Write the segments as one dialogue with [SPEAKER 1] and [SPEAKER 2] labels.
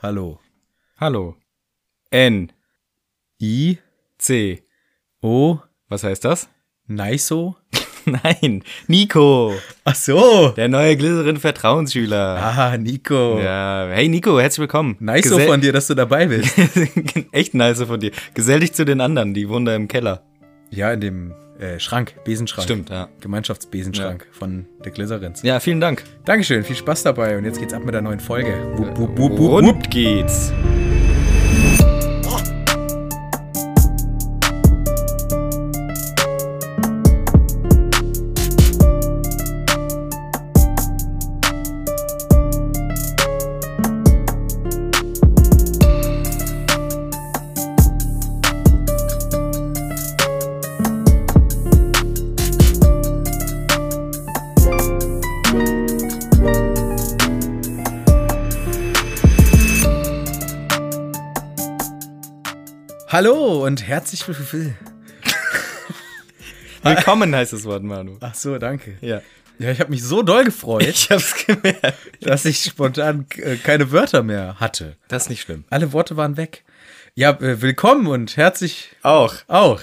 [SPEAKER 1] Hallo.
[SPEAKER 2] Hallo. N.
[SPEAKER 1] I.
[SPEAKER 2] C.
[SPEAKER 1] O.
[SPEAKER 2] Was heißt das?
[SPEAKER 1] Neiso.
[SPEAKER 2] Nein. Nico.
[SPEAKER 1] Ach so.
[SPEAKER 2] Der neue Glycerin-Vertrauensschüler.
[SPEAKER 1] Ah, Nico.
[SPEAKER 2] Ja. Hey Nico, herzlich willkommen.
[SPEAKER 1] Neiso
[SPEAKER 2] Gesell-
[SPEAKER 1] von dir, dass du dabei bist.
[SPEAKER 2] Echt nice von dir. Gesell dich zu den anderen, die wohnen da im Keller.
[SPEAKER 1] ja, in dem äh, Schrank, Besenschrank.
[SPEAKER 2] Stimmt, ja.
[SPEAKER 1] Gemeinschaftsbesenschrank von der Glycerins.
[SPEAKER 2] Ja, vielen Dank.
[SPEAKER 1] Dankeschön, viel Spaß dabei und jetzt geht's ab mit der neuen Folge. Wupp, wupp, wupp, wupp, wupp.
[SPEAKER 2] Und geht's.
[SPEAKER 1] Oh. Hallo und herzlich willkommen.
[SPEAKER 2] Willkommen heißt das Wort, Manu.
[SPEAKER 1] Ach so, danke.
[SPEAKER 2] Ja.
[SPEAKER 1] Ja, ich habe mich so doll gefreut,
[SPEAKER 2] Ich hab's gemerkt.
[SPEAKER 1] dass ich spontan äh, keine Wörter mehr hatte.
[SPEAKER 2] Das ist nicht schlimm.
[SPEAKER 1] Alle Worte waren weg. Ja, äh, willkommen und herzlich
[SPEAKER 2] Auch.
[SPEAKER 1] auch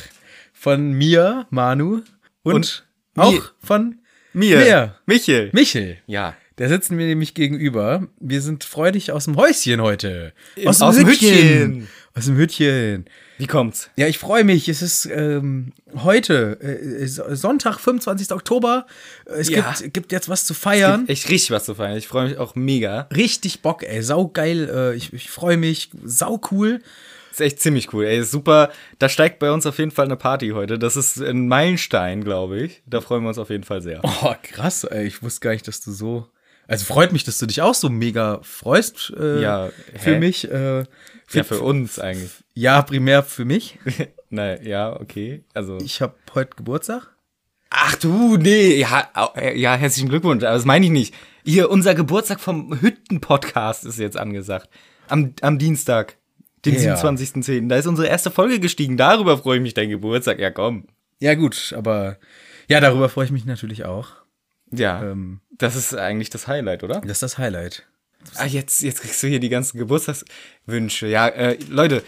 [SPEAKER 1] von mir, Manu, und,
[SPEAKER 2] Und
[SPEAKER 1] auch
[SPEAKER 2] mir.
[SPEAKER 1] von
[SPEAKER 2] Mir.
[SPEAKER 1] Mir.
[SPEAKER 2] Michel.
[SPEAKER 1] Michel.
[SPEAKER 2] Ja.
[SPEAKER 1] Der sitzen mir nämlich gegenüber. Wir sind freudig aus dem Häuschen heute.
[SPEAKER 2] Im- aus dem Hütchen.
[SPEAKER 1] Aus dem Hütchen.
[SPEAKER 2] Wie kommt's?
[SPEAKER 1] Ja, ich freue mich. Es ist ähm, heute, äh, So- Sonntag, 25. Oktober. Es
[SPEAKER 2] Ja.
[SPEAKER 1] gibt, gibt jetzt was zu feiern.
[SPEAKER 2] Echt richtig was zu feiern. Ich freue mich auch mega.
[SPEAKER 1] Richtig Bock, ey. Saugeil. Äh, ich ich freue mich. Sau cool.
[SPEAKER 2] Ist echt ziemlich cool. Ey, ist super. Da steigt bei uns auf jeden Fall eine Party heute. Das ist ein Meilenstein, glaube ich. Da freuen wir uns auf jeden Fall sehr.
[SPEAKER 1] Oh, krass, ey. Ich wusste gar nicht, dass du so. Also freut mich, dass du dich auch so mega freust äh,
[SPEAKER 2] Ja,
[SPEAKER 1] für
[SPEAKER 2] hä?
[SPEAKER 1] mich. Äh, für,
[SPEAKER 2] Ja, für uns eigentlich.
[SPEAKER 1] ja, primär für mich.
[SPEAKER 2] Nein, ja, okay. Also.
[SPEAKER 1] Ich habe heute Geburtstag.
[SPEAKER 2] Ach du, nee. Ja, au- äh, ja, herzlichen Glückwunsch. Aber das meine ich nicht. Hier, unser Geburtstag vom Hütten-Podcast ist jetzt angesagt. Am, am Dienstag, den
[SPEAKER 1] Ja.
[SPEAKER 2] 27.10. Da ist unsere erste Folge gestiegen. Darüber freue ich mich, dein Geburtstag. Ja, komm.
[SPEAKER 1] Ja, gut, aber ja, darüber freue ich mich natürlich auch.
[SPEAKER 2] Ja,
[SPEAKER 1] Ähm.
[SPEAKER 2] das ist eigentlich das Highlight, oder?
[SPEAKER 1] Das ist das Highlight.
[SPEAKER 2] Ah, jetzt, jetzt kriegst du hier die ganzen Geburtstagswünsche. Ja, äh, Leute,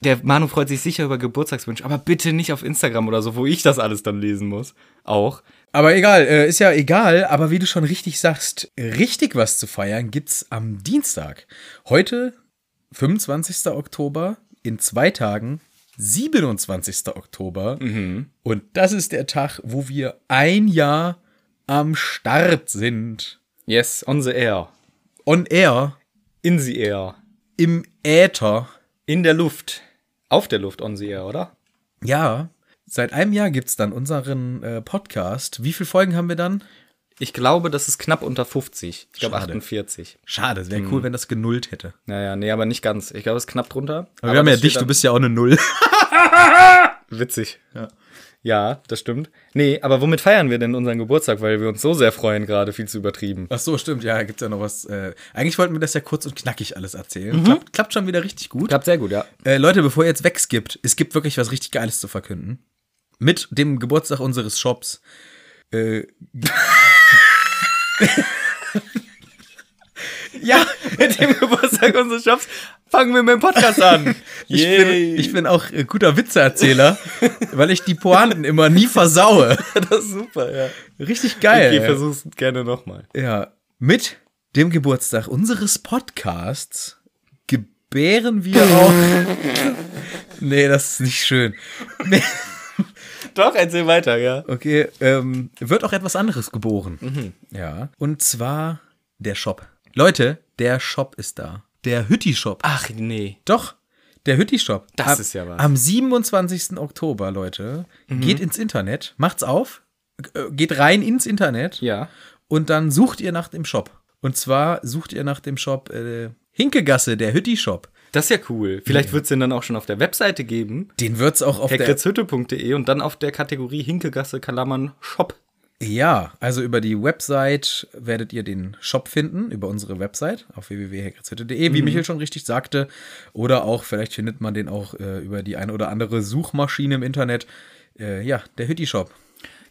[SPEAKER 2] der Manu freut sich sicher über Geburtstagswünsche, aber bitte nicht auf Instagram oder so, wo ich das alles dann lesen muss. Auch.
[SPEAKER 1] Aber egal, äh, ist ja egal, aber wie du schon richtig sagst, richtig was zu feiern gibt's am Dienstag. Heute, 25. Oktober, in zwei Tagen, 27. Oktober. Und das ist der Tag, wo wir ein Jahr am Start sind.
[SPEAKER 2] Yes, on the air.
[SPEAKER 1] On air,
[SPEAKER 2] In the air.
[SPEAKER 1] im Äther.
[SPEAKER 2] In der Luft. Auf der Luft on the air, oder?
[SPEAKER 1] Ja, seit einem Jahr gibt's dann unseren äh, Podcast. Wie viele Folgen haben wir dann?
[SPEAKER 2] Ich glaube, das ist knapp unter 50. Ich glaube
[SPEAKER 1] Schade.
[SPEAKER 2] 48.
[SPEAKER 1] Schade, es wäre cool, wenn das genullt hätte.
[SPEAKER 2] Naja, nee, aber nicht ganz. Ich glaube, es ist knapp drunter.
[SPEAKER 1] Aber wir haben ja
[SPEAKER 2] das steht
[SPEAKER 1] dich, du
[SPEAKER 2] dann-
[SPEAKER 1] bist ja auch eine Null.
[SPEAKER 2] Witzig. Ja. ja, das stimmt. Nee, aber womit feiern wir denn unseren Geburtstag? Weil wir uns so sehr freuen gerade, viel zu übertrieben.
[SPEAKER 1] Ach so, stimmt, ja, gibt's ja noch was. Äh, eigentlich wollten wir das ja kurz und knackig alles erzählen. Klappt, klappt schon wieder richtig gut.
[SPEAKER 2] Mhm. Klappt sehr gut, ja.
[SPEAKER 1] Äh, Leute, bevor ihr jetzt wegskippt, es gibt wirklich was richtig Geiles zu verkünden. Mit dem Geburtstag unseres Shops. Äh,
[SPEAKER 2] Ja, mit dem Geburtstag unseres Shops fangen wir mit dem Podcast an.
[SPEAKER 1] ich, bin, ich bin auch äh, guter Witzeerzähler, weil ich die Pointen immer nie versaue.
[SPEAKER 2] das ist super, ja.
[SPEAKER 1] Richtig
[SPEAKER 2] Okay,
[SPEAKER 1] geil.
[SPEAKER 2] versuch's gerne nochmal.
[SPEAKER 1] Ja, mit dem Geburtstag unseres Podcasts gebären wir auch. nee, das ist nicht schön. Nee.
[SPEAKER 2] Doch, erzähl weiter, ja.
[SPEAKER 1] Okay, ähm, wird auch etwas anderes geboren.
[SPEAKER 2] Mhm.
[SPEAKER 1] Ja. Und zwar der Shop. Leute, der Shop ist da. Der Hütti-Shop.
[SPEAKER 2] Ach nee.
[SPEAKER 1] Doch, der Hütti-Shop.
[SPEAKER 2] Ah. Das
[SPEAKER 1] Am-
[SPEAKER 2] ist ja was. Mhm.
[SPEAKER 1] Am 27. Oktober, Leute, geht ins Internet, macht's auf, g- äh, geht rein ins Internet
[SPEAKER 2] Ja.
[SPEAKER 1] und dann sucht ihr nach dem Shop. Und zwar sucht ihr nach dem Shop äh, Hinkegasse, der Hütti-Shop.
[SPEAKER 2] Das ist ja cool. Vielleicht wird's den dann auch schon Mhm. auf der Webseite geben.
[SPEAKER 1] Den wird's auch auf der
[SPEAKER 2] Herkritzhütte.de und dann auf der Kategorie Hinkegasse Kalammern Shop.
[SPEAKER 1] Ja, also über die Website werdet ihr den Shop finden, über unsere Website auf www.hackershütte.de, wie Michael schon richtig sagte. Oder auch, vielleicht findet man den auch äh, über die eine oder andere Suchmaschine im Internet. Äh, ja, der Hütti-Shop.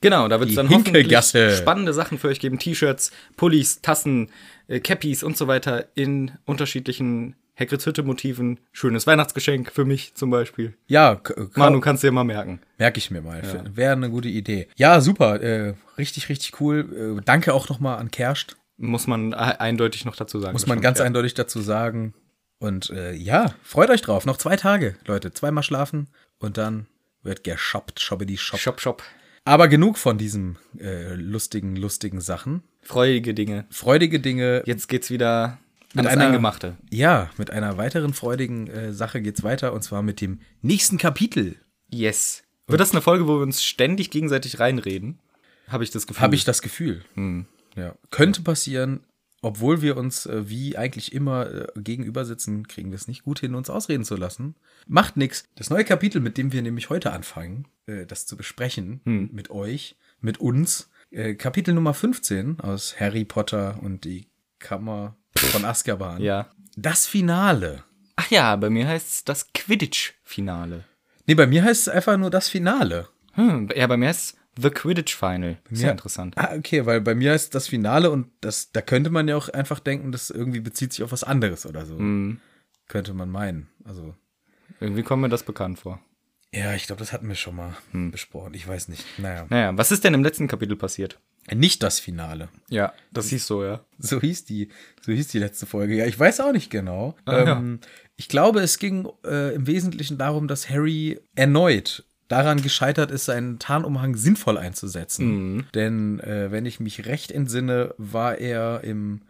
[SPEAKER 2] Genau, da wird's
[SPEAKER 1] Die
[SPEAKER 2] dann hoffentlich
[SPEAKER 1] Hinkegasse.
[SPEAKER 2] spannende Sachen für euch geben. T-Shirts, Pullis, Tassen, äh, Cappies und so weiter in unterschiedlichen Hagrids Hütte-Motiven. Schönes Weihnachtsgeschenk für mich zum Beispiel.
[SPEAKER 1] Ja, k-
[SPEAKER 2] Manu, kannst du dir mal merken.
[SPEAKER 1] Merke ich mir mal. Wäre eine gute Idee. Ja, super. Äh, richtig, richtig cool. Äh, danke auch nochmal an Kerscht.
[SPEAKER 2] Muss man e- eindeutig noch dazu sagen.
[SPEAKER 1] Muss
[SPEAKER 2] das
[SPEAKER 1] man
[SPEAKER 2] stimmt,
[SPEAKER 1] ganz
[SPEAKER 2] ja.
[SPEAKER 1] eindeutig dazu sagen. Und äh, ja, freut euch drauf. Noch zwei Tage, Leute. Zweimal schlafen und dann wird geshoppt. Shobbidi shop.
[SPEAKER 2] Shop, shop.
[SPEAKER 1] Aber genug von diesem äh, lustigen, lustigen Sachen.
[SPEAKER 2] Freudige Dinge.
[SPEAKER 1] Freudige Dinge.
[SPEAKER 2] Jetzt geht's wieder
[SPEAKER 1] Mit
[SPEAKER 2] mit ans
[SPEAKER 1] einer-
[SPEAKER 2] Eingemachte.
[SPEAKER 1] Ja, mit einer weiteren freudigen äh, Sache geht's weiter und zwar mit dem nächsten Kapitel.
[SPEAKER 2] Yes. Wird das eine Folge, wo wir uns ständig gegenseitig reinreden? Habe ich das Gefühl.
[SPEAKER 1] Habe ich das Gefühl. Ja. Könnte passieren, obwohl wir uns äh, wie eigentlich immer äh, gegenüber sitzen, kriegen wir es nicht gut hin, uns ausreden zu lassen. Macht nichts. Das neue Kapitel, mit dem wir nämlich heute anfangen, äh, das zu besprechen mit euch, mit uns. Äh, Kapitel Nummer 15 aus Harry Potter und die Kammer von Azkaban.
[SPEAKER 2] Ja.
[SPEAKER 1] Das Finale.
[SPEAKER 2] Ach ja, bei mir heißt es das Quidditch-Finale.
[SPEAKER 1] Nee, bei mir heißt es einfach nur das Finale.
[SPEAKER 2] Hm, ja, bei mir heißt es The Quidditch Final. Ist ja interessant.
[SPEAKER 1] Ah, okay, weil bei mir ist das Finale und das, da könnte man ja auch einfach denken, das irgendwie bezieht sich auf was anderes oder so. Könnte man meinen. Also,
[SPEAKER 2] Irgendwie kommt mir das bekannt vor.
[SPEAKER 1] ja, ich glaube, das hatten wir schon mal besprochen. Ich weiß nicht. Naja.
[SPEAKER 2] Naja, was ist denn im letzten Kapitel passiert?
[SPEAKER 1] Nicht das Finale.
[SPEAKER 2] Ja, das hieß so, ja.
[SPEAKER 1] So hieß die, so hieß die letzte Folge. Ja, ich weiß auch nicht genau. ähm, Ich glaube, es ging äh, im Wesentlichen darum, dass Harry erneut daran gescheitert ist, seinen Tarnumhang sinnvoll einzusetzen. Denn äh, wenn ich mich recht entsinne, war er im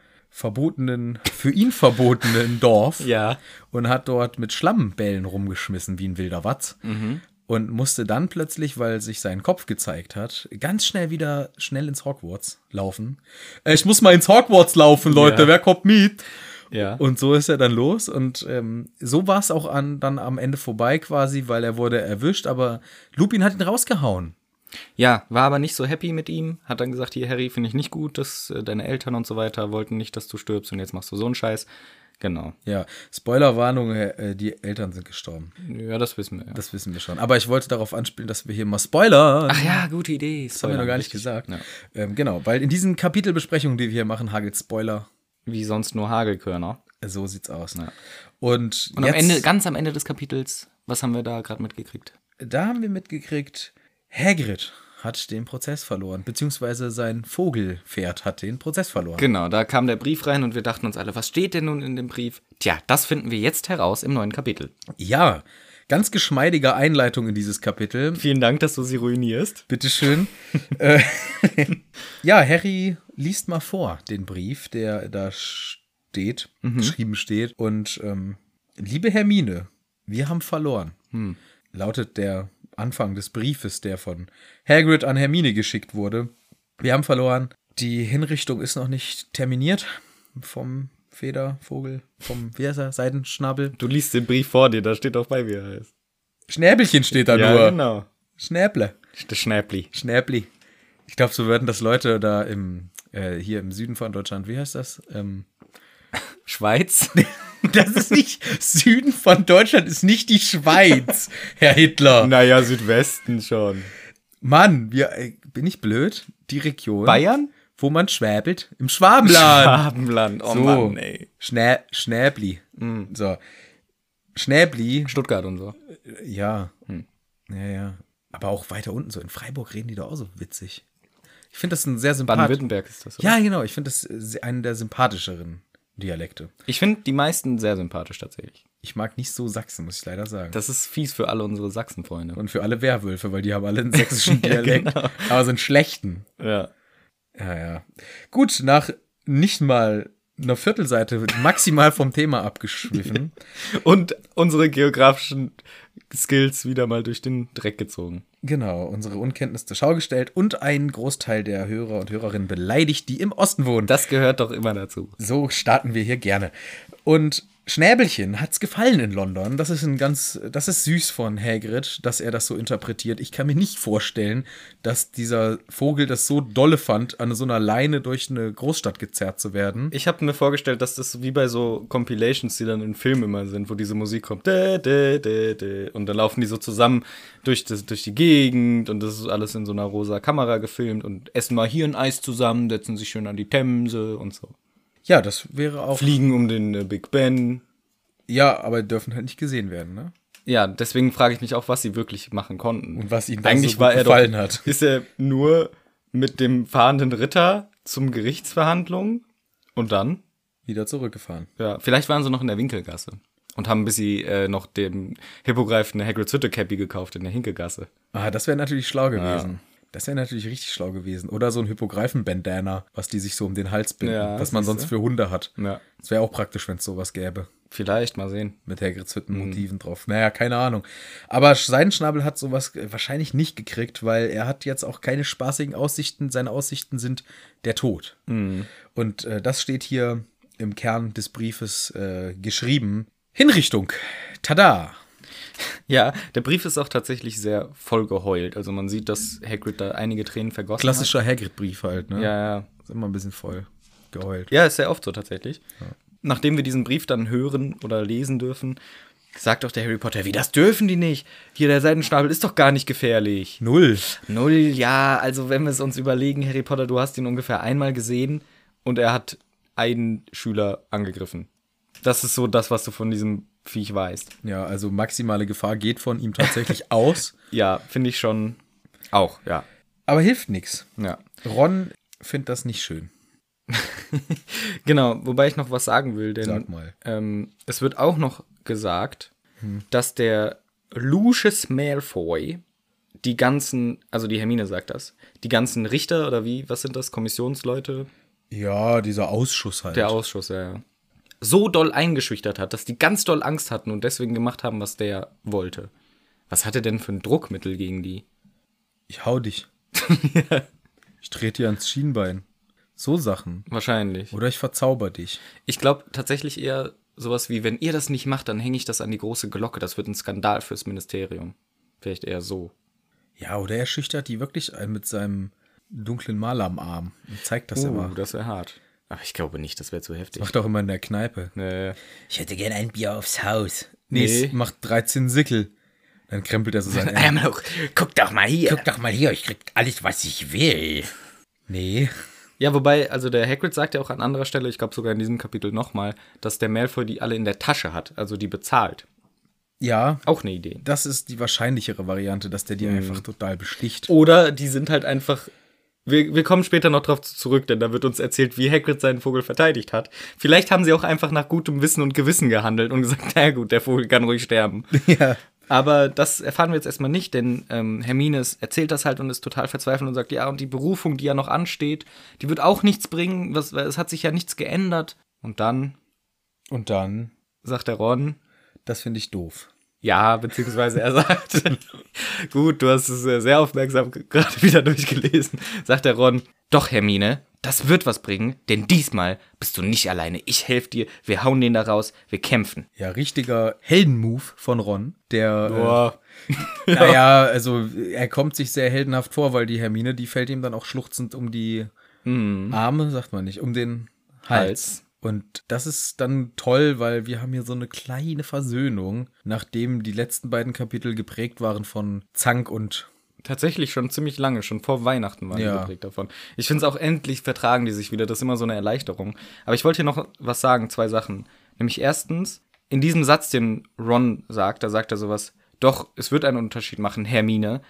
[SPEAKER 1] verbotenen, für ihn verbotenen Dorf
[SPEAKER 2] Ja.
[SPEAKER 1] und hat dort mit Schlammbällen rumgeschmissen, wie ein wilder Watz. Und musste dann plötzlich, weil sich sein Kopf gezeigt hat, ganz schnell wieder schnell ins Hogwarts laufen. Äh, Ich muss mal ins Hogwarts laufen, Leute,
[SPEAKER 2] Ja.
[SPEAKER 1] wer kommt mit?
[SPEAKER 2] Ja.
[SPEAKER 1] Und so ist er dann los. Und ähm, so war es auch an, dann am Ende vorbei quasi, weil er wurde erwischt, aber Lupin hat ihn rausgehauen.
[SPEAKER 2] Ja, war aber nicht so happy mit ihm. Hat dann gesagt, hier, Harry, finde ich nicht gut, dass äh, deine Eltern und so weiter wollten nicht, dass du stirbst und jetzt machst du so einen Scheiß. Genau.
[SPEAKER 1] Ja, Spoilerwarnung, äh, die Eltern sind gestorben.
[SPEAKER 2] Ja, das wissen wir. Ja.
[SPEAKER 1] Das wissen wir schon. Aber ich wollte darauf anspielen, dass wir hier mal Spoiler.
[SPEAKER 2] Ach ja, gute Idee.
[SPEAKER 1] Das haben wir noch gar nicht gesagt.
[SPEAKER 2] Ja.
[SPEAKER 1] Ähm, genau, weil in diesen Kapitelbesprechungen, die wir hier machen, hagelt Spoiler.
[SPEAKER 2] Wie sonst nur Hagelkörner.
[SPEAKER 1] So sieht's aus. Und,
[SPEAKER 2] Und
[SPEAKER 1] jetzt,
[SPEAKER 2] am Ende, ganz am Ende des Kapitels, was haben wir da gerade mitgekriegt?
[SPEAKER 1] da haben wir mitgekriegt, Hagrid hat den Prozess verloren, beziehungsweise sein Vogelpferd hat den Prozess verloren.
[SPEAKER 2] Genau, da kam der Brief rein und wir dachten uns alle, was steht denn nun in dem Brief? Tja, das finden wir jetzt heraus im neuen Kapitel.
[SPEAKER 1] ja, ganz geschmeidige Einleitung in dieses Kapitel.
[SPEAKER 2] Vielen Dank, dass du sie ruinierst.
[SPEAKER 1] Bitteschön. Äh, ja, Harry liest mal vor den Brief, der da steht,
[SPEAKER 2] Mhm.
[SPEAKER 1] geschrieben steht. Und ähm, liebe Hermine, wir haben verloren.
[SPEAKER 2] Hm.
[SPEAKER 1] Lautet der Anfang des Briefes, der von Hagrid an Hermine geschickt wurde. Wir haben verloren. Die Hinrichtung ist noch nicht terminiert vom Federvogel, vom, wie heißt er, Seidenschnabel.
[SPEAKER 2] Du liest den Brief vor dir, da steht auch bei, wie er heißt.
[SPEAKER 1] Schnäbelchen steht da
[SPEAKER 2] Ja,
[SPEAKER 1] nur.
[SPEAKER 2] genau.
[SPEAKER 1] Schnäble.
[SPEAKER 2] Der Schnäpli.
[SPEAKER 1] Schnäbli. Ich glaube, so würden das Leute da im, äh, hier im Süden von Deutschland, wie heißt das? Ähm,
[SPEAKER 2] Schweiz?
[SPEAKER 1] das ist nicht, Süden von Deutschland ist nicht die Schweiz, Herr Hitler.
[SPEAKER 2] naja, Südwesten schon.
[SPEAKER 1] Mann, wir, äh, bin ich blöd? Die Region,
[SPEAKER 2] Bayern?
[SPEAKER 1] wo man schwäbelt, im Schwabenland.
[SPEAKER 2] Schwabenland. Oh
[SPEAKER 1] so,
[SPEAKER 2] Mann, ey. Mm.
[SPEAKER 1] Schnä Schnäbli. So. Schnäbli,
[SPEAKER 2] Stuttgart und so.
[SPEAKER 1] ja.
[SPEAKER 2] Hm.
[SPEAKER 1] Ja, ja. Aber auch weiter unten, so in Freiburg reden die da auch so witzig. Ich finde das ein sehr sympathisch.
[SPEAKER 2] Baden-Württemberg ist das.
[SPEAKER 1] Ja, genau. Ich finde das äh, se- einen der sympathischeren Dialekte.
[SPEAKER 2] Ich finde die meisten sehr sympathisch tatsächlich.
[SPEAKER 1] Ich mag nicht so Sachsen, muss ich leider sagen.
[SPEAKER 2] Das ist fies für alle unsere Sachsenfreunde.
[SPEAKER 1] Und für alle Werwölfe, weil die haben alle einen sächsischen Dialekt, aber so einen schlechten.
[SPEAKER 2] Ja.
[SPEAKER 1] Ja, ja. Gut, nach nicht mal einer Viertelseite maximal vom Thema abgeschwiffen.
[SPEAKER 2] Und unsere geografischen Skills wieder mal durch den Dreck gezogen.
[SPEAKER 1] genau, unsere Unkenntnis zur Schau gestellt und einen Großteil der Hörer und Hörerinnen beleidigt, die im Osten wohnen.
[SPEAKER 2] Das gehört doch immer dazu.
[SPEAKER 1] So starten wir hier gerne. Und Schnäbelchen hat's gefallen in London. Das ist ein ganz, das ist süß von Hagrid, dass er das so interpretiert. Ich kann mir nicht vorstellen, dass dieser Vogel das so dolle fand, an so einer Leine durch eine Großstadt gezerrt zu werden.
[SPEAKER 2] Ich habe mir vorgestellt, dass das wie bei so Compilations, die dann in Filmen immer sind, wo diese Musik kommt. Dä, dä, dä, dä, und dann laufen die so zusammen durch, das, durch die Gegend und das ist alles in so einer rosa Kamera gefilmt und essen mal hier ein Eis zusammen, setzen sich schön an die Themse und so.
[SPEAKER 1] Ja, das wäre auch.
[SPEAKER 2] Fliegen um den äh, Big Ben.
[SPEAKER 1] Ja, aber dürfen halt nicht gesehen werden, ne?
[SPEAKER 2] Ja, deswegen frage ich mich auch, was sie wirklich machen konnten.
[SPEAKER 1] Und was ihnen da
[SPEAKER 2] eigentlich
[SPEAKER 1] so gut
[SPEAKER 2] war er
[SPEAKER 1] gefallen
[SPEAKER 2] doch,
[SPEAKER 1] hat.
[SPEAKER 2] Ist er nur mit dem fahrenden Ritter zum Gerichtsverhandlung und dann?
[SPEAKER 1] Wieder zurückgefahren.
[SPEAKER 2] Ja, vielleicht waren sie noch in der Winkelgasse und haben ein bisschen äh, noch dem Hippogreif eine Hagrid's Hütte Cappy gekauft in der Hinkelgasse.
[SPEAKER 1] Ah, das wäre natürlich schlau gewesen. Das wäre natürlich richtig schlau gewesen. Oder so ein Hippogreifen-Bandana, was die sich so um den Hals binden,
[SPEAKER 2] Ja,
[SPEAKER 1] was man sonst für Hunde hat.
[SPEAKER 2] Ja,
[SPEAKER 1] Das wäre auch praktisch, wenn es sowas gäbe.
[SPEAKER 2] vielleicht mal sehen.
[SPEAKER 1] Mit Hagrids
[SPEAKER 2] Mhm.
[SPEAKER 1] Hütten-Motiven drauf. Naja, keine Ahnung. Aber Seidenschnabel hat sowas äh, wahrscheinlich nicht gekriegt, weil er hat jetzt auch keine spaßigen Aussichten. Seine Aussichten sind der Tod.
[SPEAKER 2] Mhm.
[SPEAKER 1] Und äh, das steht hier im Kern des Briefes äh, geschrieben. Hinrichtung. Tada.
[SPEAKER 2] Ja, der Brief ist auch tatsächlich sehr voll geheult. Also man sieht, dass Hagrid da einige Tränen vergossen
[SPEAKER 1] Klassischer Hagrid-Brief halt, ne?
[SPEAKER 2] hat. Ja, ja.
[SPEAKER 1] Ist immer ein bisschen voll geheult.
[SPEAKER 2] Ja, ist sehr oft so tatsächlich. Nachdem wir diesen Brief dann hören oder lesen dürfen, sagt auch der Harry Potter, wie das dürfen die nicht? Hier der Seidenschnabel ist doch gar nicht gefährlich.
[SPEAKER 1] Null.
[SPEAKER 2] Null, ja, also wenn wir es uns überlegen, Harry Potter, du hast ihn ungefähr einmal gesehen und er hat einen Schüler angegriffen. Das ist so das, was du von diesem Viech weißt.
[SPEAKER 1] Ja, also maximale Gefahr geht von ihm tatsächlich aus,
[SPEAKER 2] Ja, finde ich schon auch, ja.
[SPEAKER 1] aber hilft nichts.
[SPEAKER 2] Ja.
[SPEAKER 1] Ron findet das nicht schön.
[SPEAKER 2] Genau, wobei ich noch was sagen will, denn
[SPEAKER 1] Sag mal.
[SPEAKER 2] Ähm, es wird auch noch gesagt, dass der Lucius Malfoy die ganzen, also die Hermine sagt das, die ganzen Richter oder wie, was sind das, Kommissionsleute,
[SPEAKER 1] Ja, dieser Ausschuss halt.
[SPEAKER 2] der Ausschuss, ja, ja, so doll eingeschüchtert hat, dass die ganz doll Angst hatten und deswegen gemacht haben, was der wollte. Was hat er denn für ein Druckmittel gegen die?
[SPEAKER 1] ich hau dich. Ich trete dir ans Schienbein. So Sachen.
[SPEAKER 2] Wahrscheinlich.
[SPEAKER 1] Oder ich verzauber dich.
[SPEAKER 2] Ich glaube tatsächlich eher sowas wie, wenn ihr das nicht macht, dann hänge ich das an die große Glocke. Das wird ein Skandal fürs Ministerium. Vielleicht eher so.
[SPEAKER 1] Ja, oder er schüchtert die wirklich ein mit seinem dunklen Maler am Arm und zeigt
[SPEAKER 3] Oh.
[SPEAKER 1] das immer.
[SPEAKER 2] Uh, das wäre hart. Aber ich glaube nicht, das wäre zu heftig.
[SPEAKER 1] Macht auch immer in der Kneipe.
[SPEAKER 2] Nee.
[SPEAKER 1] Ich hätte gern ein Bier aufs Haus. Nee,
[SPEAKER 2] Nee.
[SPEAKER 1] es macht 13 Sickel. Dann krempelt er so sein Ärmel.
[SPEAKER 3] Amloch, guck doch mal hier. Guck doch mal hier, ich krieg alles, was ich will.
[SPEAKER 1] Nee.
[SPEAKER 2] Ja, wobei, also der Hagrid sagt ja auch an anderer Stelle, ich glaube sogar in diesem Kapitel nochmal, dass der Malfoy die alle in der Tasche hat, also die bezahlt.
[SPEAKER 1] Ja,
[SPEAKER 2] Auch eine Idee.
[SPEAKER 1] das ist die wahrscheinlichere Variante, dass der
[SPEAKER 3] Mhm.
[SPEAKER 1] die einfach total besticht.
[SPEAKER 2] Oder die sind halt einfach. Wir, wir kommen später noch drauf zu- zurück, denn da wird uns erzählt, wie Hagrid seinen Vogel verteidigt hat. Vielleicht haben sie auch einfach nach gutem Wissen und Gewissen gehandelt und gesagt, na gut, der Vogel kann ruhig sterben.
[SPEAKER 1] Ja.
[SPEAKER 2] Aber das erfahren wir jetzt erstmal nicht, denn ähm, Hermine ist, erzählt das halt und ist total verzweifelt und sagt, ja, und die Berufung, die ja noch ansteht, die wird auch nichts bringen, was, weil es hat sich ja nichts geändert. Und dann
[SPEAKER 1] Und dann,
[SPEAKER 2] sagt der Ron,
[SPEAKER 1] das finde ich doof.
[SPEAKER 2] ja, beziehungsweise er sagt, gut, du hast es äh, sehr aufmerksam g- gerade wieder durchgelesen, sagt der Ron,
[SPEAKER 3] Doch, Hermine, das wird was bringen, denn diesmal bist du nicht alleine. Ich helfe dir, wir hauen den da raus, wir kämpfen.
[SPEAKER 1] Ja, richtiger Heldenmove von Ron, der,
[SPEAKER 2] boah,
[SPEAKER 1] äh, naja, also äh, er kommt sich sehr heldenhaft vor, weil die Hermine, die fällt ihm dann auch schluchzend um die Arme, sagt man nicht, um den Hals.
[SPEAKER 2] Hals.
[SPEAKER 1] Und das ist dann toll, weil wir haben hier so eine kleine Versöhnung, nachdem die letzten beiden Kapitel geprägt waren von Zank und
[SPEAKER 2] tatsächlich schon ziemlich lange, schon vor Weihnachten waren
[SPEAKER 1] Ja.
[SPEAKER 2] die geprägt davon. Ich finde es auch endlich vertragen die sich wieder, das ist immer so eine Erleichterung. Aber ich wollte hier noch was sagen, zwei Sachen. Nämlich erstens, in diesem Satz, den Ron sagt, da sagt er sowas, doch, es wird einen Unterschied machen, Hermine.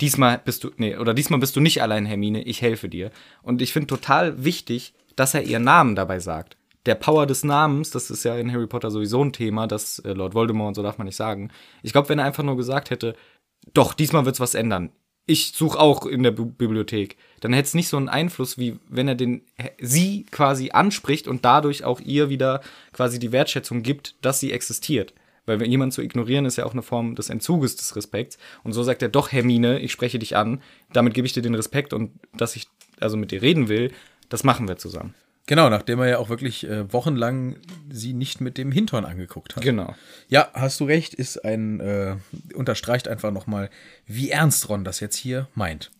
[SPEAKER 2] Diesmal bist du, nee, oder diesmal bist du nicht allein, Hermine, ich helfe dir. Und ich finde total wichtig, dass er ihren Namen dabei sagt. Der Power des Namens, das ist ja in Harry Potter sowieso ein Thema, das äh, Lord Voldemort und so darf man nicht sagen. Ich glaube, wenn er einfach nur gesagt hätte, doch, diesmal wird's was ändern. Ich suche auch in der Bu Bibliothek. Dann hätte es nicht so einen Einfluss, wie wenn er den sie quasi anspricht und dadurch auch ihr wieder quasi die Wertschätzung gibt, dass sie existiert. Weil wenn jemand zu ignorieren, ist ja auch eine Form des Entzuges des Respekts. Und so sagt er doch, Hermine, ich spreche dich an, damit gebe ich dir den Respekt und dass ich also mit dir reden will, das machen wir zusammen.
[SPEAKER 1] Genau, nachdem er ja auch wirklich äh, wochenlang sie nicht mit dem Hintern angeguckt hat.
[SPEAKER 2] Genau.
[SPEAKER 1] Ja, hast du recht, ist ein, äh, unterstreicht einfach nochmal, wie ernst Ron das jetzt hier meint.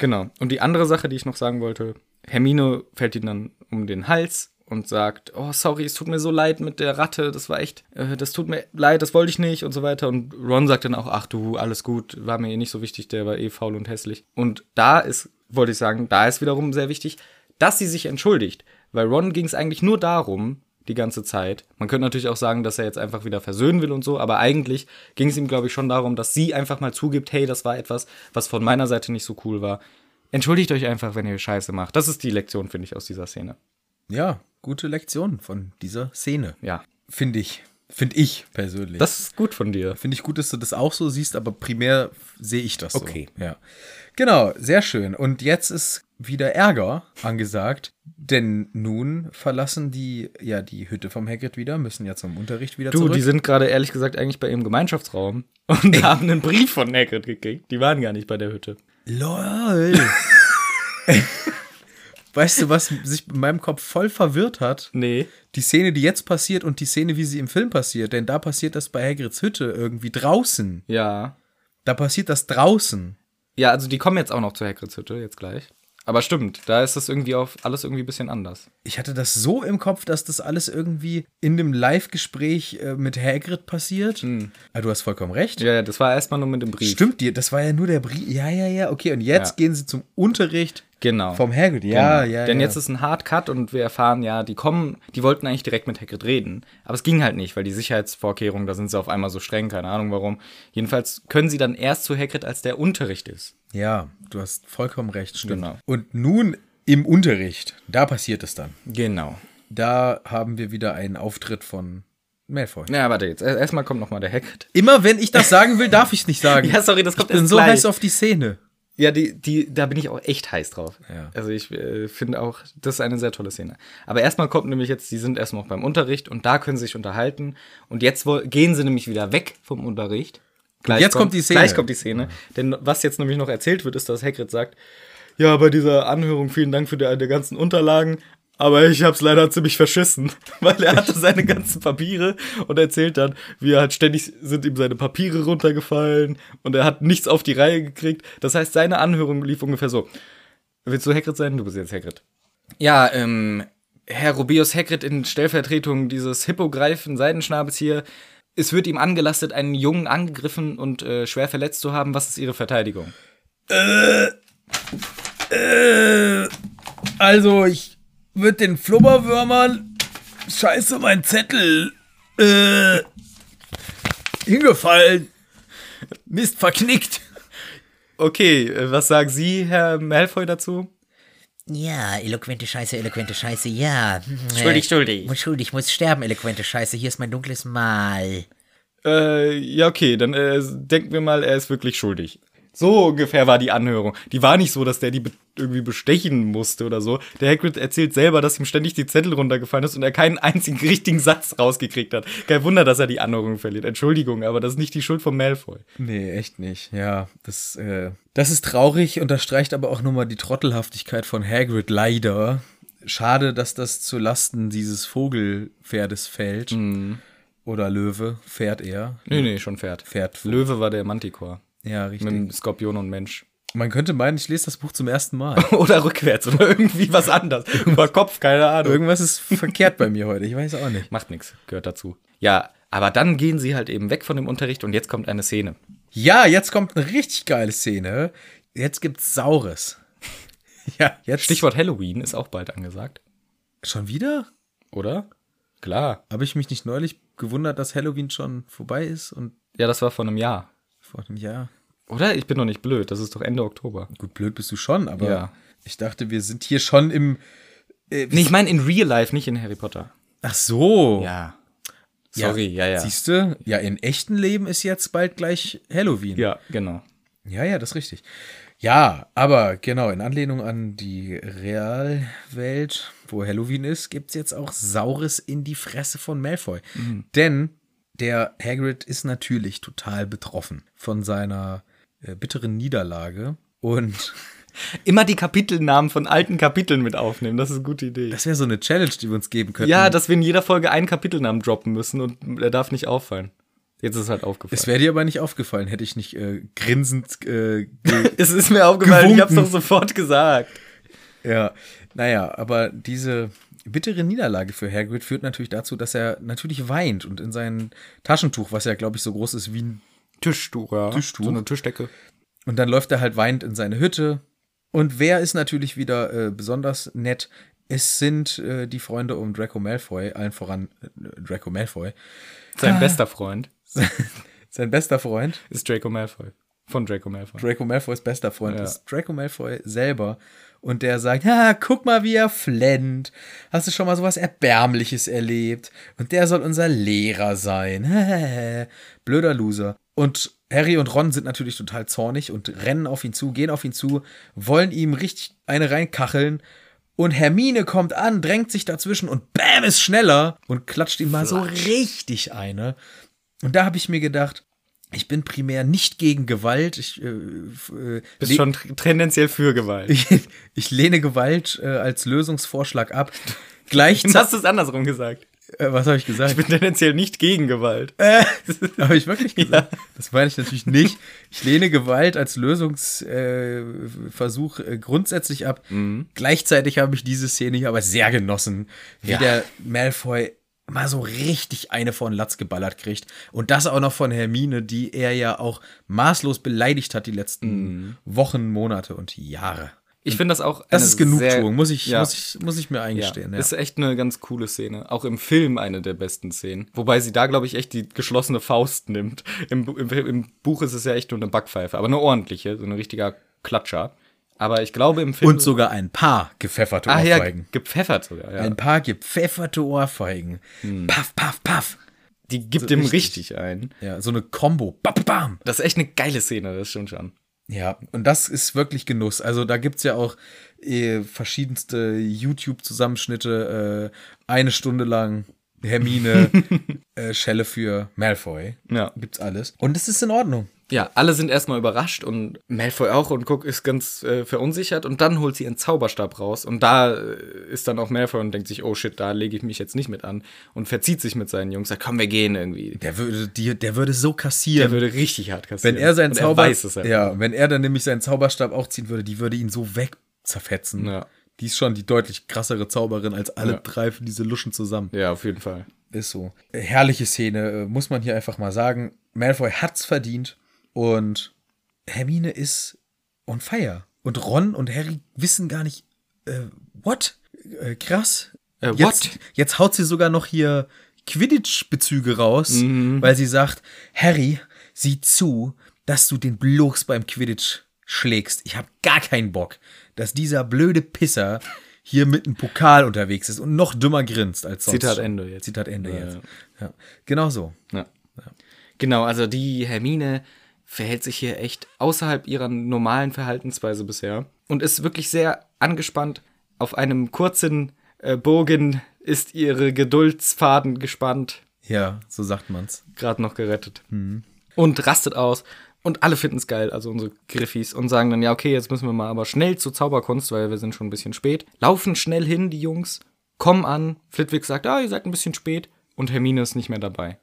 [SPEAKER 2] Genau. Und die andere Sache, die ich noch sagen wollte, Hermine fällt ihm dann um den Hals und sagt, oh, sorry, es tut mir so leid mit der Ratte, das war echt, äh, das tut mir leid, das wollte ich nicht und so weiter. Und Ron sagt dann auch, ach du, alles gut, war mir eh nicht so wichtig, der war eh faul und hässlich. Und da ist, wollte ich sagen, da ist wiederum sehr wichtig, dass sie sich entschuldigt. Weil Ron ging es eigentlich nur darum, die ganze Zeit. Man könnte natürlich auch sagen, dass er jetzt einfach wieder versöhnen will und so, aber eigentlich ging es ihm, glaube ich, schon darum, dass sie einfach mal zugibt, hey, das war etwas, was von meiner Seite nicht so cool war. Entschuldigt euch einfach, wenn ihr Scheiße macht. Das ist die Lektion, finde ich, aus dieser Szene.
[SPEAKER 1] Ja, gute Lektion von dieser Szene.
[SPEAKER 2] Ja.
[SPEAKER 1] Finde ich. Finde ich persönlich.
[SPEAKER 2] Das ist gut von dir.
[SPEAKER 1] Finde ich gut, dass du das auch so siehst, aber primär sehe ich das
[SPEAKER 2] Okay.
[SPEAKER 1] so. Ja. Genau, sehr schön. Und jetzt ist wieder Ärger angesagt, denn nun verlassen die ja die Hütte vom Hagrid wieder, müssen ja zum Unterricht wieder
[SPEAKER 2] Du,
[SPEAKER 1] zurück.
[SPEAKER 2] die sind gerade ehrlich gesagt eigentlich bei ihrem Gemeinschaftsraum und haben einen Brief von Hagrid gekriegt. Die waren gar nicht bei der Hütte.
[SPEAKER 1] LOL. weißt du, was sich in meinem Kopf voll verwirrt hat?
[SPEAKER 2] Nee.
[SPEAKER 1] Die Szene, die jetzt passiert und die Szene, wie sie im Film passiert, denn da passiert das bei Hagrids Hütte irgendwie draußen.
[SPEAKER 2] Ja.
[SPEAKER 1] Da passiert das draußen.
[SPEAKER 2] Ja, also die kommen jetzt auch noch zur Hagrids Hütte, jetzt gleich. Aber stimmt, da ist das irgendwie auf alles irgendwie ein bisschen anders.
[SPEAKER 1] Ich hatte das so im Kopf, dass das alles irgendwie in dem Live-Gespräch äh, mit Hagrid passiert. Ah, du hast vollkommen recht.
[SPEAKER 2] Hm. Ja, ja, das war erstmal nur mit dem Brief.
[SPEAKER 1] Stimmt dir, das war ja nur der Brief. Ja, ja, ja, okay. Und jetzt
[SPEAKER 2] Ja.
[SPEAKER 1] gehen sie zum Unterricht
[SPEAKER 2] Genau.
[SPEAKER 1] vom Hagrid. Ja, ja.
[SPEAKER 2] Denn
[SPEAKER 1] ja.
[SPEAKER 2] jetzt ist ein Hard Cut und wir erfahren ja, die kommen, die wollten eigentlich direkt mit Hagrid reden, aber es ging halt nicht, weil die Sicherheitsvorkehrungen, da sind sie auf einmal so streng, keine Ahnung warum. Jedenfalls können sie dann erst zu Hagrid, als der Unterricht ist.
[SPEAKER 1] Ja, du hast vollkommen recht, stimmt.
[SPEAKER 2] Genau.
[SPEAKER 1] Und nun im Unterricht, da passiert es dann.
[SPEAKER 2] Genau.
[SPEAKER 1] Da haben wir wieder einen Auftritt von Malfoy.
[SPEAKER 2] Na, warte jetzt. Er- Erstmal kommt nochmal der Hagrid.
[SPEAKER 1] Immer wenn ich das sagen will, darf ich es nicht sagen.
[SPEAKER 2] Ja, sorry, das kommt
[SPEAKER 1] ich bin
[SPEAKER 2] erst
[SPEAKER 1] so
[SPEAKER 2] gleich.
[SPEAKER 1] heiß auf die Szene.
[SPEAKER 2] Ja, die, die, da bin ich auch echt heiß drauf.
[SPEAKER 1] Ja.
[SPEAKER 2] Also ich äh, finde auch, das ist eine sehr tolle Szene. Aber erstmal kommt nämlich jetzt, die sind erstmal auch beim Unterricht und da können sie sich unterhalten. Und jetzt woll- gehen sie nämlich wieder weg vom Unterricht. Gleich
[SPEAKER 1] jetzt kommt die Szene.
[SPEAKER 2] Gleich kommt die Szene. Denn was jetzt nämlich noch erzählt wird, ist, dass Hagrid sagt, ja, bei dieser Anhörung vielen Dank für die, die ganzen Unterlagen, aber ich hab's leider ziemlich verschissen, weil er hatte seine ganzen Papiere und erzählt dann, wie er halt ständig sind ihm seine Papiere runtergefallen und er hat nichts auf die Reihe gekriegt. Das heißt, seine Anhörung lief ungefähr so. Willst du Hagrid sein? Du bist jetzt Hagrid. Ja, ähm, Herr Rubius Hagrid in Stellvertretung dieses Hippogreifen Seidenschnabels hier. Es wird ihm angelastet, einen Jungen angegriffen und äh, schwer verletzt zu haben. Was ist Ihre Verteidigung?
[SPEAKER 1] Äh, Also, ich würde den Flubberwürmern scheiße mein Zettel äh, hingefallen. Mist, verknickt.
[SPEAKER 2] Okay, äh, was sagen Sie, Herr Malfoy, dazu?
[SPEAKER 4] Ja, eloquente Scheiße, eloquente Scheiße, ja. Hm, äh,
[SPEAKER 3] Schuldig, schuldig.
[SPEAKER 4] Muss schuldig, muss sterben, eloquente Scheiße. Hier ist mein dunkles Mal.
[SPEAKER 2] Äh, ja, okay, dann äh, denken wir mal, er ist wirklich schuldig. So ungefähr war die Anhörung. Die war nicht so, dass der die be irgendwie bestechen musste oder so. Der Hagrid erzählt selber, dass ihm ständig die Zettel runtergefallen ist und er keinen einzigen richtigen Satz rausgekriegt hat. Kein Wunder, dass er die Anhörung verliert. Entschuldigung, aber das ist nicht die Schuld von Malfoy.
[SPEAKER 1] Nee, echt nicht. Ja, das, äh, das ist traurig, unterstreicht aber auch nochmal die Trottelhaftigkeit von Hagrid, leider. Schade, dass das zu Lasten dieses Vogelpferdes fällt.
[SPEAKER 2] Mhm.
[SPEAKER 1] Oder Löwe, Pferd eher.
[SPEAKER 2] Nee, nee, schon Pferd.
[SPEAKER 1] Pferd.
[SPEAKER 2] Löwe war der Manticore.
[SPEAKER 1] Ja,
[SPEAKER 2] Mit
[SPEAKER 1] richtig.
[SPEAKER 2] dem Skorpion und Mensch.
[SPEAKER 1] Man könnte meinen, ich lese das Buch zum ersten Mal.
[SPEAKER 2] Oder rückwärts oder irgendwie was anderes. Über Kopf, keine Ahnung.
[SPEAKER 1] Irgendwas ist verkehrt bei mir heute, ich weiß auch nicht.
[SPEAKER 2] Macht nichts, gehört dazu. Ja, aber dann gehen sie halt eben weg von dem Unterricht und jetzt kommt eine Szene.
[SPEAKER 1] Ja, jetzt kommt eine richtig geile Szene. Jetzt gibt's Saures. Ja, jetzt.
[SPEAKER 2] Stichwort Halloween ist auch bald angesagt,
[SPEAKER 1] Schon wieder?
[SPEAKER 2] oder? Klar.
[SPEAKER 1] Habe ich mich nicht neulich gewundert, dass Halloween schon vorbei ist und
[SPEAKER 2] Ja, das war vor einem Jahr.
[SPEAKER 1] vor einem Jahr.
[SPEAKER 2] Oder? Ich bin doch nicht blöd, das ist doch Ende Oktober.
[SPEAKER 1] Gut, blöd bist du schon, aber
[SPEAKER 2] Ja.
[SPEAKER 1] ich dachte, wir sind hier schon im.
[SPEAKER 2] Nee, ich meine in Real Life, nicht in Harry Potter.
[SPEAKER 1] Ach so.
[SPEAKER 2] Ja. Sorry, ja, ja.
[SPEAKER 1] Siehst du? Ja, in echten Leben ist jetzt bald gleich Halloween.
[SPEAKER 2] Ja, genau.
[SPEAKER 1] ja, ja, das ist richtig. Ja, aber genau, in Anlehnung an die Realwelt, wo Halloween ist, gibt es jetzt auch Saures in die Fresse von Malfoy. Denn der Hagrid ist natürlich total betroffen von seiner äh, bitteren Niederlage. Und
[SPEAKER 2] Immer die Kapitelnamen von alten Kapiteln mit aufnehmen, das ist eine gute Idee.
[SPEAKER 1] das wäre so eine Challenge, die wir uns geben könnten.
[SPEAKER 2] ja, dass wir in jeder Folge einen Kapitelnamen droppen müssen und er darf nicht auffallen. Jetzt ist es halt aufgefallen.
[SPEAKER 1] Es wäre dir aber nicht aufgefallen, hätte ich nicht äh, grinsend. Äh, ge
[SPEAKER 2] Es ist mir aufgefallen, ich hab's
[SPEAKER 1] Gewunken.
[SPEAKER 2] doch sofort gesagt.
[SPEAKER 1] ja, naja, aber diese bittere Niederlage für Hagrid führt natürlich dazu, dass er natürlich weint und in sein Taschentuch, was ja, glaube ich, so groß ist wie ein.
[SPEAKER 2] Tischtuch, ja.
[SPEAKER 1] Tischtuch.
[SPEAKER 2] So eine Tischdecke.
[SPEAKER 1] Und dann läuft er halt weinend in seine Hütte. Und wer ist natürlich wieder äh, besonders nett? Es sind äh, die Freunde um Draco Malfoy, allen voran äh, Draco Malfoy.
[SPEAKER 2] Sein bester Freund
[SPEAKER 1] Sein bester Freund,
[SPEAKER 2] ist Draco Malfoy. Von Draco Malfoy.
[SPEAKER 1] Draco Malfoys bester Freund
[SPEAKER 2] Ja.
[SPEAKER 1] ist Draco Malfoy selber. Und der sagt, ha, guck mal, wie er flennt. Hast du schon mal sowas Erbärmliches erlebt? Und der soll unser Lehrer sein. Blöder Loser. Und Harry und Ron sind natürlich total zornig und rennen auf ihn zu, gehen auf ihn zu, wollen ihm richtig eine reinkacheln. Und Hermine kommt an, drängt sich dazwischen und bam, ist schneller und klatscht ihm mal so richtig eine. Und da habe ich mir gedacht, ich bin primär nicht gegen Gewalt. Ich, äh, f- äh,
[SPEAKER 2] Bist
[SPEAKER 1] le-
[SPEAKER 2] schon tr- tendenziell für Gewalt.
[SPEAKER 1] ich, ich lehne Gewalt äh, als Lösungsvorschlag ab. Gleichzeitig.
[SPEAKER 2] Jetzt hast du es andersrum gesagt.
[SPEAKER 1] äh, was habe ich
[SPEAKER 2] Ich
[SPEAKER 1] gesagt?
[SPEAKER 2] bin tendenziell nicht gegen Gewalt.
[SPEAKER 1] habe ich wirklich gesagt? Das meine ich natürlich nicht. Ich lehne Gewalt als Lösungsversuch äh, Versuch, äh, grundsätzlich ab.
[SPEAKER 2] Mhm.
[SPEAKER 1] Gleichzeitig habe ich diese Szene hier aber sehr genossen, wie der Malfoy mal so richtig eine von Latz geballert kriegt. Und das auch noch von Hermine, die er ja auch maßlos beleidigt hat die letzten
[SPEAKER 2] Mhm.
[SPEAKER 1] Wochen, Monate und Jahre.
[SPEAKER 2] Ich finde das auch.
[SPEAKER 1] Das
[SPEAKER 2] eine
[SPEAKER 1] ist Genugtuung,
[SPEAKER 2] sehr-
[SPEAKER 1] muss ich,
[SPEAKER 2] Ja.
[SPEAKER 1] muss ich, muss ich mir eingestehen. Ja.
[SPEAKER 2] Ist echt eine ganz coole Szene. Auch im Film eine der besten Szenen. Wobei sie da, glaube ich, echt die geschlossene Faust nimmt. Im, Bu- im, Im Buch ist es ja echt nur eine Backpfeife, aber eine ordentliche, so ein richtiger Klatscher. Aber ich glaube im Film.
[SPEAKER 1] Und sogar ein paar gepfefferte
[SPEAKER 2] ah, ja,
[SPEAKER 1] Ohrfeigen.
[SPEAKER 2] gepfeffert sogar. Ja.
[SPEAKER 1] Ein paar gepfefferte Ohrfeigen. Paff, paff, paff.
[SPEAKER 2] Die
[SPEAKER 1] Also
[SPEAKER 2] gibt dem richtig. ein.
[SPEAKER 1] Ja, so eine Combo. Bam, bam.
[SPEAKER 2] Das ist echt eine geile Szene, das stimmt schon.
[SPEAKER 1] Ja, und das ist wirklich Genuss. Also da gibt es ja auch äh, verschiedenste YouTube-Zusammenschnitte. Äh, eine Stunde lang Hermine, äh, Schelle für Malfoy.
[SPEAKER 2] Ja.
[SPEAKER 1] Gibt's alles. Und es ist in Ordnung.
[SPEAKER 2] Ja, alle sind erstmal überrascht und Malfoy auch und Cook ist ganz äh, verunsichert und dann holt sie ihren Zauberstab raus und da äh, ist dann auch Malfoy und denkt sich, oh shit, da lege ich mich jetzt nicht mit an und verzieht sich mit seinen Jungs, sagt, komm, wir gehen irgendwie.
[SPEAKER 1] Der würde, die, der würde so
[SPEAKER 2] Der
[SPEAKER 1] kassieren.
[SPEAKER 2] würde richtig hart kassieren.
[SPEAKER 1] wenn er seinen
[SPEAKER 2] Und
[SPEAKER 1] Zauber.
[SPEAKER 2] Er weiß es halt ja.
[SPEAKER 1] ja, wenn er dann nämlich seinen Zauberstab auch ziehen würde, die würde ihn so wegzerfetzen.
[SPEAKER 2] Ja.
[SPEAKER 1] Die ist schon die deutlich krassere Zauberin als alle
[SPEAKER 2] Ja.
[SPEAKER 1] drei von diese Luschen zusammen.
[SPEAKER 2] ja, auf jeden Fall.
[SPEAKER 1] Ist so. Herrliche Szene, äh, muss man hier einfach mal sagen. Malfoy hat's verdient und Hermine ist on fire. Und Ron und Harry wissen gar nicht, äh, what? Äh, krass.
[SPEAKER 2] Äh, what?
[SPEAKER 1] Jetzt, jetzt haut sie sogar noch hier Quidditch-Bezüge raus,
[SPEAKER 2] Mhm.
[SPEAKER 1] weil sie sagt, Harry, sieh zu, dass du den Blogs beim Quidditch schlägst. Ich habe gar keinen Bock, dass dieser blöde Pisser hier mit einem Pokal unterwegs ist und noch dümmer grinst als sonst.
[SPEAKER 2] Zitat Ende jetzt.
[SPEAKER 1] Zitat Ende
[SPEAKER 2] Ja,
[SPEAKER 1] jetzt. Ja. Genau so.
[SPEAKER 2] Ja. Genau, also die Hermine verhält sich hier echt außerhalb ihrer normalen Verhaltensweise bisher und ist wirklich sehr angespannt. Auf einem kurzen äh, Bogen ist ihre Geduldsfaden gespannt,
[SPEAKER 1] Ja, so sagt man's.
[SPEAKER 2] gerade noch gerettet. Und rastet aus. Und alle finden es geil, also unsere Griffis, und sagen dann, ja, okay, jetzt müssen wir mal aber schnell zur Zauberkunst, weil wir sind schon ein bisschen spät. Laufen schnell hin, die Jungs, kommen an. Flitwick sagt, ah, ihr seid ein bisschen spät. Und Hermine ist nicht mehr dabei.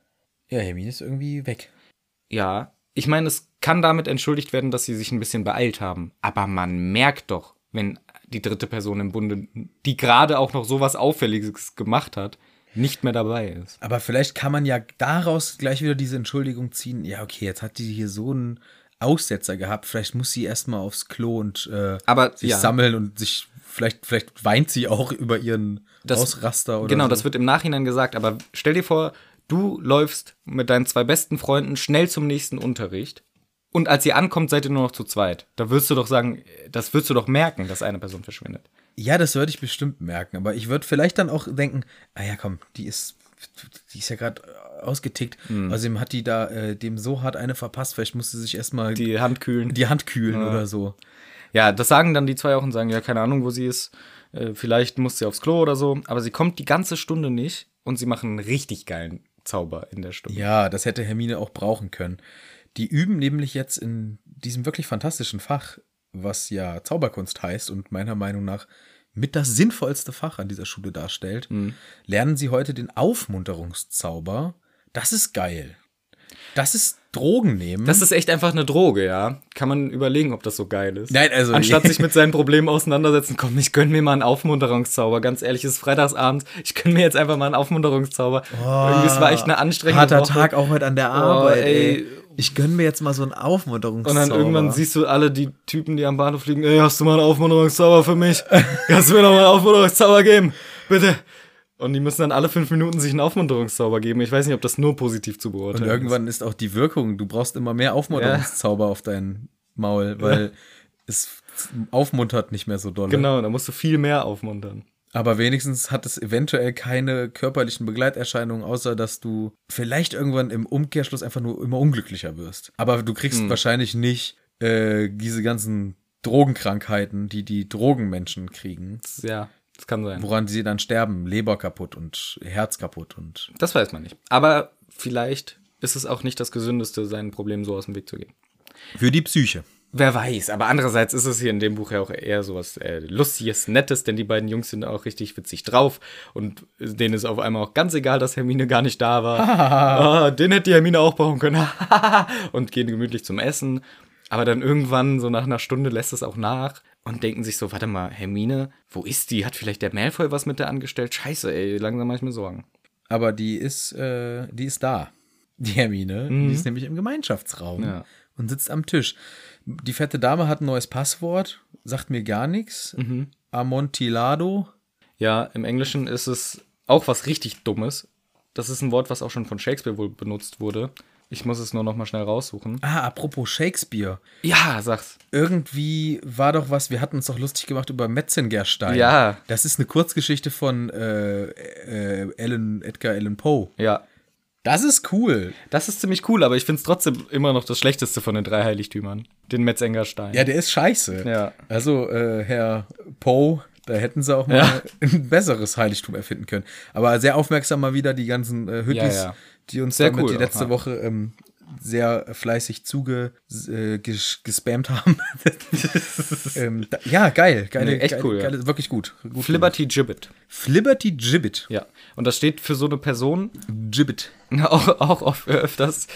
[SPEAKER 1] Ja, Hermine ist irgendwie weg.
[SPEAKER 2] Ja, ich meine, es kann damit entschuldigt werden, dass sie sich ein bisschen beeilt haben. Aber man merkt doch, wenn die dritte Person im Bunde, die gerade auch noch sowas Auffälliges gemacht hat, nicht mehr dabei ist.
[SPEAKER 1] Aber vielleicht kann man ja daraus gleich wieder diese Entschuldigung ziehen. Ja, okay, jetzt hat die hier so einen Aussetzer gehabt. Vielleicht muss sie erstmal aufs Klo und äh,
[SPEAKER 2] Aber,
[SPEAKER 1] sich
[SPEAKER 2] ja.
[SPEAKER 1] sammeln und sich vielleicht, vielleicht weint sie auch über ihren Ausraster oder
[SPEAKER 2] Genau,
[SPEAKER 1] so.
[SPEAKER 2] das wird im Nachhinein gesagt. Aber stell dir vor, du läufst mit deinen zwei besten Freunden schnell zum nächsten Unterricht. Und als ihr ankommt, seid ihr nur noch zu zweit. Da wirst du doch sagen, das wirst du doch merken, dass eine Person verschwindet.
[SPEAKER 1] Ja, das würde ich bestimmt merken, aber ich würde vielleicht dann auch denken, ah ja, komm, die ist die ist ja gerade ausgetickt. Außerdem hat die da äh, dem so hart eine verpasst, vielleicht musste sie sich erstmal die,
[SPEAKER 2] Die Hand kühlen.
[SPEAKER 1] die Hand kühlen oder so.
[SPEAKER 2] Ja, das sagen dann die zwei auch und sagen, ja, keine Ahnung, wo sie ist. Äh, vielleicht muss sie aufs Klo oder so. Aber sie kommt die ganze Stunde nicht und sie machen einen richtig geilen Zauber in der Stunde.
[SPEAKER 1] Ja, das hätte Hermine auch brauchen können. Die üben nämlich jetzt in diesem wirklich fantastischen Fach, was ja Zauberkunst heißt und meiner Meinung nach mit das sinnvollste Fach an dieser Schule darstellt,
[SPEAKER 2] Mhm.
[SPEAKER 1] lernen sie heute den Aufmunterungszauber. Das ist geil. Das ist Drogen nehmen.
[SPEAKER 2] Das ist echt einfach eine Droge, ja. Kann man überlegen, ob das so geil ist.
[SPEAKER 1] Nein, also-
[SPEAKER 2] Anstatt sich mit seinen Problemen auseinandersetzen, komm, ich gönn mir mal einen Aufmunterungszauber. Ganz ehrlich, es ist Freitagsabend. Ich gönn mir jetzt einfach mal einen Aufmunterungszauber. Irgendwie, es war echt eine anstrengende
[SPEAKER 1] Oh, Harter
[SPEAKER 2] Woche.
[SPEAKER 1] Tag auch heute an der
[SPEAKER 2] Aber
[SPEAKER 1] Arbeit.
[SPEAKER 2] ey,
[SPEAKER 1] ey.
[SPEAKER 5] ich gönne mir jetzt mal so einen Aufmunterungszauber.
[SPEAKER 2] Und dann irgendwann siehst du alle die Typen, die am Bahnhof liegen, ey, hast du mal einen Aufmunterungszauber für mich? Kannst du mir noch mal einen Aufmunterungszauber geben? Bitte. Und die müssen dann alle fünf Minuten sich einen Aufmunterungszauber geben. Ich weiß nicht, ob das nur positiv zu beurteilen
[SPEAKER 1] Und irgendwann ne? ist auch die Wirkung, du brauchst immer mehr Aufmunterungszauber auf dein Maul, weil es aufmuntert nicht mehr so doll.
[SPEAKER 2] ist. Genau, da musst du viel mehr aufmuntern.
[SPEAKER 1] Aber wenigstens hat es eventuell keine körperlichen Begleiterscheinungen, außer dass du vielleicht irgendwann im Umkehrschluss einfach nur immer unglücklicher wirst. Aber du kriegst wahrscheinlich nicht äh, diese ganzen Drogenkrankheiten, die die Drogenmenschen kriegen,
[SPEAKER 2] Ja, das kann sein.
[SPEAKER 1] woran sie dann sterben, Leber kaputt und Herz kaputt und
[SPEAKER 2] Das weiß man nicht. Aber vielleicht ist es auch nicht das Gesündeste, seinen Problemen so aus dem Weg zu gehen.
[SPEAKER 1] für die Psyche.
[SPEAKER 2] Wer weiß, aber andererseits ist es hier in dem Buch ja auch eher sowas äh, Lustiges, Nettes, denn die beiden Jungs sind auch richtig witzig drauf und denen ist auf einmal auch ganz egal, dass Hermine gar nicht da war. ah, den hätte die Hermine auch brauchen können. und gehen gemütlich zum Essen. Aber dann irgendwann, so nach einer Stunde, lässt es auch nach und denken sich so, warte mal, Hermine, wo ist die? Hat vielleicht der Malfoy was mit der angestellt? Scheiße, ey, langsam mache ich mir Sorgen.
[SPEAKER 1] Aber die ist, äh, die ist da. Die Hermine, die ist nämlich im Gemeinschaftsraum
[SPEAKER 2] Mhm. Ja.
[SPEAKER 1] und sitzt am Tisch. Die fette Dame hat ein neues Passwort, sagt mir gar nichts.
[SPEAKER 2] Mhm.
[SPEAKER 1] Amontillado.
[SPEAKER 2] Ja, im Englischen ist es auch was richtig Dummes. Das ist ein Wort, was auch schon von Shakespeare wohl benutzt wurde. Ich muss es nur noch mal schnell raussuchen.
[SPEAKER 1] Ah, apropos Shakespeare.
[SPEAKER 2] Ja, sag's.
[SPEAKER 1] Irgendwie war doch was, wir hatten uns doch lustig gemacht über Metzengerstein.
[SPEAKER 2] Ja.
[SPEAKER 1] Das ist eine Kurzgeschichte von äh, äh, Alan, Edgar Allan Poe.
[SPEAKER 2] Ja.
[SPEAKER 1] Das ist cool.
[SPEAKER 2] Das ist ziemlich cool, aber ich find's trotzdem immer noch das Schlechteste von den drei Heiligtümern. Den Metzengerstein.
[SPEAKER 1] Ja, der ist scheiße.
[SPEAKER 2] Ja.
[SPEAKER 1] Also, äh, Herr Poe, da hätten sie auch mal
[SPEAKER 2] Ja.
[SPEAKER 1] ein besseres Heiligtum erfinden können. Aber sehr aufmerksam mal wieder die ganzen äh, Hüttis,
[SPEAKER 2] Ja, ja.
[SPEAKER 1] die uns
[SPEAKER 2] Sehr
[SPEAKER 1] damit
[SPEAKER 2] cool
[SPEAKER 1] die
[SPEAKER 2] auch,
[SPEAKER 1] letzte
[SPEAKER 2] ja.
[SPEAKER 1] Woche ähm, sehr fleißig zuge äh, ges gespammt haben. ähm, da, ja, geil. Geile,
[SPEAKER 2] Nee, echt
[SPEAKER 1] geile,
[SPEAKER 2] cool, ja.
[SPEAKER 1] geile, wirklich gut. gut
[SPEAKER 2] Flibberty Gibbet.
[SPEAKER 1] Flibberty Gibbet.
[SPEAKER 2] Ja. Und das steht für so eine Person,
[SPEAKER 1] Gibbet.
[SPEAKER 2] auch, auch oft, öfters,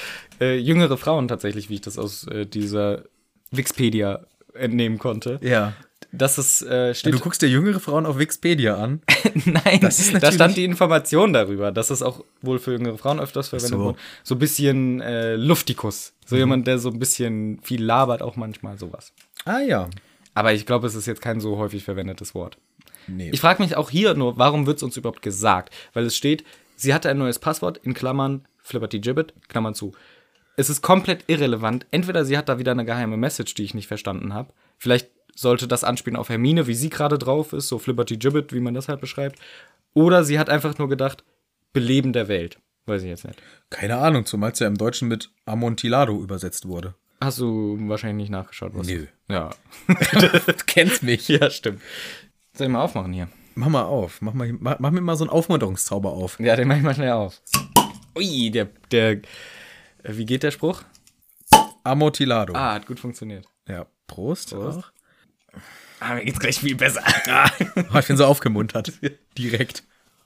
[SPEAKER 2] äh, jüngere Frauen tatsächlich, wie ich das aus äh, dieser Wikipedia entnehmen konnte.
[SPEAKER 1] Ja.
[SPEAKER 2] Das ist, äh, steht
[SPEAKER 1] Du guckst dir jüngere Frauen auf Wikipedia an.
[SPEAKER 2] Nein,
[SPEAKER 1] ist
[SPEAKER 2] da
[SPEAKER 1] natürlich-
[SPEAKER 2] stand die Information darüber, dass es auch wohl für jüngere Frauen öfters verwendet
[SPEAKER 1] Ach so. Mhm.
[SPEAKER 2] wurde. So ein bisschen äh, Luftikus. So jemand, der so ein bisschen viel labert, auch manchmal sowas.
[SPEAKER 1] Ah ja.
[SPEAKER 2] Aber ich glaube, es ist jetzt kein so häufig verwendetes Wort.
[SPEAKER 1] Nee.
[SPEAKER 2] Ich frage mich auch hier nur, warum wird es uns überhaupt gesagt? Weil es steht, sie hatte ein neues Passwort, in Klammern Flipperty Gibbet, Klammern zu. Es ist komplett irrelevant. Entweder sie hat da wieder eine geheime Message, die ich nicht verstanden habe. Vielleicht sollte das anspielen auf Hermine, wie sie gerade drauf ist, so Flipperty Gibbet, wie man das halt beschreibt. Oder sie hat einfach nur gedacht, Beleben der Welt. Weiß ich jetzt nicht.
[SPEAKER 1] Keine Ahnung, zumal es ja im Deutschen mit Amontillado übersetzt wurde.
[SPEAKER 2] Hast du wahrscheinlich nicht nachgeschaut, was?
[SPEAKER 1] Nö.
[SPEAKER 2] Ja.
[SPEAKER 1] Du kennst mich.
[SPEAKER 2] Ja, stimmt. Soll ich mal aufmachen hier?
[SPEAKER 1] Mach mal auf. Mach, mal, mach, mach mir mal so einen Aufmunterungszauber auf.
[SPEAKER 2] Ja, den mach ich mal schnell auf. Ui, der, der, äh, wie geht der Spruch?
[SPEAKER 1] Amontillado.
[SPEAKER 2] Ah, hat gut funktioniert.
[SPEAKER 1] Ja, Prost. Auch.
[SPEAKER 2] Ah, mir geht's gleich viel besser.
[SPEAKER 1] Oh, ich bin so aufgemuntert. Direkt.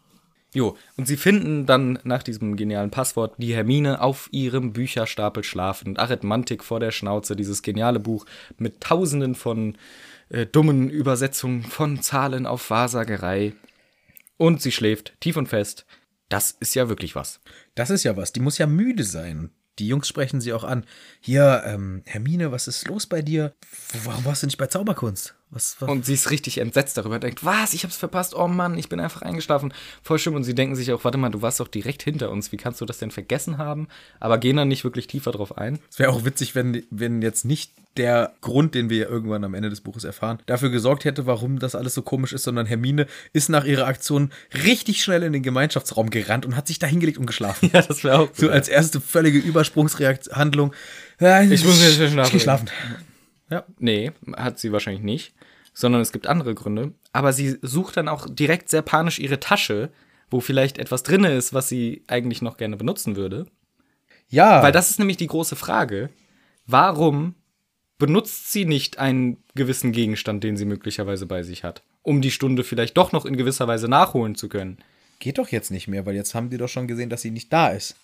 [SPEAKER 2] jo, und sie finden dann nach diesem genialen Passwort die Hermine auf ihrem Bücherstapel schlafend. Arithmantik vor der Schnauze, dieses geniale Buch mit tausenden von äh, dummen Übersetzungen von Zahlen auf Wahrsagerei. Und sie schläft tief und fest. Das ist ja wirklich was.
[SPEAKER 1] Das ist ja was. Die muss ja müde sein. Die Jungs sprechen sie auch an. Hier, ähm, Hermine, was ist los bei dir? W- Warum warst du nicht bei Zauberkunst? Was, was?
[SPEAKER 2] Und sie ist richtig entsetzt darüber, denkt, was, ich hab's verpasst, oh Mann, ich bin einfach eingeschlafen. Voll schlimm. Und sie denken sich auch, warte mal, du warst doch direkt hinter uns, wie kannst du das denn vergessen haben? Aber gehen dann nicht wirklich tiefer drauf ein.
[SPEAKER 1] Es wäre auch witzig, wenn, wenn jetzt nicht der Grund, den wir ja irgendwann am Ende des Buches erfahren, dafür gesorgt hätte, warum das alles so komisch ist, sondern Hermine ist nach ihrer Aktion richtig schnell in den Gemeinschaftsraum gerannt und hat sich da hingelegt und geschlafen.
[SPEAKER 2] Ja, das wäre auch
[SPEAKER 1] So als erste völlige Übersprungshandlung. Ich
[SPEAKER 2] muss jetzt schlafen.
[SPEAKER 1] Ich geh schlafen.
[SPEAKER 2] Nee, hat sie wahrscheinlich nicht, sondern es gibt andere Gründe. Aber sie sucht dann auch direkt sehr panisch ihre Tasche, wo vielleicht etwas drin ist, was sie eigentlich noch gerne benutzen würde.
[SPEAKER 1] Ja.
[SPEAKER 2] Weil das ist nämlich die große Frage. Warum benutzt sie nicht einen gewissen Gegenstand, den sie möglicherweise bei sich hat? Um die Stunde vielleicht doch noch in gewisser Weise nachholen zu können.
[SPEAKER 1] geht doch jetzt nicht mehr, weil jetzt haben die doch schon gesehen, dass sie nicht da ist.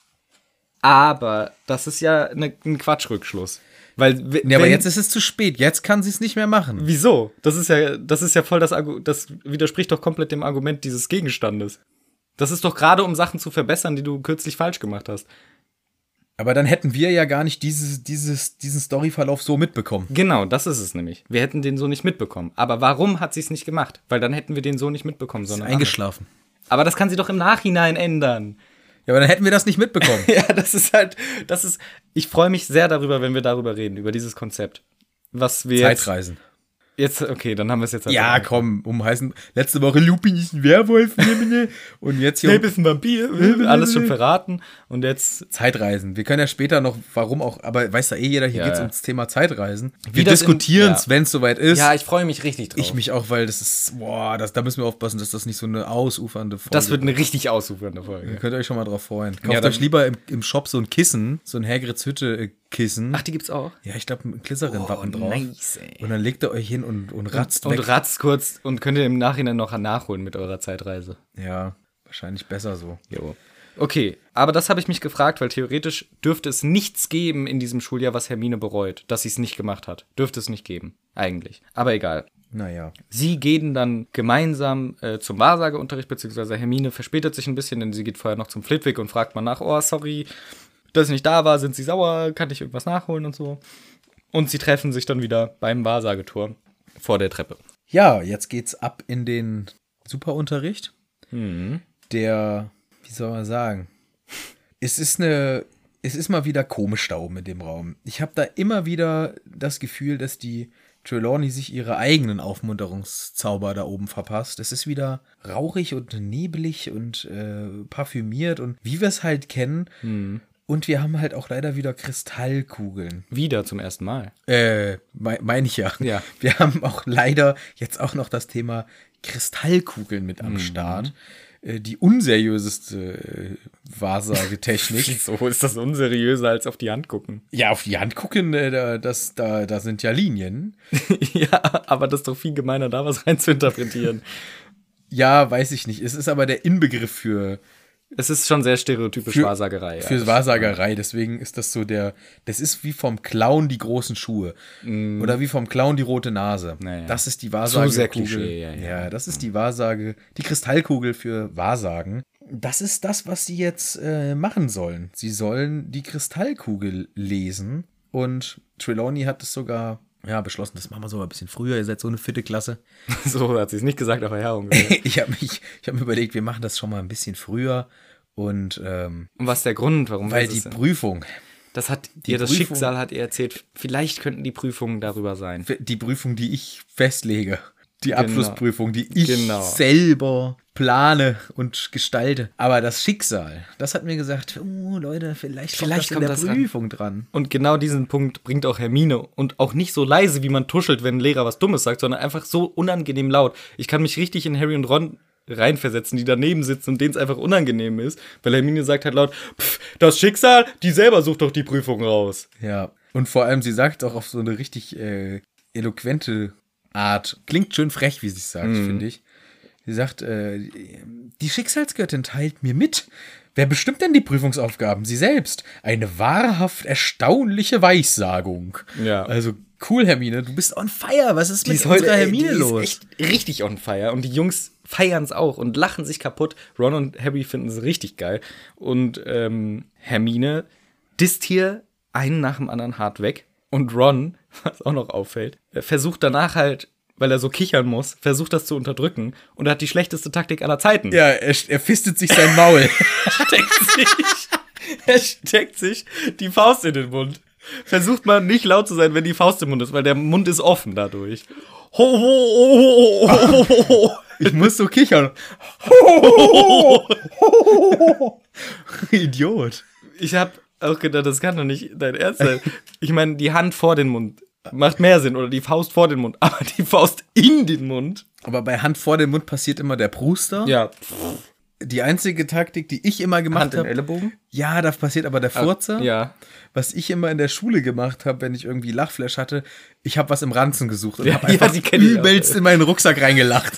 [SPEAKER 2] Aber das ist ja ne, ein Quatschrückschluss. Weil, w-
[SPEAKER 1] Nee, aber
[SPEAKER 2] wenn-
[SPEAKER 1] jetzt ist es zu spät. Jetzt kann sie es nicht mehr machen.
[SPEAKER 2] Wieso? Das ist ja, das ist ja voll das Argu Das widerspricht doch komplett dem Argument dieses Gegenstandes. Das ist doch gerade, um Sachen zu verbessern, die du kürzlich falsch gemacht hast.
[SPEAKER 1] Aber dann hätten wir ja gar nicht dieses, dieses, diesen Storyverlauf so mitbekommen.
[SPEAKER 2] Genau, das ist es nämlich. Wir hätten den so nicht mitbekommen. Aber warum hat sie es nicht gemacht? Weil dann hätten wir den so nicht mitbekommen, sondern.
[SPEAKER 1] Eingeschlafen.
[SPEAKER 2] Aber das kann sie doch im Nachhinein ändern.
[SPEAKER 1] Ja, aber dann hätten wir das nicht mitbekommen.
[SPEAKER 2] Ja, das ist halt, das ist, ich freue mich sehr darüber, wenn wir darüber reden, über dieses Konzept. Was wir jetzt,
[SPEAKER 1] Zeitreisen.
[SPEAKER 2] jetzt, okay, dann haben wir es jetzt. halt
[SPEAKER 1] Ja,
[SPEAKER 2] gemacht.
[SPEAKER 1] komm, um heißen. Letzte Woche Lupin ist ein Werwolf. und jetzt hier. um
[SPEAKER 2] Snape ist ein Vampir, alles schon verraten. Und jetzt,
[SPEAKER 1] Zeitreisen. Wir können ja später noch, warum auch, aber weiß ja eh jeder, hier
[SPEAKER 2] Ja,
[SPEAKER 1] geht's
[SPEAKER 2] ja.
[SPEAKER 1] ums Thema Zeitreisen.
[SPEAKER 2] Wie
[SPEAKER 1] Wir
[SPEAKER 2] das in-
[SPEAKER 1] diskutieren es,
[SPEAKER 2] ja.
[SPEAKER 1] wenn es soweit ist.
[SPEAKER 2] ja, ich freue mich richtig drauf.
[SPEAKER 1] ich mich auch, weil das ist, boah, das, da müssen wir aufpassen, dass das nicht so eine ausufernde Folge
[SPEAKER 2] das wird eine richtig ausufernde Folge.
[SPEAKER 1] Ihr könnt euch schon mal drauf freuen. Kauft
[SPEAKER 2] dann-
[SPEAKER 1] euch lieber im, im Shop so ein Kissen, so ein Hagrids Hütte-Kissen.
[SPEAKER 2] Ach, die gibt's auch.
[SPEAKER 1] Ja, ich glaube, ein Glycerin-Wappen drauf.
[SPEAKER 3] nice, ey.
[SPEAKER 1] und dann legt ihr euch hin und, und ratzt
[SPEAKER 2] Und
[SPEAKER 1] weg.
[SPEAKER 2] ratzt kurz und könnt ihr im Nachhinein noch nachholen mit eurer Zeitreise.
[SPEAKER 1] ja, wahrscheinlich besser so.
[SPEAKER 2] Jo. Okay, aber das habe ich mich gefragt, weil theoretisch dürfte es nichts geben in diesem Schuljahr, was Hermine bereut, dass sie es nicht gemacht hat. Dürfte es nicht geben, eigentlich. Aber egal.
[SPEAKER 1] Naja.
[SPEAKER 2] Sie gehen dann gemeinsam äh, zum Wahrsageunterricht, beziehungsweise Hermine verspätet sich ein bisschen, denn sie geht vorher noch zum Flitwick und fragt mal nach, oh, sorry, dass ich nicht da war, sind sie sauer, kann ich irgendwas nachholen und so. Und sie treffen sich dann wieder beim Wahrsagetor vor der Treppe.
[SPEAKER 1] Ja, jetzt geht's ab in den Superunterricht. Der, wie soll man sagen, es ist eine, es ist mal wieder komisch da oben in dem Raum. Ich habe da immer wieder das Gefühl, dass die Trelawney sich ihre eigenen Aufmunterungszauber da oben verpasst. Es ist wieder rauchig und neblig und äh, parfümiert und wie wir es halt kennen. Und wir haben halt auch leider wieder Kristallkugeln.
[SPEAKER 2] Wieder zum ersten Mal.
[SPEAKER 1] Äh, mein, meine ich ja.
[SPEAKER 2] Ja.
[SPEAKER 1] Wir haben auch leider jetzt auch noch das Thema Kristallkugeln mit am Start. Äh, die unseriöseste äh, Wahrsagetechnik.
[SPEAKER 2] So ist das unseriöser als auf die Hand gucken.
[SPEAKER 1] ja, auf die Hand gucken, äh, da, das, da, da sind ja Linien.
[SPEAKER 2] Ja, aber das ist doch viel gemeiner, da was reinzuinterpretieren.
[SPEAKER 1] Ja, weiß ich nicht. Es ist aber der Inbegriff für,
[SPEAKER 2] es ist schon sehr stereotypisch
[SPEAKER 1] für
[SPEAKER 2] Wahrsagerei.
[SPEAKER 1] Für
[SPEAKER 2] ja.
[SPEAKER 1] Wahrsagerei. Deswegen ist das so der. Das ist wie vom Clown die großen Schuhe.
[SPEAKER 2] Mhm.
[SPEAKER 1] Oder wie vom Clown die rote Nase.
[SPEAKER 2] Naja.
[SPEAKER 1] Das ist die
[SPEAKER 2] sehr
[SPEAKER 1] Wahrsagekugel.
[SPEAKER 2] Klischee, ja, ja.
[SPEAKER 1] das ist die Wahrsage, die Kristallkugel für Wahrsagen. Das ist das, was sie jetzt äh, machen sollen. Sie sollen die Kristallkugel lesen. Und Trelawney hat es sogar. Ja, beschlossen, das machen wir sogar ein bisschen früher. Ihr seid so eine fitte Klasse.
[SPEAKER 2] So hat sie es nicht gesagt, aber ja, ungefähr.
[SPEAKER 1] Ich habe mich, ich habe mir überlegt, wir machen das schon mal ein bisschen früher. Und ähm,
[SPEAKER 2] Und was ist der Grund, warum
[SPEAKER 1] weil
[SPEAKER 2] das
[SPEAKER 1] die
[SPEAKER 2] ist?
[SPEAKER 1] Prüfung,
[SPEAKER 2] Das hat ihr das
[SPEAKER 1] Prüfung-
[SPEAKER 2] Schicksal hat ihr erzählt. Vielleicht könnten die Prüfungen darüber sein.
[SPEAKER 1] die Prüfung, die ich festlege. Die Abschlussprüfung, die ich
[SPEAKER 2] Genau.
[SPEAKER 1] selber plane und gestalte. Aber das Schicksal, das hat mir gesagt, oh Leute, vielleicht,
[SPEAKER 2] Vielleicht
[SPEAKER 1] kommt
[SPEAKER 2] kommt
[SPEAKER 1] das
[SPEAKER 2] das
[SPEAKER 1] in der
[SPEAKER 2] ran.
[SPEAKER 1] Prüfung dran.
[SPEAKER 2] Und genau diesen Punkt bringt auch Hermine und auch nicht so leise, wie man tuschelt, wenn ein Lehrer was Dummes sagt, sondern einfach so unangenehm laut. Ich kann mich richtig in Harry und Ron reinversetzen, die daneben sitzen und denen es einfach unangenehm ist, weil Hermine sagt halt laut, "Pff, das Schicksal, die selber sucht doch die Prüfung raus.
[SPEAKER 1] Ja. Und vor allem, sie sagt auch auf so eine richtig äh, eloquente Art. Klingt schön frech, wie sie es sagt,
[SPEAKER 2] Mhm.
[SPEAKER 1] finde ich. Sie sagt, äh, die Schicksalsgöttin teilt mir mit. Wer bestimmt denn die Prüfungsaufgaben? Sie selbst. Eine wahrhaft erstaunliche Weissagung.
[SPEAKER 2] Ja.
[SPEAKER 1] Also cool, Hermine, du bist on fire. Was ist mit unserer Hermine
[SPEAKER 2] äh, die
[SPEAKER 1] los?
[SPEAKER 2] Ist echt richtig on fire und die Jungs feiern es auch und lachen sich kaputt. Ron und Harry finden es richtig geil und ähm, Hermine disst hier einen nach dem anderen hart weg und Ron, was auch noch auffällt, äh, versucht danach halt, weil er so kichern muss, versucht das zu unterdrücken und er hat die schlechteste Taktik aller Zeiten.
[SPEAKER 1] ja, er, er fistet sich sein Maul.
[SPEAKER 2] steckt sich, er steckt sich die Faust in den Mund. Versucht mal nicht laut zu sein, wenn die Faust im Mund ist, weil der Mund ist offen dadurch. Ho, ho, ho, ho, ho, ho, ho, ho.
[SPEAKER 1] Ich muss so kichern. Idiot.
[SPEAKER 2] Ich habe auch gedacht, das kann doch nicht dein Ernst sein. Ich meine, die Hand vor den Mund macht mehr Sinn oder die Faust vor den Mund, aber die Faust in den Mund.
[SPEAKER 1] Aber bei Hand vor dem Mund passiert immer der Pruster.
[SPEAKER 2] Ja,
[SPEAKER 1] Die einzige Taktik, die ich immer
[SPEAKER 2] Hand
[SPEAKER 1] gemacht
[SPEAKER 2] im
[SPEAKER 1] habe.
[SPEAKER 2] Ellenbogen.
[SPEAKER 1] Ja, da passiert aber der Furzer.
[SPEAKER 2] Ja.
[SPEAKER 1] Was ich immer in der Schule gemacht habe, wenn ich irgendwie Lachflash hatte, ich habe was im Ranzen gesucht und
[SPEAKER 2] Ja,
[SPEAKER 1] habe
[SPEAKER 2] ja,
[SPEAKER 1] einfach
[SPEAKER 2] die kenn ich auch,
[SPEAKER 1] übelst in meinen Rucksack reingelacht.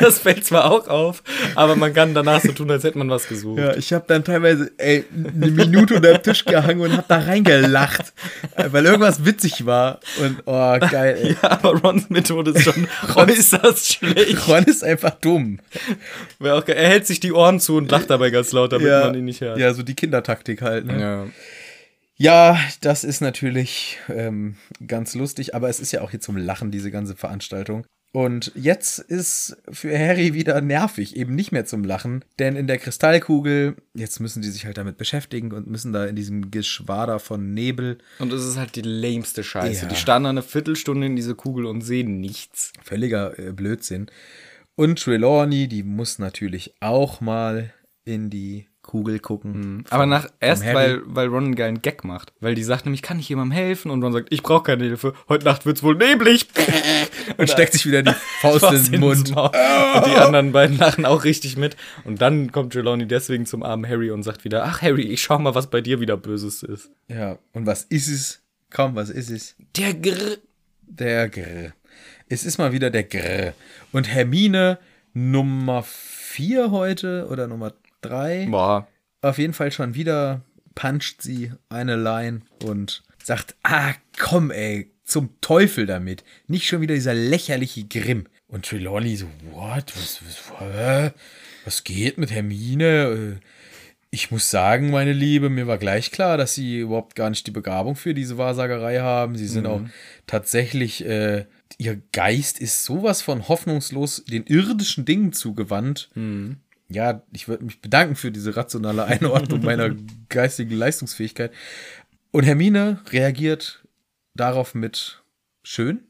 [SPEAKER 2] Das fällt zwar auch auf, aber man kann danach so tun, als hätte man was gesucht.
[SPEAKER 1] Ja, ich habe dann teilweise ey, eine Minute unter dem Tisch gehangen und habe da reingelacht, äh, weil irgendwas witzig war. Und oh, geil. Ey.
[SPEAKER 2] Ja, aber Rons Methode ist schon äußerst schlecht.
[SPEAKER 1] Ron ist einfach dumm.
[SPEAKER 2] Wär auch ge- er hält sich die Ohren zu und lacht dabei ganz laut, damit man ihn nicht hört.
[SPEAKER 1] ja, so so die Kindertaktik halt. Ne?
[SPEAKER 2] Ja.
[SPEAKER 1] Ja, das ist natürlich ähm, ganz lustig, aber es ist ja auch hier zum Lachen, diese ganze Veranstaltung. Und jetzt ist für Harry wieder nervig, eben nicht mehr zum Lachen, denn in der Kristallkugel, jetzt müssen die sich halt damit beschäftigen und müssen da in diesem Geschwader von Nebel
[SPEAKER 2] Und es ist halt die lämste Scheiße.
[SPEAKER 1] Ja.
[SPEAKER 2] Die starren eine Viertelstunde in diese Kugel und sehen nichts.
[SPEAKER 1] völliger äh, Blödsinn. Und Trelawney, die muss natürlich auch mal in die Kugel gucken.
[SPEAKER 2] Aber nach erst,
[SPEAKER 1] Harry.
[SPEAKER 2] weil, weil Ron einen geilen Gag macht. Weil die sagt nämlich, kann ich jemandem helfen? Und Ron sagt, ich brauche keine Hilfe. Heute Nacht wird's wohl neblig.
[SPEAKER 1] Und steckt sich wieder die Faust in
[SPEAKER 2] Faust
[SPEAKER 1] den
[SPEAKER 2] ins
[SPEAKER 1] Mund. Ah.
[SPEAKER 2] Maul. Und die anderen beiden lachen auch richtig mit. Und dann kommt Trelawney deswegen zum armen Harry und sagt wieder, ach Harry, ich schau mal, was bei dir wieder Böses ist.
[SPEAKER 1] Ja, und was ist es? Komm, was ist es?
[SPEAKER 3] Der Grr.
[SPEAKER 1] Der Grr. Es ist mal wieder der Grr. Und Hermine Nummer 4 heute oder Nummer 3.
[SPEAKER 2] Boah.
[SPEAKER 1] Auf jeden Fall schon wieder puncht sie eine Line und sagt, ah, komm ey, zum Teufel damit. Nicht schon wieder dieser lächerliche Grimm. Und Trelawney so, what? Was, was, hä? was geht mit Hermine? Äh, Ich muss sagen, meine Liebe, mir war gleich klar, dass sie überhaupt gar nicht die Begabung für diese Wahrsagerei haben. Sie sind auch tatsächlich, äh, ihr Geist ist sowas von hoffnungslos den irdischen Dingen zugewandt. Ja, ich würde mich bedanken für diese rationale Einordnung meiner geistigen Leistungsfähigkeit. Und Hermine reagiert darauf mit schön.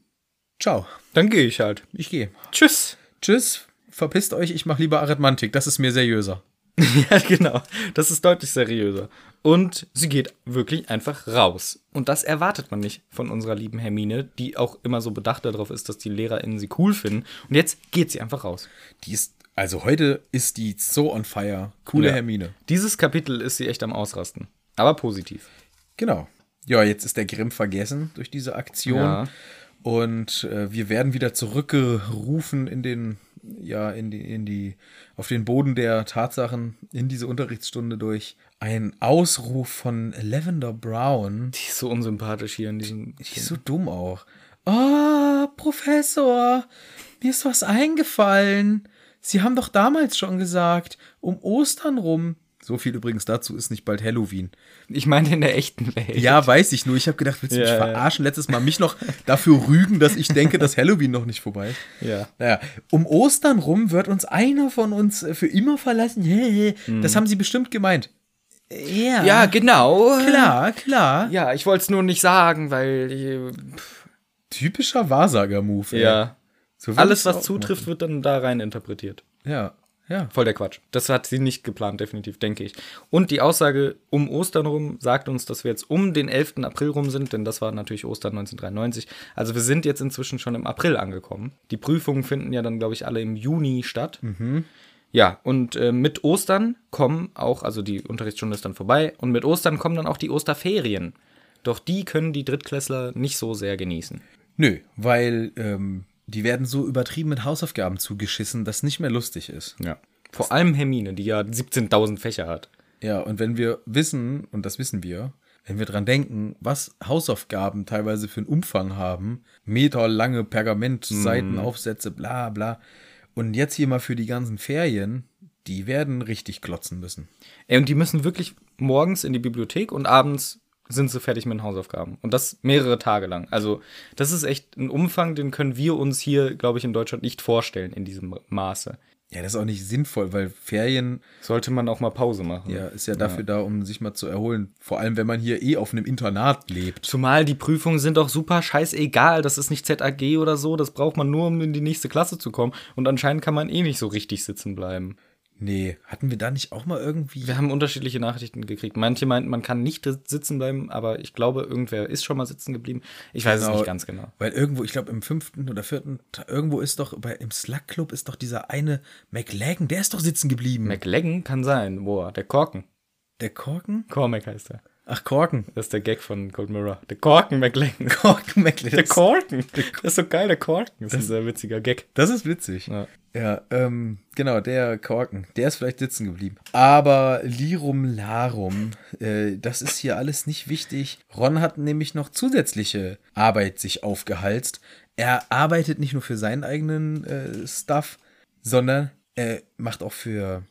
[SPEAKER 1] Ciao,
[SPEAKER 2] Dann gehe ich halt.
[SPEAKER 1] ich gehe.
[SPEAKER 2] Tschüss.
[SPEAKER 1] Tschüss, verpisst euch, ich mache lieber Arithmantik, das ist mir seriöser.
[SPEAKER 2] Ja, genau. Das ist deutlich seriöser. Und sie geht wirklich einfach raus. Und das erwartet man nicht von unserer lieben Hermine, die auch immer so bedacht darauf ist, dass die LehrerInnen sie cool finden. Und jetzt geht sie einfach raus.
[SPEAKER 1] Die ist also heute ist die so on fire, coole
[SPEAKER 2] Ja.
[SPEAKER 1] Hermine.
[SPEAKER 2] Dieses Kapitel ist sie echt am Ausrasten. Aber positiv.
[SPEAKER 1] Genau. Ja, jetzt ist der Grimm vergessen durch diese Aktion.
[SPEAKER 2] Ja.
[SPEAKER 1] Und äh, wir werden wieder zurückgerufen in den, ja, in die, in die, auf den Boden der Tatsachen in diese Unterrichtsstunde durch einen Ausruf von Lavender Brown.
[SPEAKER 2] Die ist so unsympathisch hier in diesem.
[SPEAKER 1] Die ist so dumm auch. Ah, Professor, mir ist was eingefallen. Sie haben doch damals schon gesagt, um Ostern rum. So viel übrigens dazu ist nicht bald Halloween.
[SPEAKER 2] Ich meine in der echten Welt.
[SPEAKER 1] Ja, weiß ich nur. Ich habe gedacht, willst du
[SPEAKER 2] Ja,
[SPEAKER 1] mich
[SPEAKER 2] ja.
[SPEAKER 1] verarschen? Letztes Mal mich noch dafür rügen, dass ich denke, dass Halloween noch nicht vorbei ist.
[SPEAKER 2] Ja.
[SPEAKER 1] Naja, um Ostern rum wird uns einer von uns äh, für immer verlassen. Hä?
[SPEAKER 2] Hm.
[SPEAKER 1] Das haben sie bestimmt gemeint. Ja,
[SPEAKER 3] Ja, genau.
[SPEAKER 1] klar, klar.
[SPEAKER 2] Ja, ich wollte es nur nicht sagen, weil.
[SPEAKER 1] Typischer Wahrsager-Move. ey.
[SPEAKER 2] Ja.
[SPEAKER 1] So würd
[SPEAKER 2] Alles,
[SPEAKER 1] ich's
[SPEAKER 2] was
[SPEAKER 1] auch
[SPEAKER 2] zutrifft, wird dann da rein interpretiert.
[SPEAKER 1] machen. Ja, ja.
[SPEAKER 2] Voll der Quatsch. Das hat sie nicht geplant, definitiv, denke ich. Und die Aussage um Ostern rum sagt uns, dass wir jetzt um den 11. April rum sind, denn das war natürlich Ostern 1993. Also wir sind jetzt inzwischen schon im April angekommen. Die Prüfungen finden ja dann, glaube ich, alle im Juni statt. Ja, und äh, mit Ostern kommen auch, also die Unterrichtsstunde ist dann vorbei, und mit Ostern kommen dann auch die Osterferien. Doch die können die Drittklässler nicht so sehr genießen.
[SPEAKER 1] Nö, weil ähm, die werden so übertrieben mit Hausaufgaben zugeschissen, dass nicht mehr lustig ist.
[SPEAKER 2] Ja. Vor allem Hermine, die ja 17.000 Fächer hat.
[SPEAKER 1] Ja, und wenn wir wissen, und das wissen wir, wenn wir dran denken, was Hausaufgaben teilweise für einen Umfang haben, meterlange Pergament, Seitenaufsätze, bla bla. Und jetzt hier mal für die ganzen Ferien, die werden richtig klotzen müssen.
[SPEAKER 2] Ey, und die müssen wirklich morgens in die Bibliothek und abends sind sie fertig mit den Hausaufgaben. Und das mehrere Tage lang. Also, das ist echt ein Umfang, den können wir uns hier, glaube ich, in Deutschland nicht vorstellen in diesem Maße.
[SPEAKER 1] Ja, das ist auch nicht sinnvoll, weil Ferien
[SPEAKER 2] Sollte man auch mal Pause machen.
[SPEAKER 1] ja, ist ja dafür da, um sich mal zu erholen. Vor allem, wenn man hier eh auf einem Internat lebt.
[SPEAKER 2] Zumal die Prüfungen sind doch super scheißegal. Das ist nicht ZAG oder so. Das braucht man nur, um in die nächste Klasse zu kommen. Und anscheinend kann man eh nicht so richtig sitzen bleiben.
[SPEAKER 1] Nee, hatten wir da nicht auch mal irgendwie.
[SPEAKER 2] Wir haben unterschiedliche Nachrichten gekriegt. Manche meinten, man kann nicht sitzen bleiben, aber ich glaube, irgendwer ist schon mal sitzen geblieben. Ich weiß es
[SPEAKER 1] Genau.
[SPEAKER 2] nicht ganz genau.
[SPEAKER 1] Weil irgendwo, ich glaube, im fünften oder vierten, Ta- irgendwo ist doch, bei, im Slack-Club ist doch dieser eine McLagan, der ist doch sitzen geblieben.
[SPEAKER 2] McLaggen kann sein. Boah, der Korken.
[SPEAKER 1] der Korken?
[SPEAKER 2] Cormac heißt er.
[SPEAKER 1] Ach, Korken.
[SPEAKER 2] Das ist der Gag von Cold Mirror. Der Korken McLaggen.
[SPEAKER 1] Korken McLagan.
[SPEAKER 2] Der Korken. Das ist so geil, der Korken. Das ist ein sehr witziger Gag.
[SPEAKER 1] Das ist witzig.
[SPEAKER 2] Ja.
[SPEAKER 1] Ja, ähm, genau, der Korken, der ist vielleicht sitzen geblieben. Aber Lirum Larum, äh, das ist hier alles nicht wichtig. Ron hat nämlich noch zusätzliche Arbeit sich aufgehalst. Er arbeitet nicht nur für seinen eigenen äh, Stuff, sondern äh, macht auch für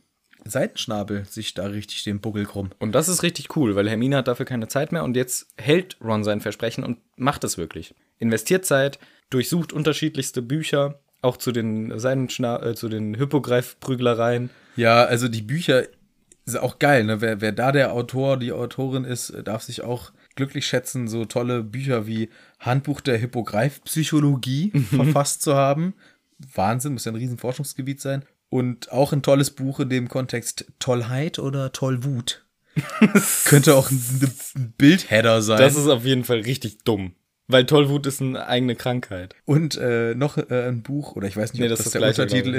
[SPEAKER 1] Seitenschnabel sich da richtig den Buckel krumm.
[SPEAKER 2] Und das ist richtig cool, weil Hermine hat dafür keine Zeit mehr und jetzt hält Ron sein Versprechen und macht es wirklich. Investiert Zeit, durchsucht unterschiedlichste Bücher, auch zu den Seidenschna äh, zu den Hippogreif-Prüglereien.
[SPEAKER 1] Ja, also die Bücher sind auch geil, ne? Wer, wer da der Autor, die Autorin ist, äh, darf sich auch glücklich schätzen, so tolle Bücher wie Handbuch der Hippogreif-Psychologie verfasst zu haben. Wahnsinn, muss ja ein riesen Forschungsgebiet sein. Und auch ein tolles Buch in dem Kontext Tollheit oder Tollwut. Könnte auch ein, ein Bildheader sein.
[SPEAKER 2] Das ist auf jeden Fall richtig dumm. Weil Tollwut ist eine eigene Krankheit.
[SPEAKER 1] Und äh, noch äh, ein Buch, oder ich weiß nicht,
[SPEAKER 2] Nee,
[SPEAKER 1] ob
[SPEAKER 2] das
[SPEAKER 1] das,
[SPEAKER 2] ist
[SPEAKER 1] der
[SPEAKER 2] das Gleiche,
[SPEAKER 1] Untertitel
[SPEAKER 2] glaube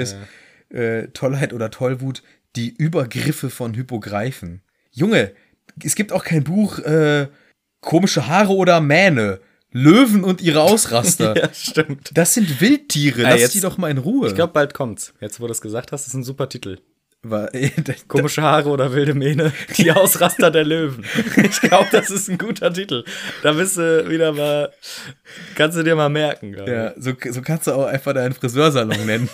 [SPEAKER 1] ist,
[SPEAKER 2] ich,
[SPEAKER 1] äh, Tollheit oder Tollwut, die Übergriffe von Hypogreifen. Junge, es gibt auch kein Buch, äh, komische Haare oder Mähne, Löwen und ihre Ausraster.
[SPEAKER 2] stimmt.
[SPEAKER 1] Das sind Wildtiere,
[SPEAKER 2] Ah,
[SPEAKER 1] lass
[SPEAKER 2] jetzt-
[SPEAKER 1] die doch mal in Ruhe.
[SPEAKER 2] Ich glaube, bald kommt's. Jetzt, wo du es gesagt hast, ist ein super Titel.
[SPEAKER 1] Wa- äh, da-
[SPEAKER 2] Komische Haare oder wilde Mähne, die Ausraster der Löwen. Ich glaube, das ist ein guter Titel. Da bist du wieder mal, kannst du dir mal merken. glaub ich.
[SPEAKER 1] ja, so, so kannst du auch einfach deinen Friseursalon nennen.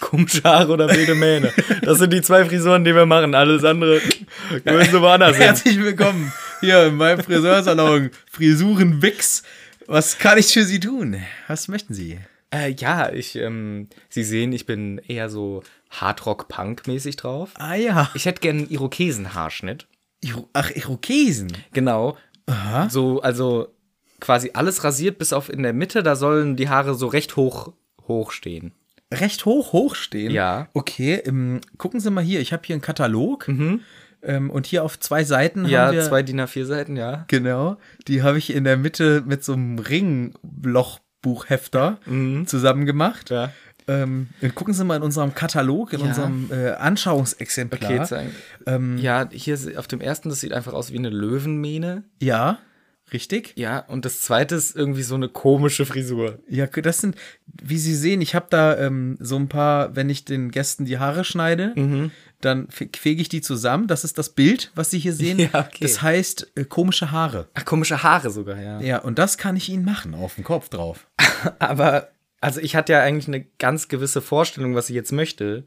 [SPEAKER 2] Komische Haare oder wilde Mähne. Das sind die zwei Frisuren, die wir machen. Alles andere müssen wir woanders hin.
[SPEAKER 1] Herzlich willkommen hier in meinem Friseursalon. Frisuren Wix. Was kann ich für Sie tun? Was möchten Sie?
[SPEAKER 2] Äh, ja, ich, ähm, Sie sehen, ich bin eher so Hardrock-Punk-mäßig drauf.
[SPEAKER 1] Ah ja.
[SPEAKER 3] Ich hätte gern einen Irokesenhaarschnitt.
[SPEAKER 1] Iro- Ach, Irokesen.
[SPEAKER 2] Genau. So, also quasi alles rasiert, bis auf in der Mitte, da sollen die Haare so recht hoch, hoch stehen.
[SPEAKER 1] Recht hoch, hoch stehen.
[SPEAKER 2] Ja.
[SPEAKER 1] Okay, ähm, gucken Sie mal hier. Ich habe hier einen Katalog. Ähm, und hier auf zwei Seiten
[SPEAKER 2] Mhm. Ja,
[SPEAKER 1] haben wir.
[SPEAKER 2] zwei DIN A4-Seiten, ja.
[SPEAKER 1] Genau. Die habe ich in der Mitte mit so einem Ringlochbuchhefter zusammen gemacht.
[SPEAKER 2] Mhm. Ja.
[SPEAKER 1] Ähm, und gucken Sie mal in unserem Katalog, in unserem äh, Anschauungsexemplar.
[SPEAKER 2] Okay, äh zeigen.
[SPEAKER 3] Ähm,
[SPEAKER 2] ja, hier se- auf dem ersten, das sieht einfach aus wie eine Löwenmähne.
[SPEAKER 1] ja, richtig.
[SPEAKER 2] Ja, und das zweite ist irgendwie so eine komische Frisur.
[SPEAKER 1] Ja, das sind, wie Sie sehen, ich habe da ähm, so ein paar, wenn ich den Gästen die Haare schneide,
[SPEAKER 2] Mhm.
[SPEAKER 1] dann fe- fege ich die zusammen. Das ist das Bild, was Sie hier sehen.
[SPEAKER 2] Ja, okay.
[SPEAKER 1] Das heißt äh, komische Haare.
[SPEAKER 2] Ach, komische Haare sogar, ja.
[SPEAKER 1] Ja, und das kann ich Ihnen machen, auf den Kopf drauf.
[SPEAKER 2] Aber, also ich hatte ja eigentlich eine ganz gewisse Vorstellung, was ich jetzt möchte.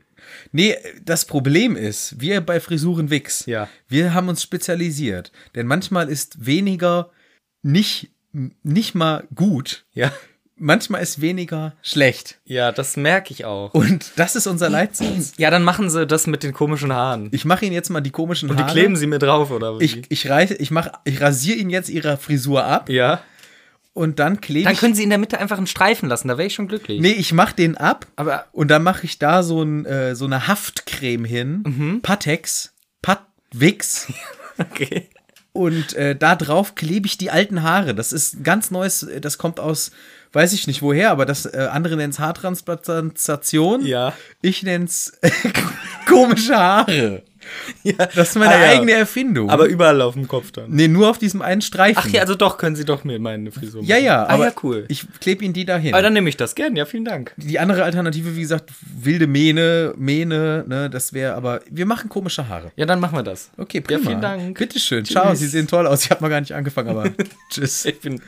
[SPEAKER 1] Nee, äh, das Problem ist, wir bei Frisuren Wix,
[SPEAKER 2] Ja.
[SPEAKER 1] wir haben uns spezialisiert. Denn manchmal ist weniger nicht, nicht mal gut.
[SPEAKER 2] Ja.
[SPEAKER 1] Manchmal ist weniger schlecht.
[SPEAKER 2] Ja, das merke ich auch.
[SPEAKER 1] Und das ist unser Leitsatz.
[SPEAKER 2] Ja, dann machen sie das mit den komischen Haaren.
[SPEAKER 1] Ich mache Ihnen jetzt mal die komischen
[SPEAKER 2] Und die
[SPEAKER 1] Haare.
[SPEAKER 2] kleben sie mir drauf, oder wie?
[SPEAKER 1] Ich, ich, reiche, ich, mach, ich rasiere ihn jetzt ihre Frisur ab
[SPEAKER 2] Mhm. ja.
[SPEAKER 1] und dann klebe
[SPEAKER 3] Dann
[SPEAKER 1] ich.
[SPEAKER 3] können sie in der Mitte einfach einen Streifen lassen, da wäre ich schon glücklich.
[SPEAKER 1] Nee, ich mache den ab
[SPEAKER 3] Aber-
[SPEAKER 1] und dann mache ich da so, ein, äh, so eine Haftcreme hin.
[SPEAKER 2] Mhm.
[SPEAKER 1] Patex, Patwix.
[SPEAKER 2] Okay.
[SPEAKER 1] und äh, da drauf klebe ich die alten Haare. Das ist ein ganz neues, äh, das kommt aus, weiß ich nicht woher, aber das äh, andere nennt es Haartransplantation.
[SPEAKER 2] Ja.
[SPEAKER 1] Ich nenne es komische Haare.
[SPEAKER 2] Ja.
[SPEAKER 1] Das ist meine
[SPEAKER 2] Ah, ja.
[SPEAKER 1] eigene Erfindung.
[SPEAKER 2] Aber überall auf dem Kopf dann.
[SPEAKER 1] nee, nur auf diesem einen Streifen.
[SPEAKER 2] Ach ja, also doch, können sie doch mir meine Frisur machen.
[SPEAKER 1] Ja, ja,
[SPEAKER 2] ah,
[SPEAKER 1] aber
[SPEAKER 2] ja, cool. Ah,
[SPEAKER 1] ich klebe ihn die dahin.
[SPEAKER 2] aber dann nehme ich das gern, ja, vielen Dank.
[SPEAKER 1] die andere Alternative, wie gesagt, wilde Mähne, Mähne, ne, das wäre aber, wir machen komische Haare.
[SPEAKER 2] Ja, dann machen wir das.
[SPEAKER 1] Okay, prima.
[SPEAKER 2] Ja, vielen Dank.
[SPEAKER 1] Bitteschön. Ciao, Sie sehen toll aus. Ich habe noch gar nicht angefangen, aber tschüss.
[SPEAKER 2] Ich bin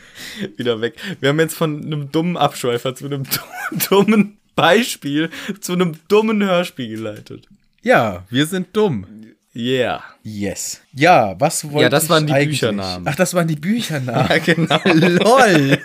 [SPEAKER 2] wieder weg. Wir haben jetzt von einem dummen Abschweifer zu einem dummen Beispiel zu einem dummen Hörspiel geleitet.
[SPEAKER 1] Ja, wir sind dumm.
[SPEAKER 2] Yeah.
[SPEAKER 1] Yes. Ja, was wollte ich
[SPEAKER 2] Ja, das waren die
[SPEAKER 1] eigentlich?
[SPEAKER 2] Büchernamen.
[SPEAKER 1] Ach, das waren die Büchernamen.
[SPEAKER 2] Ja, genau.
[SPEAKER 1] Lol.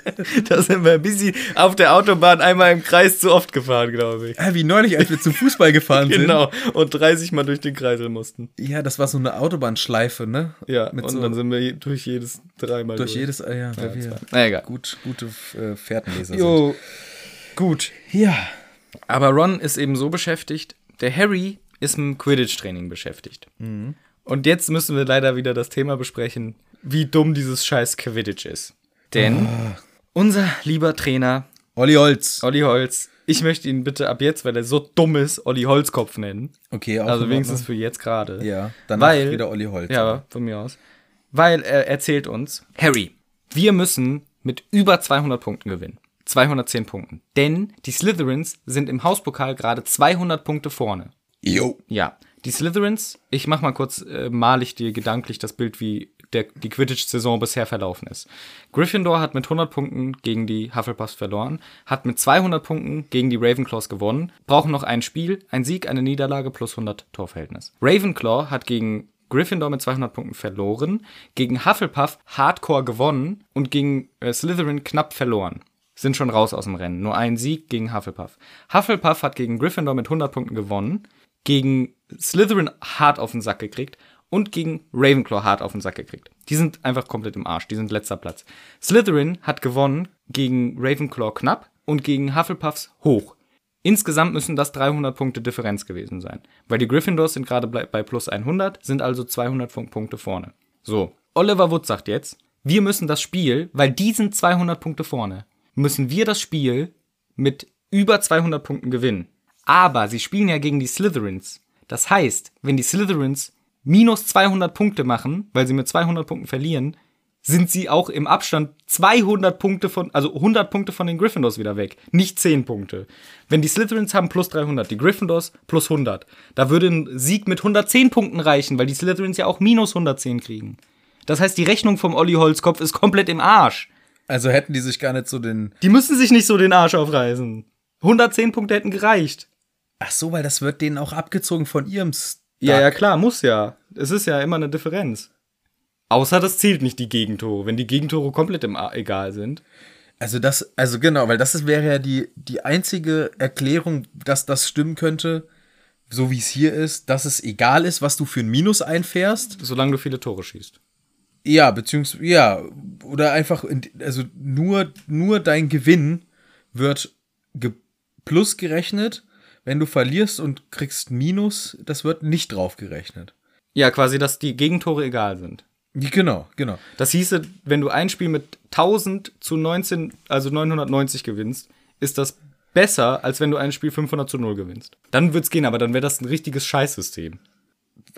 [SPEAKER 2] Da sind wir ein bisschen auf der Autobahn einmal im Kreis zu oft gefahren, glaube ich.
[SPEAKER 1] Ja, Wie neulich, als wir zum Fußball gefahren
[SPEAKER 2] Genau. Und 30 Mal durch den Kreisel mussten.
[SPEAKER 1] sind. Ja, das war so eine Autobahnschleife, ne?
[SPEAKER 2] Ja,
[SPEAKER 1] Mit
[SPEAKER 2] und
[SPEAKER 1] so
[SPEAKER 2] dann sind wir je- durch jedes dreimal
[SPEAKER 1] durch jedes, ah, ja, weil wir
[SPEAKER 3] Na egal.
[SPEAKER 1] gut, gute äh, Fährtenleser sind.
[SPEAKER 2] Jo. Gut.
[SPEAKER 1] Ja.
[SPEAKER 2] Aber Ron ist eben so beschäftigt, der Harry ist mit dem Quidditch-Training beschäftigt.
[SPEAKER 1] Mhm.
[SPEAKER 2] Und jetzt müssen wir leider wieder das Thema besprechen, wie dumm dieses scheiß Quidditch ist. Denn
[SPEAKER 1] Ah.
[SPEAKER 2] unser lieber Trainer
[SPEAKER 1] Olli Holz.
[SPEAKER 2] Olli Holz, ich möchte ihn bitte ab jetzt, weil er so dumm ist, Olli Holzkopf nennen.
[SPEAKER 1] Okay, auch
[SPEAKER 2] Also
[SPEAKER 1] in
[SPEAKER 2] wenigstens
[SPEAKER 1] Ordnung.
[SPEAKER 2] für jetzt gerade.
[SPEAKER 1] Ja, danach
[SPEAKER 2] Weil,
[SPEAKER 1] wieder Olli Holz.
[SPEAKER 2] Ja, von mir aus. Weil er erzählt uns,
[SPEAKER 3] Harry,
[SPEAKER 2] wir müssen mit über 200 Punkten gewinnen. 210 Punkten. Denn die Slytherins sind im Hauspokal gerade 200 Punkte vorne.
[SPEAKER 1] Jo.
[SPEAKER 2] Ja, die Slytherins, ich mach mal kurz, äh, mal ich dir gedanklich das Bild, wie der, die Quidditch-Saison bisher verlaufen ist. Gryffindor hat mit 100 Punkten gegen die Hufflepuffs verloren, hat mit 200 Punkten gegen die Ravenclaws gewonnen, brauchen noch ein Spiel, ein Sieg, eine Niederlage plus 100 Torverhältnis. Ravenclaw hat gegen Gryffindor mit 200 Punkten verloren, gegen Hufflepuff hardcore gewonnen und gegen äh, Slytherin knapp verloren sind schon raus aus dem Rennen. Nur ein Sieg gegen Hufflepuff. Hufflepuff hat gegen Gryffindor mit 100 Punkten gewonnen, gegen Slytherin hart auf den Sack gekriegt und gegen Ravenclaw hart auf den Sack gekriegt. Die sind einfach komplett im Arsch. Die sind letzter Platz. Slytherin hat gewonnen gegen Ravenclaw knapp und gegen Hufflepuffs hoch. Insgesamt müssen das 300 Punkte Differenz gewesen sein. Weil die Gryffindors sind gerade bei bei plus 100, sind also 200 Fun- Punkte vorne. So, Oliver Wood sagt jetzt, wir müssen das Spiel, weil die sind 200 Punkte vorne, müssen wir das Spiel mit über 200 Punkten gewinnen. Aber sie spielen ja gegen die Slytherins. Das heißt, wenn die Slytherins minus 200 Punkte machen, weil sie mit 200 Punkten verlieren, sind sie auch im Abstand 200 Punkte von, also 100 Punkte von den Gryffindors wieder weg, nicht 10 Punkte. Wenn die Slytherins haben plus 300, die Gryffindors plus 100, da würde ein Sieg mit 110 Punkten reichen, weil die Slytherins ja auch minus 110 kriegen. Das heißt, die Rechnung vom Olli Holzkopf ist komplett im Arsch.
[SPEAKER 1] Also hätten die sich gar nicht so den.
[SPEAKER 2] Die müssen sich nicht so den Arsch aufreißen. 110 Punkte hätten gereicht.
[SPEAKER 1] Ach so, weil das wird denen auch abgezogen von ihrem. St
[SPEAKER 2] Ja, ja, klar, muss ja. Es ist ja immer eine Differenz. Außer das zählt nicht die Gegentore, wenn die Gegentore komplett im A egal sind.
[SPEAKER 1] Also das, also genau, weil das ist- wäre ja die, die einzige Erklärung, dass das stimmen könnte, so wie es hier ist, dass es egal ist, was du für ein Minus einfährst.
[SPEAKER 2] Solange du viele Tore schießt.
[SPEAKER 1] Ja, beziehungsweise, ja, oder einfach, in, also nur, nur dein Gewinn wird ge plus gerechnet. Wenn du verlierst und kriegst Minus, das wird nicht drauf gerechnet.
[SPEAKER 2] Ja, quasi, dass die Gegentore egal sind.
[SPEAKER 1] Genau, genau.
[SPEAKER 2] Das hieße, wenn du ein Spiel mit 1000 zu 19, also 990 gewinnst, ist das besser, als wenn du ein Spiel 500 zu 0 gewinnst. Dann wird's gehen, aber dann wäre das ein richtiges Scheißsystem.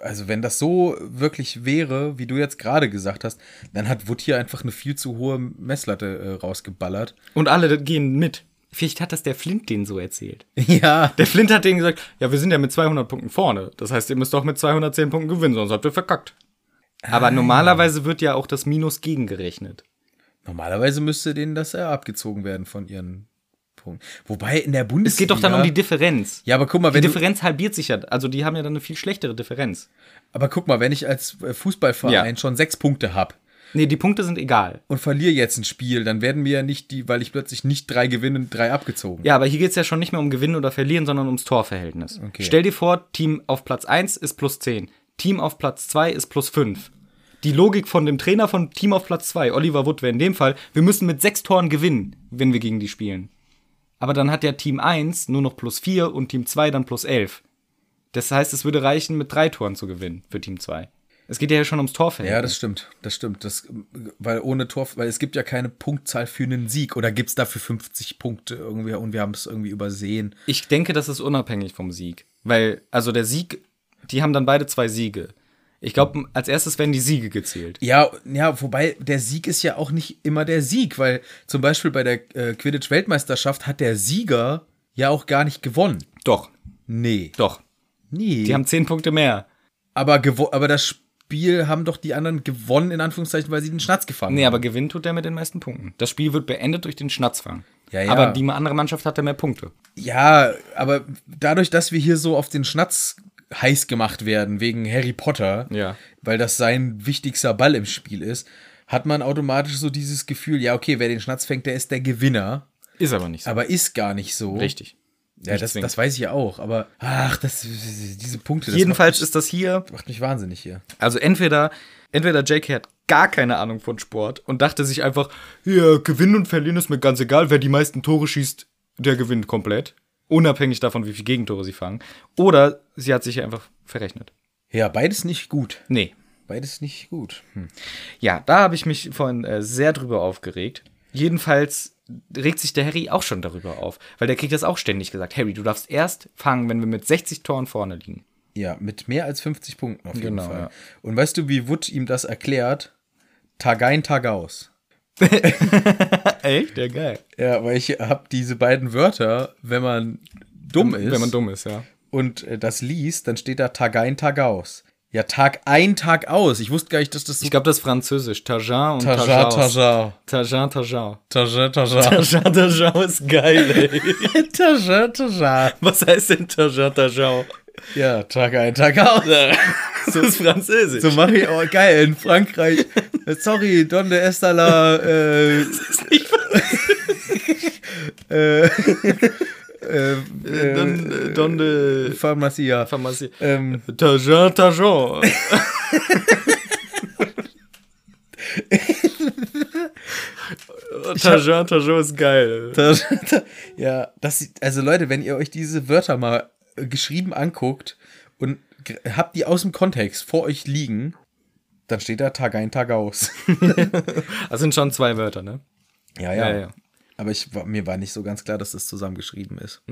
[SPEAKER 1] also wenn das so wirklich wäre, wie du jetzt gerade gesagt hast, dann hat Wood hier einfach eine viel zu hohe Messlatte äh, rausgeballert.
[SPEAKER 2] Und alle gehen mit. Vielleicht hat das der Flint denen so erzählt.
[SPEAKER 1] Ja.
[SPEAKER 2] Der Flint hat denen gesagt, ja, wir sind ja mit 200 Punkten vorne. Das heißt, ihr müsst doch mit 210 Punkten gewinnen, sonst habt ihr verkackt. Aber normalerweise wird ja auch das Minus gegengerechnet.
[SPEAKER 1] Normalerweise müsste denen das ja abgezogen werden von ihren Punkten. Wobei in der Bundesliga.
[SPEAKER 2] Es geht doch dann um die Differenz.
[SPEAKER 1] Ja, aber guck mal,
[SPEAKER 2] Die
[SPEAKER 1] wenn du,
[SPEAKER 2] Differenz halbiert sich ja. Also die haben ja dann eine viel schlechtere Differenz.
[SPEAKER 1] aber guck mal, wenn ich als äh, Fußballverein
[SPEAKER 2] Ja.
[SPEAKER 1] schon sechs Punkte habe
[SPEAKER 2] Nee, die Punkte sind egal.
[SPEAKER 1] und verliere jetzt ein Spiel, dann werden mir ja nicht die, weil ich plötzlich nicht drei gewinne, drei abgezogen.
[SPEAKER 2] Ja, aber hier geht's ja schon nicht mehr um Gewinnen oder Verlieren, sondern ums Torverhältnis.
[SPEAKER 1] Okay.
[SPEAKER 2] Stell dir vor, Team auf Platz 1 ist plus 10, Team auf Platz 2 ist plus 5. Die Logik von dem Trainer von Team auf Platz 2, Oliver Wood, wäre in dem Fall, wir müssen mit sechs Toren gewinnen, wenn wir gegen die spielen. Aber dann hat ja Team 1 nur noch plus 4 und Team 2 dann plus 11. Das heißt, es würde reichen, mit drei Toren zu gewinnen für Team 2. Es geht ja hier schon ums Torverhältnis.
[SPEAKER 1] Ja, das stimmt, das stimmt. Das, ähm, weil ohne Tor, weil es gibt ja keine Punktzahl für einen Sieg oder gibt's dafür 50 Punkte irgendwie und wir haben es irgendwie übersehen.
[SPEAKER 2] Ich denke, das ist unabhängig vom Sieg. Weil, also der Sieg, die haben dann beide zwei Siege. Ich glaube, als erstes werden die Siege gezählt.
[SPEAKER 1] Ja, ja, wobei der Sieg ist ja auch nicht immer der Sieg, weil zum Beispiel bei der äh, Quidditch-Weltmeisterschaft hat der Sieger ja auch gar nicht gewonnen.
[SPEAKER 2] Doch,
[SPEAKER 1] Nee.
[SPEAKER 2] doch.
[SPEAKER 1] Nee.
[SPEAKER 2] Die haben zehn Punkte mehr.
[SPEAKER 1] aber, gewo- aber das Spiel haben doch die anderen gewonnen, in Anführungszeichen, weil sie den Schnatz gefangen
[SPEAKER 2] Nee,
[SPEAKER 1] haben.
[SPEAKER 2] aber Gewinn tut der mit den meisten Punkten. Das Spiel wird beendet durch den Schnatzfang.
[SPEAKER 1] Ja, ja.
[SPEAKER 2] Aber die andere Mannschaft hatte mehr Punkte.
[SPEAKER 1] Ja, aber dadurch, dass wir hier so auf den Schnatz heiß gemacht werden, wegen Harry Potter,
[SPEAKER 2] Ja.
[SPEAKER 1] weil das sein wichtigster Ball im Spiel ist, hat man automatisch so dieses Gefühl, ja, okay, wer den Schnatz fängt, der ist der Gewinner,
[SPEAKER 2] Ist aber nicht so.
[SPEAKER 1] aber ist gar nicht so.
[SPEAKER 2] Richtig.
[SPEAKER 1] Ja, das,
[SPEAKER 2] zwingend.
[SPEAKER 1] das weiß ich ja auch, aber ach, das, diese Punkte, das
[SPEAKER 2] Jedenfalls
[SPEAKER 1] macht
[SPEAKER 2] ist das hier
[SPEAKER 1] mich, macht mich wahnsinnig hier.
[SPEAKER 2] Also entweder, entweder Jake hat gar keine Ahnung von Sport und dachte sich einfach, ja, gewinnen und verlieren ist mir ganz egal, wer die meisten Tore schießt, der gewinnt komplett. Unabhängig davon, wie viele Gegentore sie fangen. Oder sie hat sich hier einfach verrechnet.
[SPEAKER 1] Ja, beides nicht gut.
[SPEAKER 2] Nee.
[SPEAKER 1] Beides nicht gut. Hm.
[SPEAKER 2] Ja, da habe ich mich vorhin äh, sehr drüber aufgeregt. Jedenfalls regt sich der Harry auch schon darüber auf, weil der kriegt das auch ständig gesagt. Harry, du darfst erst fangen, wenn wir mit 60 Toren vorne liegen.
[SPEAKER 1] Ja, mit mehr als 50 Punkten auf jeden
[SPEAKER 2] Genau,
[SPEAKER 1] Fall.
[SPEAKER 2] ja.
[SPEAKER 1] Und weißt du, wie Wood ihm das erklärt? Tag ein, Tag aus.
[SPEAKER 2] Echt? Ja, geil.
[SPEAKER 1] Ja, weil ich habe diese beiden Wörter, wenn man dumm ist
[SPEAKER 2] Wenn man dumm ist, ja.
[SPEAKER 1] und äh, das liest, dann steht da Tag ein, Tag aus. Ja, Tag ein, Tag aus. Ich wusste gar nicht, dass das so.
[SPEAKER 2] Ich glaube, das ist französisch. Tajin und
[SPEAKER 1] Tajau,
[SPEAKER 2] Tajau.
[SPEAKER 1] Tajau.
[SPEAKER 2] Tajin, Tajau.
[SPEAKER 1] Tajau, Tajau.
[SPEAKER 2] Tajin, Tajau ist geil, ey.
[SPEAKER 1] Tajau, Tajau.
[SPEAKER 2] Was heißt denn Tajin, Tajau?
[SPEAKER 1] Ja, Tag ein, Tag aus.
[SPEAKER 2] Das ist französisch.
[SPEAKER 1] So mache ich, oh geil, in Frankreich. Äh, Sorry, Donde Estala. Äh, äh, äh, äh,
[SPEAKER 2] Don, Don de
[SPEAKER 1] Pharmacia.
[SPEAKER 2] äh, Pharmacie.
[SPEAKER 1] Ähm,
[SPEAKER 2] Tajin, Tajau. Tajin, Tajau ist geil.
[SPEAKER 1] Das, ja, das, also Leute, wenn ihr euch diese Wörter mal äh, geschrieben anguckt und g- habt die aus dem Kontext vor euch liegen, dann steht da Tag ein, Tag aus.
[SPEAKER 2] Das sind schon zwei Wörter, ne?
[SPEAKER 1] Ja, ja. Aber ich, war- mir war nicht so ganz klar, dass das zusammengeschrieben ist.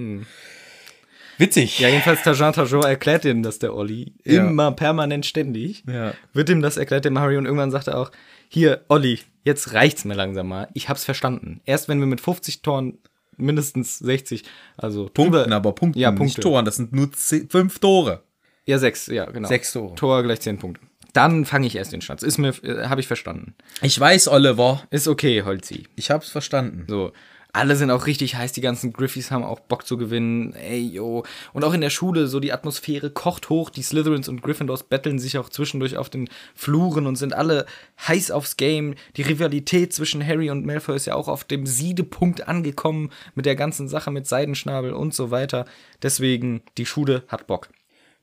[SPEAKER 1] Witzig.
[SPEAKER 2] Mhm. Ja, jedenfalls Tajin Tajot erklärt ihm das, der Olli.
[SPEAKER 1] Ja.
[SPEAKER 2] Immer permanent ständig.
[SPEAKER 1] Ja.
[SPEAKER 2] Wird ihm das erklärt, dem Harry. Und irgendwann sagt er auch, hier, Olli, jetzt reicht's mir langsam mal. Ich hab's verstanden. Erst wenn wir mit 50 Toren mindestens 60, also
[SPEAKER 1] Punkten,
[SPEAKER 2] drüber-
[SPEAKER 1] aber Punkten,
[SPEAKER 2] ja,
[SPEAKER 1] nicht
[SPEAKER 2] Punkte.
[SPEAKER 1] Toren. Das sind nur zehn, fünf Tore.
[SPEAKER 2] Ja, sechs, ja, genau.
[SPEAKER 1] Sechs Tore.
[SPEAKER 2] Tor gleich zehn Punkte. Dann fange ich erst den Schatz. Ist mir, äh, habe ich verstanden.
[SPEAKER 1] Ich weiß, Oliver.
[SPEAKER 2] Ist okay, Holzi.
[SPEAKER 1] Ich hab's verstanden.
[SPEAKER 2] So. Alle sind auch richtig heiß, die ganzen Griffys haben auch Bock zu gewinnen. Ey, yo. Und auch in der Schule, so die Atmosphäre kocht hoch. Die Slytherins und Gryffindors betteln sich auch zwischendurch auf den Fluren und sind alle heiß aufs Game. Die Rivalität zwischen Harry und Malfoy ist ja auch auf dem Siedepunkt angekommen mit der ganzen Sache mit Seidenschnabel und so weiter. Deswegen, die Schule hat Bock.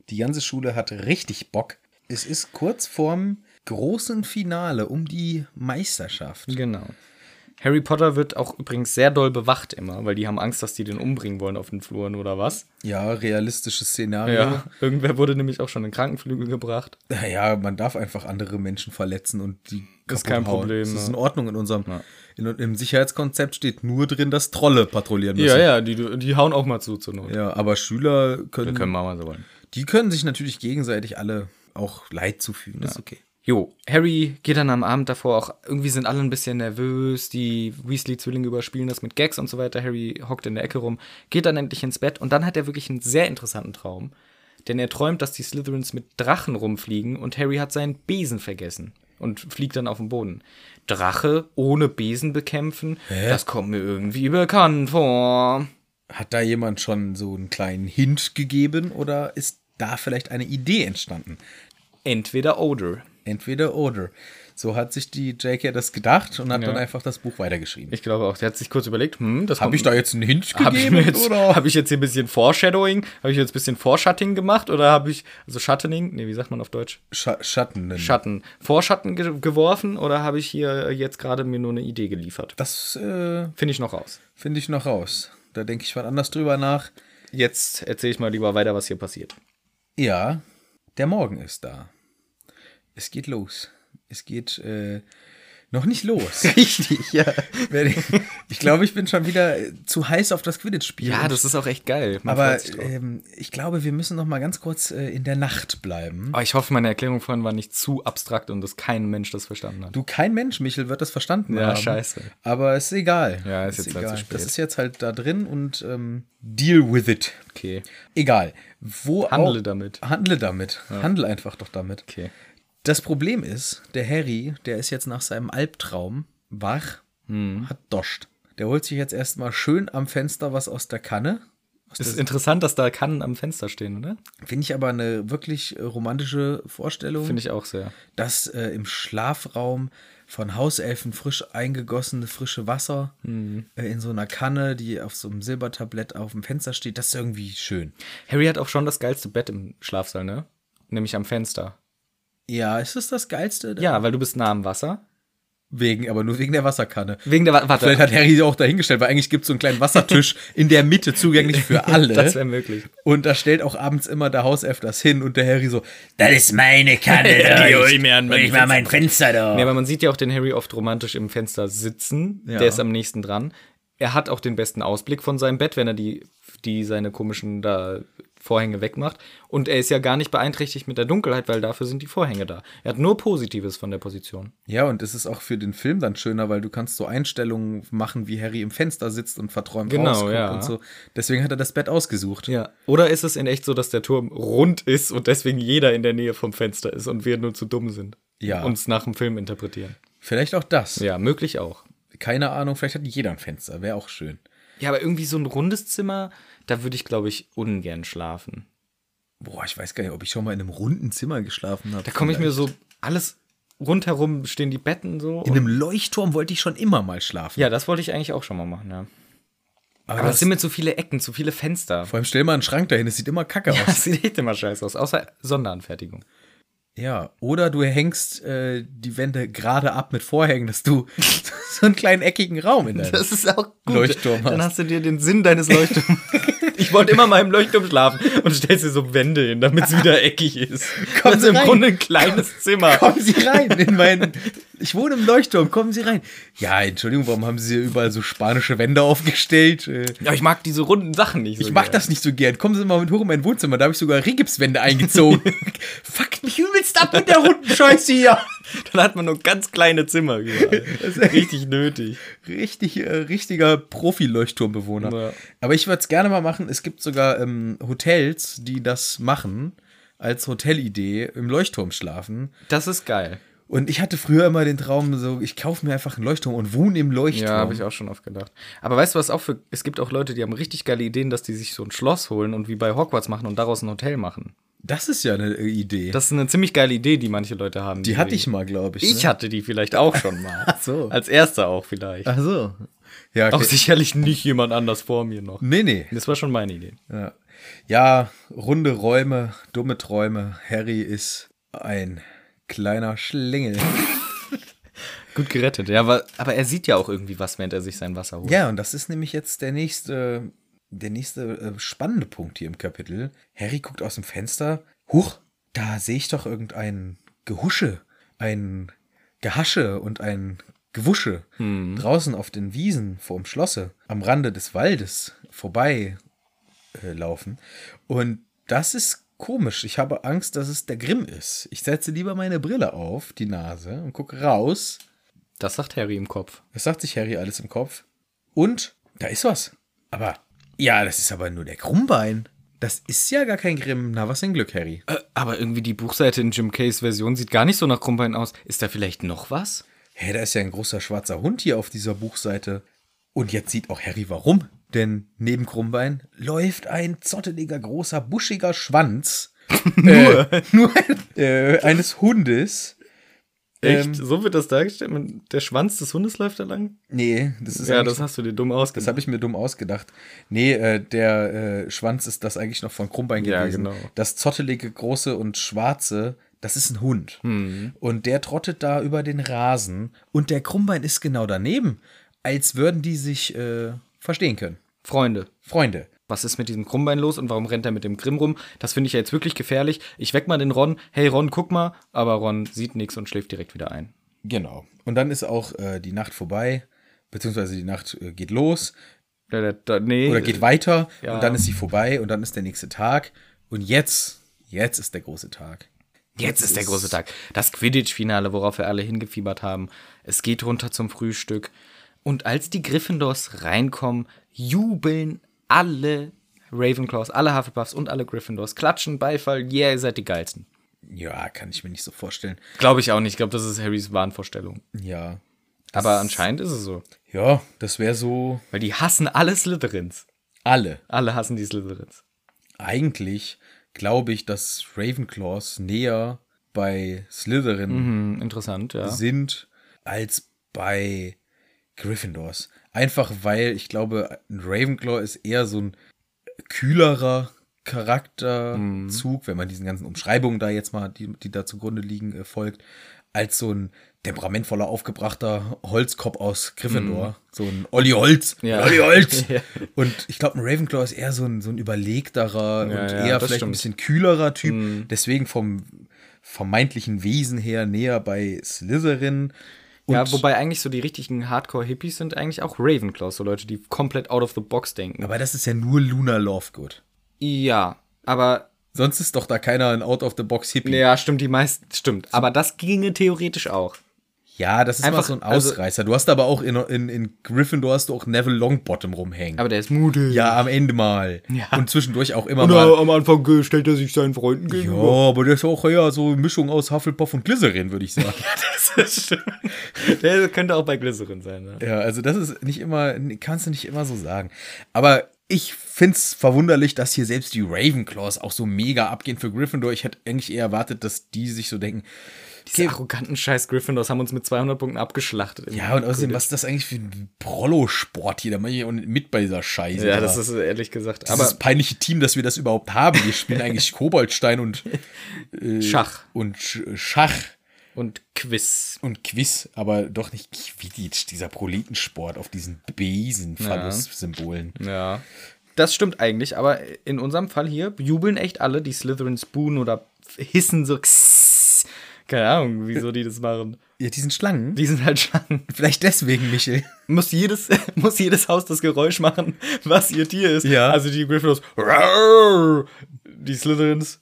[SPEAKER 1] Die ganze Schule hat richtig Bock. Es ist kurz vorm großen Finale um die Meisterschaft.
[SPEAKER 2] Genau. Harry Potter wird auch übrigens sehr doll bewacht immer, weil die haben Angst, dass die den umbringen wollen auf den Fluren oder was.
[SPEAKER 1] Ja, realistisches Szenario.
[SPEAKER 2] Irgendwer wurde nämlich auch schon in Krankenflügel gebracht.
[SPEAKER 1] Naja, man darf einfach andere Menschen verletzen und die kaputt
[SPEAKER 2] Ist kein
[SPEAKER 1] hauen.
[SPEAKER 2] Problem, ne?
[SPEAKER 1] Das ist
[SPEAKER 2] ja.
[SPEAKER 1] in Ordnung in unserem in, im Sicherheitskonzept steht nur drin, dass Trolle patrouillieren
[SPEAKER 2] Ja,
[SPEAKER 1] müssen.
[SPEAKER 2] ja, die, die hauen auch mal zu zur Not.
[SPEAKER 1] ja aber Schüler können,
[SPEAKER 2] wir mal so wollen.
[SPEAKER 1] die können sich natürlich gegenseitig alle auch Leid zufügen. Das ist okay.
[SPEAKER 2] Jo, Harry geht dann am Abend davor auch, irgendwie sind alle ein bisschen nervös, die Weasley-Zwillinge überspielen das mit Gags und so weiter. Harry hockt in der Ecke rum, geht dann endlich ins Bett und dann hat er wirklich einen sehr interessanten Traum. Denn er träumt, dass die Slytherins mit Drachen rumfliegen und Harry hat seinen Besen vergessen und fliegt dann auf den Boden. Drache ohne Besen bekämpfen, das kommt mir irgendwie bekannt vor.
[SPEAKER 1] Hat da jemand schon so einen kleinen Hint gegeben oder ist da vielleicht eine Idee entstanden?
[SPEAKER 2] Entweder oder.
[SPEAKER 1] Entweder oder. So hat sich die JK das gedacht und hat dann einfach das Buch weitergeschrieben.
[SPEAKER 2] Ich glaube auch, der hat sich kurz überlegt, hm, das
[SPEAKER 1] Habe ich da jetzt einen Hint gegeben?
[SPEAKER 2] Habe ich, mir jetzt-
[SPEAKER 1] oder?
[SPEAKER 2] hab ich jetzt hier ein bisschen Foreshadowing? Habe ich jetzt ein bisschen Foreshutting gemacht? Oder habe ich, also Shuttening? Nee, wie sagt man auf Deutsch?
[SPEAKER 1] Scha Schatten. ne,
[SPEAKER 2] Schatten. Vorschatten ge geworfen oder habe ich hier jetzt gerade mir nur eine Idee geliefert?
[SPEAKER 1] das äh,
[SPEAKER 2] Finde ich noch raus.
[SPEAKER 1] finde ich noch raus. Da denke ich mal anders drüber nach.
[SPEAKER 2] Jetzt erzähle ich mal lieber weiter, was hier passiert.
[SPEAKER 1] Ja, der Morgen ist da. Es geht los. Es geht äh, noch nicht los.
[SPEAKER 2] Richtig, ja.
[SPEAKER 1] Wenn ich ich glaube, ich bin schon wieder äh, zu heiß auf das Quidditch-Spiel.
[SPEAKER 2] Ja, das ist auch echt geil. Man
[SPEAKER 1] aber
[SPEAKER 2] freut sich drauf.
[SPEAKER 1] ähm, ich glaube, wir müssen noch mal ganz kurz äh, in der Nacht bleiben.
[SPEAKER 2] aber Oh, ich hoffe, meine Erklärung vorhin war nicht zu abstrakt und dass kein Mensch das verstanden hat.
[SPEAKER 1] Du, kein Mensch, Michel, wird das verstanden
[SPEAKER 2] Ja,
[SPEAKER 1] haben.
[SPEAKER 2] scheiße.
[SPEAKER 1] Aber ist egal.
[SPEAKER 2] Ja, ist jetzt halt zu spät.
[SPEAKER 1] Das ist jetzt halt da drin und ähm, deal with it.
[SPEAKER 2] Okay.
[SPEAKER 1] Egal. Wo
[SPEAKER 2] Handle
[SPEAKER 1] auch,
[SPEAKER 2] damit.
[SPEAKER 1] Handle damit. Handle einfach doch damit.
[SPEAKER 2] Okay.
[SPEAKER 1] Das Problem ist, der Harry, der ist jetzt nach seinem Albtraum wach,
[SPEAKER 2] Hm.
[SPEAKER 1] hat doscht. Der holt sich jetzt erstmal schön am Fenster was aus der Kanne.
[SPEAKER 2] Ist interessant, dass da Kannen am Fenster stehen, oder?
[SPEAKER 1] Finde ich aber eine wirklich äh, romantische Vorstellung,
[SPEAKER 2] Finde ich auch sehr.
[SPEAKER 1] dass äh, im Schlafraum von Hauselfen frisch eingegossene frische Wasser
[SPEAKER 2] Hm.
[SPEAKER 1] äh, in so einer Kanne, die auf so einem Silbertablett auf dem Fenster steht, das ist irgendwie schön.
[SPEAKER 2] Harry hat auch schon das geilste Bett im Schlafsaal, ne? Nämlich am Fenster.
[SPEAKER 1] Ja, ist das das Geilste?
[SPEAKER 2] Ja, weil du bist nah am Wasser.
[SPEAKER 1] Wegen, aber nur wegen der Wasserkanne.
[SPEAKER 2] Wegen der Wa- Warte.
[SPEAKER 1] Vielleicht hat Harry sie auch dahingestellt, weil eigentlich gibt es so einen kleinen Wassertisch in der Mitte zugänglich für alle.
[SPEAKER 2] Das wäre möglich.
[SPEAKER 1] Und da stellt auch abends immer der Hauself das hin und der Harry so, das ist meine Kanne.
[SPEAKER 4] Ja,
[SPEAKER 1] da.
[SPEAKER 4] die
[SPEAKER 1] ich,
[SPEAKER 4] hol ich mir an
[SPEAKER 1] und ich mach mein Fenster da.
[SPEAKER 2] Nee, aber man sieht ja auch den Harry oft romantisch im Fenster sitzen. Der ist am nächsten dran. Er hat auch den besten Ausblick von seinem Bett, wenn er die, die seine komischen da Vorhänge wegmacht. Und er ist ja gar nicht beeinträchtigt mit der Dunkelheit, weil dafür sind die Vorhänge da. Er hat nur Positives von der Position.
[SPEAKER 1] Ja, und es ist auch für den Film dann schöner, weil du kannst so Einstellungen machen, wie Harry im Fenster sitzt und verträumt
[SPEAKER 2] Genau,
[SPEAKER 1] rausguckt
[SPEAKER 2] ja.
[SPEAKER 1] und so. Deswegen hat er das Bett ausgesucht.
[SPEAKER 2] Ja. Oder ist es in echt so, dass der Turm rund ist und deswegen jeder in der Nähe vom Fenster ist und wir nur zu dumm sind?
[SPEAKER 1] Ja.
[SPEAKER 2] Uns nach dem Film interpretieren.
[SPEAKER 1] Vielleicht auch das.
[SPEAKER 2] Ja, möglich auch.
[SPEAKER 1] Keine Ahnung, vielleicht hat jeder ein Fenster, wäre auch schön.
[SPEAKER 2] Ja, aber irgendwie so ein rundes Zimmer, da würde ich, glaube ich, ungern schlafen.
[SPEAKER 1] Boah, ich weiß gar nicht, ob ich schon mal in einem runden Zimmer geschlafen habe.
[SPEAKER 2] Da komme ich mir so alles rundherum stehen die Betten so.
[SPEAKER 1] In einem Leuchtturm wollte ich schon immer mal schlafen.
[SPEAKER 2] ja, das wollte ich eigentlich auch schon mal machen, ja. Aber,
[SPEAKER 1] das-
[SPEAKER 2] es sind mir zu viele Ecken, zu viele Fenster.
[SPEAKER 1] Vor allem stell mal einen Schrank dahin, es sieht immer kacke aus.
[SPEAKER 2] Das sieht echt immer scheiße aus, außer Sonderanfertigung.
[SPEAKER 1] Ja, oder du hängst äh, die Wände gerade ab mit Vorhängen, dass du so einen kleinen eckigen Raum in deinem.
[SPEAKER 2] ist auch gut.
[SPEAKER 1] Leuchtturm
[SPEAKER 2] Dann
[SPEAKER 1] hast.
[SPEAKER 2] hast du dir den Sinn deines Leuchtturms. ich wollte immer mal im Leuchtturm schlafen und stellst dir so Wände hin, damit es wieder eckig ist.
[SPEAKER 1] Kommen
[SPEAKER 2] das ist im
[SPEAKER 1] rein.
[SPEAKER 2] Grunde ein kleines Zimmer.
[SPEAKER 1] Kommen Sie rein in meinen. Ich wohne im Leuchtturm, kommen Sie rein. Ja, Entschuldigung, warum haben Sie hier überall so spanische Wände aufgestellt? Äh,
[SPEAKER 2] Ja, ich mag diese runden Sachen nicht. So
[SPEAKER 1] Ich mach
[SPEAKER 2] gerne.
[SPEAKER 1] das nicht so gern. Kommen Sie mal mit hoch in mein Wohnzimmer, da habe ich sogar Regipswände eingezogen. Fuckt mich übelst ab mit der Hundenscheiße hier.
[SPEAKER 2] Dann hat man nur ganz kleine Zimmer überall. Das ist richtig nötig.
[SPEAKER 1] Richtig, äh, richtiger Profi-Leuchtturmbewohner.
[SPEAKER 2] Ja.
[SPEAKER 1] Aber ich würde es gerne mal machen. Es gibt sogar ähm, Hotels, die das machen, als Hotelidee im Leuchtturm schlafen.
[SPEAKER 2] Das ist geil.
[SPEAKER 1] Und ich hatte früher immer den Traum, so, ich kaufe mir einfach einen Leuchtturm und wohne im Leuchtturm.
[SPEAKER 2] Ja, habe ich auch schon oft gedacht. Aber weißt du, was auch für. Es gibt auch Leute, die haben richtig geile Ideen, dass die sich so ein Schloss holen und wie bei Hogwarts machen und daraus ein Hotel machen.
[SPEAKER 1] Das ist ja eine äh, Idee.
[SPEAKER 2] Das ist eine ziemlich geile Idee, die manche Leute haben.
[SPEAKER 1] die hatte ich mal, glaube ich.
[SPEAKER 2] Ich
[SPEAKER 1] ne?
[SPEAKER 2] hatte die vielleicht auch schon mal. Ach
[SPEAKER 1] so.
[SPEAKER 2] Als erster auch vielleicht.
[SPEAKER 5] Ach so.
[SPEAKER 1] ja, okay.
[SPEAKER 2] Auch sicherlich nicht jemand anders vor mir noch.
[SPEAKER 1] Nee, nee.
[SPEAKER 2] Das war schon meine Idee.
[SPEAKER 1] Ja. ja, runde Räume, dumme Träume. Harry ist ein kleiner Schlingel.
[SPEAKER 2] Gut gerettet. Ja, aber, aber er sieht ja auch irgendwie was, während er sich sein Wasser holt.
[SPEAKER 1] Ja, und das ist nämlich jetzt der nächste, der nächste äh, spannende Punkt hier im Kapitel. Harry guckt aus dem Fenster. Huch, da sehe ich doch irgendein Gehusche, ein Gehasche und ein Gewusche. Draußen auf den Wiesen vorm Schlosse, am Rande des Waldes vorbei äh, laufen. Und das ist komisch. Ich habe Angst, dass es der Grimm ist. Ich setze lieber meine Brille auf, die Nase, und gucke raus.
[SPEAKER 2] Das sagt Harry im Kopf.
[SPEAKER 1] Das sagt sich Harry alles im Kopf. Und da ist was. Aber ja, das ist aber nur der Krummbein. Das ist ja gar kein Grimm. Na, was ein Glück, Harry.
[SPEAKER 2] Äh, aber irgendwie die Buchseite in Jim Cays Version sieht gar nicht so nach Krummbein aus. Ist da vielleicht noch was?
[SPEAKER 1] Hä, da ist ja ein großer schwarzer Hund hier auf dieser Buchseite. Und jetzt sieht auch Harry warum. Denn neben Krummbein läuft ein zotteliger, großer, buschiger Schwanz. nur äh, nur äh, eines Hundes. Ähm.
[SPEAKER 2] So wird das dargestellt? Man- Der Schwanz des Hundes läuft da lang?
[SPEAKER 1] Nee, das ist
[SPEAKER 2] Ja,
[SPEAKER 1] eigentlich-
[SPEAKER 2] das hast du dir dumm
[SPEAKER 1] Das
[SPEAKER 2] ausgedacht.
[SPEAKER 1] habe ich mir dumm ausgedacht. Nee, äh, der äh, Schwanz ist das eigentlich noch von Krummbein
[SPEAKER 2] Ja,
[SPEAKER 1] gewesen.
[SPEAKER 2] genau.
[SPEAKER 1] Das zottelige, große und schwarze, das ist ein Hund.
[SPEAKER 2] Mhm.
[SPEAKER 1] Und der trottet da über den Rasen und der Krummbein ist genau daneben, als würden die sich äh, verstehen können.
[SPEAKER 2] Freunde,
[SPEAKER 1] Freunde.
[SPEAKER 2] was ist mit diesem Krummbein los und warum rennt er mit dem Grimm rum? Das finde ich ja jetzt wirklich gefährlich. Ich weck mal den Ron. Hey Ron, guck mal. Aber Ron sieht nichts und schläft direkt wieder ein.
[SPEAKER 1] Genau. Und dann ist auch äh, die Nacht vorbei, beziehungsweise die Nacht äh, geht los
[SPEAKER 2] Da, da, da, nee.
[SPEAKER 1] oder geht weiter
[SPEAKER 2] Ja.
[SPEAKER 1] und dann ist sie vorbei und dann ist der nächste Tag. Und jetzt, jetzt ist der große Tag.
[SPEAKER 2] Jetzt ist der große
[SPEAKER 1] Tag.
[SPEAKER 2] Tag. Das Quidditch-Finale, worauf wir alle hingefiebert haben. Es geht runter zum Frühstück. Und als die Gryffindors reinkommen, jubeln alle Ravenclaws, alle Hufflepuffs und alle Gryffindors. Klatschen, Beifall, yeah, ihr seid die geilsten.
[SPEAKER 1] Ja, kann ich mir nicht so vorstellen.
[SPEAKER 2] Glaube ich auch nicht. Ich glaube, das ist Harrys Wahnvorstellung.
[SPEAKER 1] Ja.
[SPEAKER 2] Aber anscheinend ist es so.
[SPEAKER 1] Ja, das wäre so
[SPEAKER 2] Weil die hassen alle Slytherins.
[SPEAKER 1] alle.
[SPEAKER 2] Alle hassen die Slytherins.
[SPEAKER 1] Eigentlich glaube ich, dass Ravenclaws näher bei Slytherin
[SPEAKER 2] Hm, interessant, ja.
[SPEAKER 1] sind als bei Gryffindors. Einfach weil ich glaube, ein Ravenclaw ist eher so ein kühlerer
[SPEAKER 2] Mhm.
[SPEAKER 1] Charakterzug, wenn man diesen ganzen Umschreibungen da jetzt mal, die, die da zugrunde liegen, äh, folgt, als so ein temperamentvoller, aufgebrachter Holzkopf aus Gryffindor. So ein Olli Holz.
[SPEAKER 2] Mhm. Ja.
[SPEAKER 1] Olli Holz. Und ich glaube, ein Ravenclaw ist eher so ein, so ein überlegterer und
[SPEAKER 2] ja,
[SPEAKER 1] eher vielleicht
[SPEAKER 2] das
[SPEAKER 1] ein
[SPEAKER 2] stimmt. Mhm.
[SPEAKER 1] bisschen kühlerer Typ. Deswegen vom vermeintlichen Wesen her näher bei Slytherin. Und
[SPEAKER 2] Ja, wobei eigentlich so die richtigen Hardcore-Hippies sind eigentlich auch Ravenclaws, so Leute, die komplett out of the box denken.
[SPEAKER 1] aber das ist ja nur Luna Lovegood.
[SPEAKER 2] Ja,
[SPEAKER 3] Aber
[SPEAKER 1] Sonst ist doch da keiner ein Out-of-the-Box-Hippie.
[SPEAKER 3] ja, stimmt, die meisten. Stimmt. Aber das ginge theoretisch auch.
[SPEAKER 1] Ja, das ist einfach mal
[SPEAKER 3] Einfach,
[SPEAKER 1] so ein
[SPEAKER 3] also-
[SPEAKER 1] Ausreißer. du hast aber auch in, in, in Gryffindor hast du auch Neville Longbottom rumhängen.
[SPEAKER 3] Aber der ist mutig.
[SPEAKER 1] ja, am Ende mal. Und zwischendurch auch immer
[SPEAKER 2] Oder
[SPEAKER 1] mal.
[SPEAKER 2] am Anfang äh, stellt er sich seinen Freunden
[SPEAKER 1] Ja,
[SPEAKER 2] gegenüber.
[SPEAKER 1] aber der ist auch eher so eine Mischung aus Hufflepuff und Glycerin, würde ich sagen.
[SPEAKER 2] Das stimmt. Der könnte auch bei Glycerin sein. Ne?
[SPEAKER 1] ja, also das ist nicht immer, kannst du nicht immer so sagen. Aber ich find's verwunderlich, dass hier selbst die Ravenclaws auch so mega abgehen für Gryffindor. Ich hätte eigentlich eher erwartet, dass die sich so denken,
[SPEAKER 2] Diese arroganten Scheiß Gryffindors haben uns mit 200 Punkten abgeschlachtet.
[SPEAKER 1] Ja, und außerdem, was ist das eigentlich für ein Prollo-Sport hier? Da mache ich auch nicht mit bei dieser Scheiße.
[SPEAKER 2] Ja,
[SPEAKER 1] da.
[SPEAKER 2] das ist äh, ehrlich gesagt.
[SPEAKER 1] aber
[SPEAKER 2] Aber
[SPEAKER 1] das peinliche Team, dass wir das überhaupt haben. Wir spielen eigentlich Koboldstein und
[SPEAKER 2] Schach
[SPEAKER 1] und Sch- Schach
[SPEAKER 2] und Quiz.
[SPEAKER 1] und Quiz, aber doch nicht Quidditch, dieser Proletensport auf diesen Besenphallus-Symbolen.
[SPEAKER 2] Ja.
[SPEAKER 3] Das stimmt eigentlich, aber in unserem Fall hier jubeln echt alle, die Slytherin Spoon oder hissen so. "Xss".
[SPEAKER 2] Keine Ahnung, wieso die das machen.
[SPEAKER 1] Ja, diesen Schlangen.
[SPEAKER 2] Die sind halt schon.
[SPEAKER 1] Vielleicht deswegen, Michel.
[SPEAKER 2] Muss jedes, muss jedes Haus das Geräusch machen, was ihr Tier ist.
[SPEAKER 1] Ja.
[SPEAKER 2] Also die Gryffindors. "Rar!" Die Slytherins.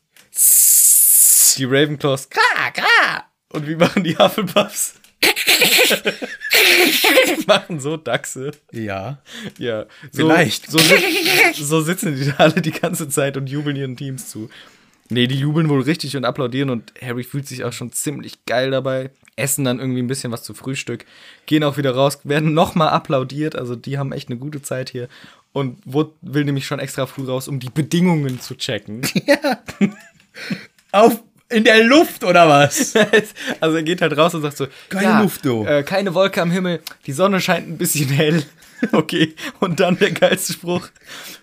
[SPEAKER 2] Die Ravenclaws. "Kra, kra!" Und wie machen die Hufflepuffs? machen so Dachse.
[SPEAKER 1] Ja.
[SPEAKER 2] Ja, so,
[SPEAKER 1] Vielleicht.
[SPEAKER 2] So, sit- so sitzen die da alle die ganze Zeit und jubeln ihren Teams zu. Nee, die jubeln wohl richtig und applaudieren und Harry fühlt sich auch schon ziemlich geil dabei. Essen dann irgendwie ein bisschen was zu Frühstück, gehen auch wieder raus, werden nochmal applaudiert. Also die haben echt eine gute Zeit hier. Und Wood will nämlich schon extra früh raus, um die Bedingungen zu checken.
[SPEAKER 1] Auf in der Luft oder was?
[SPEAKER 2] also er geht halt raus und sagt so,
[SPEAKER 1] Keine Luft, du.
[SPEAKER 2] äh, keine Wolke am Himmel, die Sonne scheint ein bisschen hell. Okay, und dann der geilste Spruch.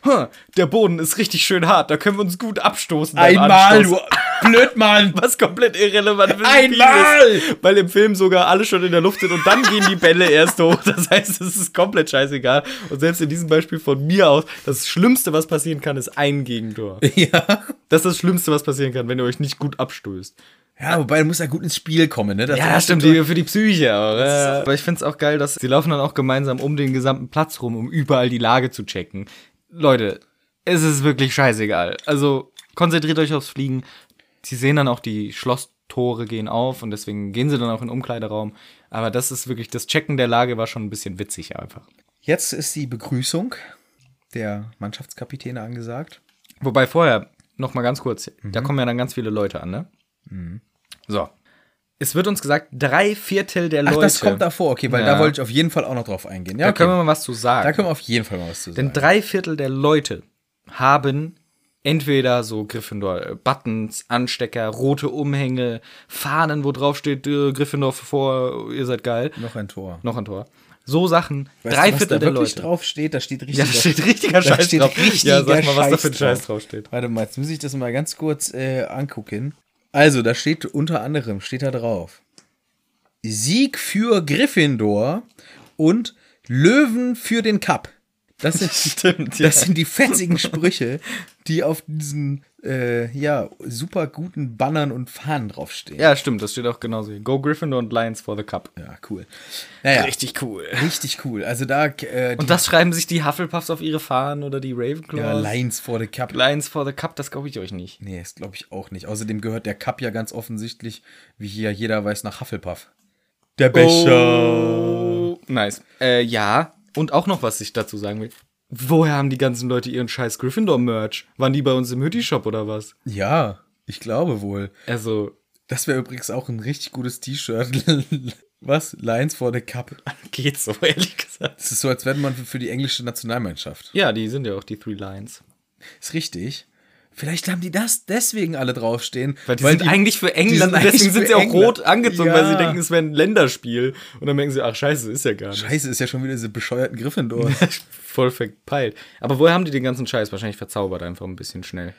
[SPEAKER 2] Hm, der Boden ist richtig schön hart, da können wir uns gut abstoßen. beim
[SPEAKER 1] Einmal,
[SPEAKER 2] Anstoßen."
[SPEAKER 1] du Blödmann.
[SPEAKER 2] Was komplett irrelevant für das Spiel
[SPEAKER 1] Einmal!
[SPEAKER 2] Ist, weil im Film sogar alle schon in der Luft sind und dann gehen die Bälle erst hoch. Das heißt, es ist komplett scheißegal. Und selbst in diesem Beispiel von mir aus, das Schlimmste, was passieren kann, ist ein Gegentor.
[SPEAKER 1] Ja.
[SPEAKER 2] Das ist das Schlimmste, was passieren kann, wenn ihr euch nicht gut abstößt.
[SPEAKER 1] Ja, wobei du musst ja gut ins Spiel kommen, ne? Das
[SPEAKER 2] Ja, das stimmt, die- für die Psyche. auch, ja. Aber ich find's auch geil, dass sie laufen dann auch gemeinsam um den gesamten Platz rum, um überall die Lage zu checken. Leute, es ist wirklich scheißegal. Also konzentriert euch aufs Fliegen. Sie sehen dann auch, die Schlosstore gehen auf und deswegen gehen sie dann auch in den Umkleideraum. Aber das ist wirklich, das Checken der Lage war schon ein bisschen witzig einfach.
[SPEAKER 1] Jetzt ist die Begrüßung der Mannschaftskapitäne angesagt.
[SPEAKER 2] Wobei vorher, noch mal ganz kurz,
[SPEAKER 1] Mhm.
[SPEAKER 2] da kommen ja dann ganz viele Leute an, ne? So. Es wird uns gesagt, drei Viertel der
[SPEAKER 1] Ach,
[SPEAKER 2] Leute.
[SPEAKER 1] das kommt davor, okay, weil
[SPEAKER 2] Ja.
[SPEAKER 1] da wollte ich auf jeden Fall auch noch drauf eingehen. Ja,
[SPEAKER 2] Da
[SPEAKER 1] okay.
[SPEAKER 2] können wir mal was zu sagen.
[SPEAKER 1] da können wir auf jeden Fall mal was zu sagen.
[SPEAKER 2] Denn drei Viertel der Leute haben entweder so Gryffindor-Buttons, Anstecker, rote Umhänge, Fahnen, wo drauf steht, äh, Gryffindor vor, ihr seid geil.
[SPEAKER 1] noch ein Tor.
[SPEAKER 2] Noch ein Tor. So Sachen.
[SPEAKER 1] Weißt
[SPEAKER 2] drei
[SPEAKER 1] du, was da
[SPEAKER 2] Viertel der
[SPEAKER 1] wirklich
[SPEAKER 2] Leute.
[SPEAKER 1] drauf steht, da steht richtig.
[SPEAKER 2] Ja, da steht richtiger Scheiß
[SPEAKER 1] steht
[SPEAKER 2] drauf.
[SPEAKER 1] richtiger
[SPEAKER 2] ja, sag mal, was da für ein
[SPEAKER 1] Scheiß
[SPEAKER 2] Scheiß
[SPEAKER 1] drauf.
[SPEAKER 2] drauf steht.
[SPEAKER 1] Warte mal, jetzt muss ich das mal ganz kurz äh, angucken. Also, da steht unter anderem, steht da drauf. Sieg für Gryffindor und Löwen für den Cup. Das sind,
[SPEAKER 2] Stimmt, ja.
[SPEAKER 1] das sind die fetzigen Sprüche, die auf diesen äh, ja, super guten Bannern und Fahnen draufstehen.
[SPEAKER 2] Ja, stimmt, das steht auch genauso hier. Go Gryffindor und Lions for the Cup.
[SPEAKER 1] Ja, cool. Naja, richtig,
[SPEAKER 2] cool.
[SPEAKER 1] cool. Also da äh, die
[SPEAKER 2] Und das schreiben sich die Hufflepuffs auf ihre Fahnen oder die Ravenclaws.
[SPEAKER 1] ja, Lions for the Cup.
[SPEAKER 2] Lions for the Cup, das glaube ich euch nicht.
[SPEAKER 1] Nee, das glaube ich auch nicht. Außerdem gehört der Cup ja ganz offensichtlich, wie hier jeder weiß, nach Hufflepuff. Der
[SPEAKER 2] Oh, nice. Äh, ja, und auch noch was ich dazu sagen will. Woher haben die ganzen Leute ihren scheiß Gryffindor-Merch? Waren die bei uns im Hütti-Shop oder was?
[SPEAKER 1] Ja, ich glaube wohl.
[SPEAKER 2] Also,
[SPEAKER 1] Das wäre übrigens auch ein richtig gutes T-Shirt. Was? Lions for the Cup.
[SPEAKER 2] geht so, ehrlich gesagt.
[SPEAKER 1] Das ist so, als wäre man für die englische Nationalmannschaft.
[SPEAKER 2] Ja, die sind ja auch die Three Lions.
[SPEAKER 1] Ist richtig. Vielleicht haben die das deswegen alle draufstehen.
[SPEAKER 2] Weil die sind eigentlich für England
[SPEAKER 1] sind
[SPEAKER 2] und deswegen
[SPEAKER 1] eigentlich
[SPEAKER 2] sind
[SPEAKER 1] für
[SPEAKER 2] sie auch
[SPEAKER 1] England.
[SPEAKER 2] rot angezogen, weil sie
[SPEAKER 1] Ja.
[SPEAKER 2] denken, es wäre ein Länderspiel. Und dann merken sie, ach scheiße, ist ja gar nicht.
[SPEAKER 1] Scheiße, ist ja schon wieder diese bescheuerten Gryffindor.
[SPEAKER 2] Voll verpeilt. Aber woher haben die den ganzen Scheiß? Wahrscheinlich verzaubert einfach ein bisschen schnell.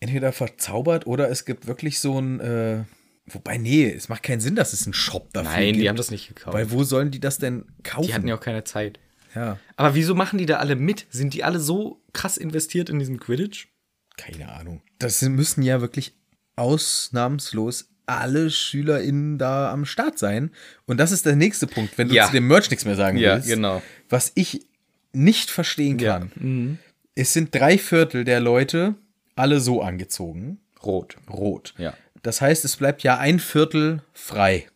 [SPEAKER 1] entweder verzaubert oder es gibt wirklich so ein. Äh, wobei, nee, es macht keinen Sinn, dass es einen Shop dafür
[SPEAKER 2] Nein,
[SPEAKER 1] gibt.
[SPEAKER 2] die haben das nicht gekauft.
[SPEAKER 1] Weil wo sollen die das denn kaufen?
[SPEAKER 2] die hatten ja auch keine Zeit.
[SPEAKER 1] ja,
[SPEAKER 2] Aber wieso machen die da alle mit? Sind die alle so krass investiert in diesem Quidditch?
[SPEAKER 1] keine Ahnung. Das müssen ja wirklich ausnahmslos alle SchülerInnen da am Start sein. Und das ist der nächste Punkt, wenn du
[SPEAKER 2] Ja.
[SPEAKER 1] zu dem Merch nichts mehr sagen
[SPEAKER 2] Ja,
[SPEAKER 1] willst.
[SPEAKER 2] genau. Mhm.
[SPEAKER 1] Was ich nicht verstehen kann. Es sind drei Viertel der Leute alle so angezogen.
[SPEAKER 3] Rot.
[SPEAKER 1] Rot.
[SPEAKER 3] Ja.
[SPEAKER 1] Das heißt, es bleibt ja ein Viertel frei.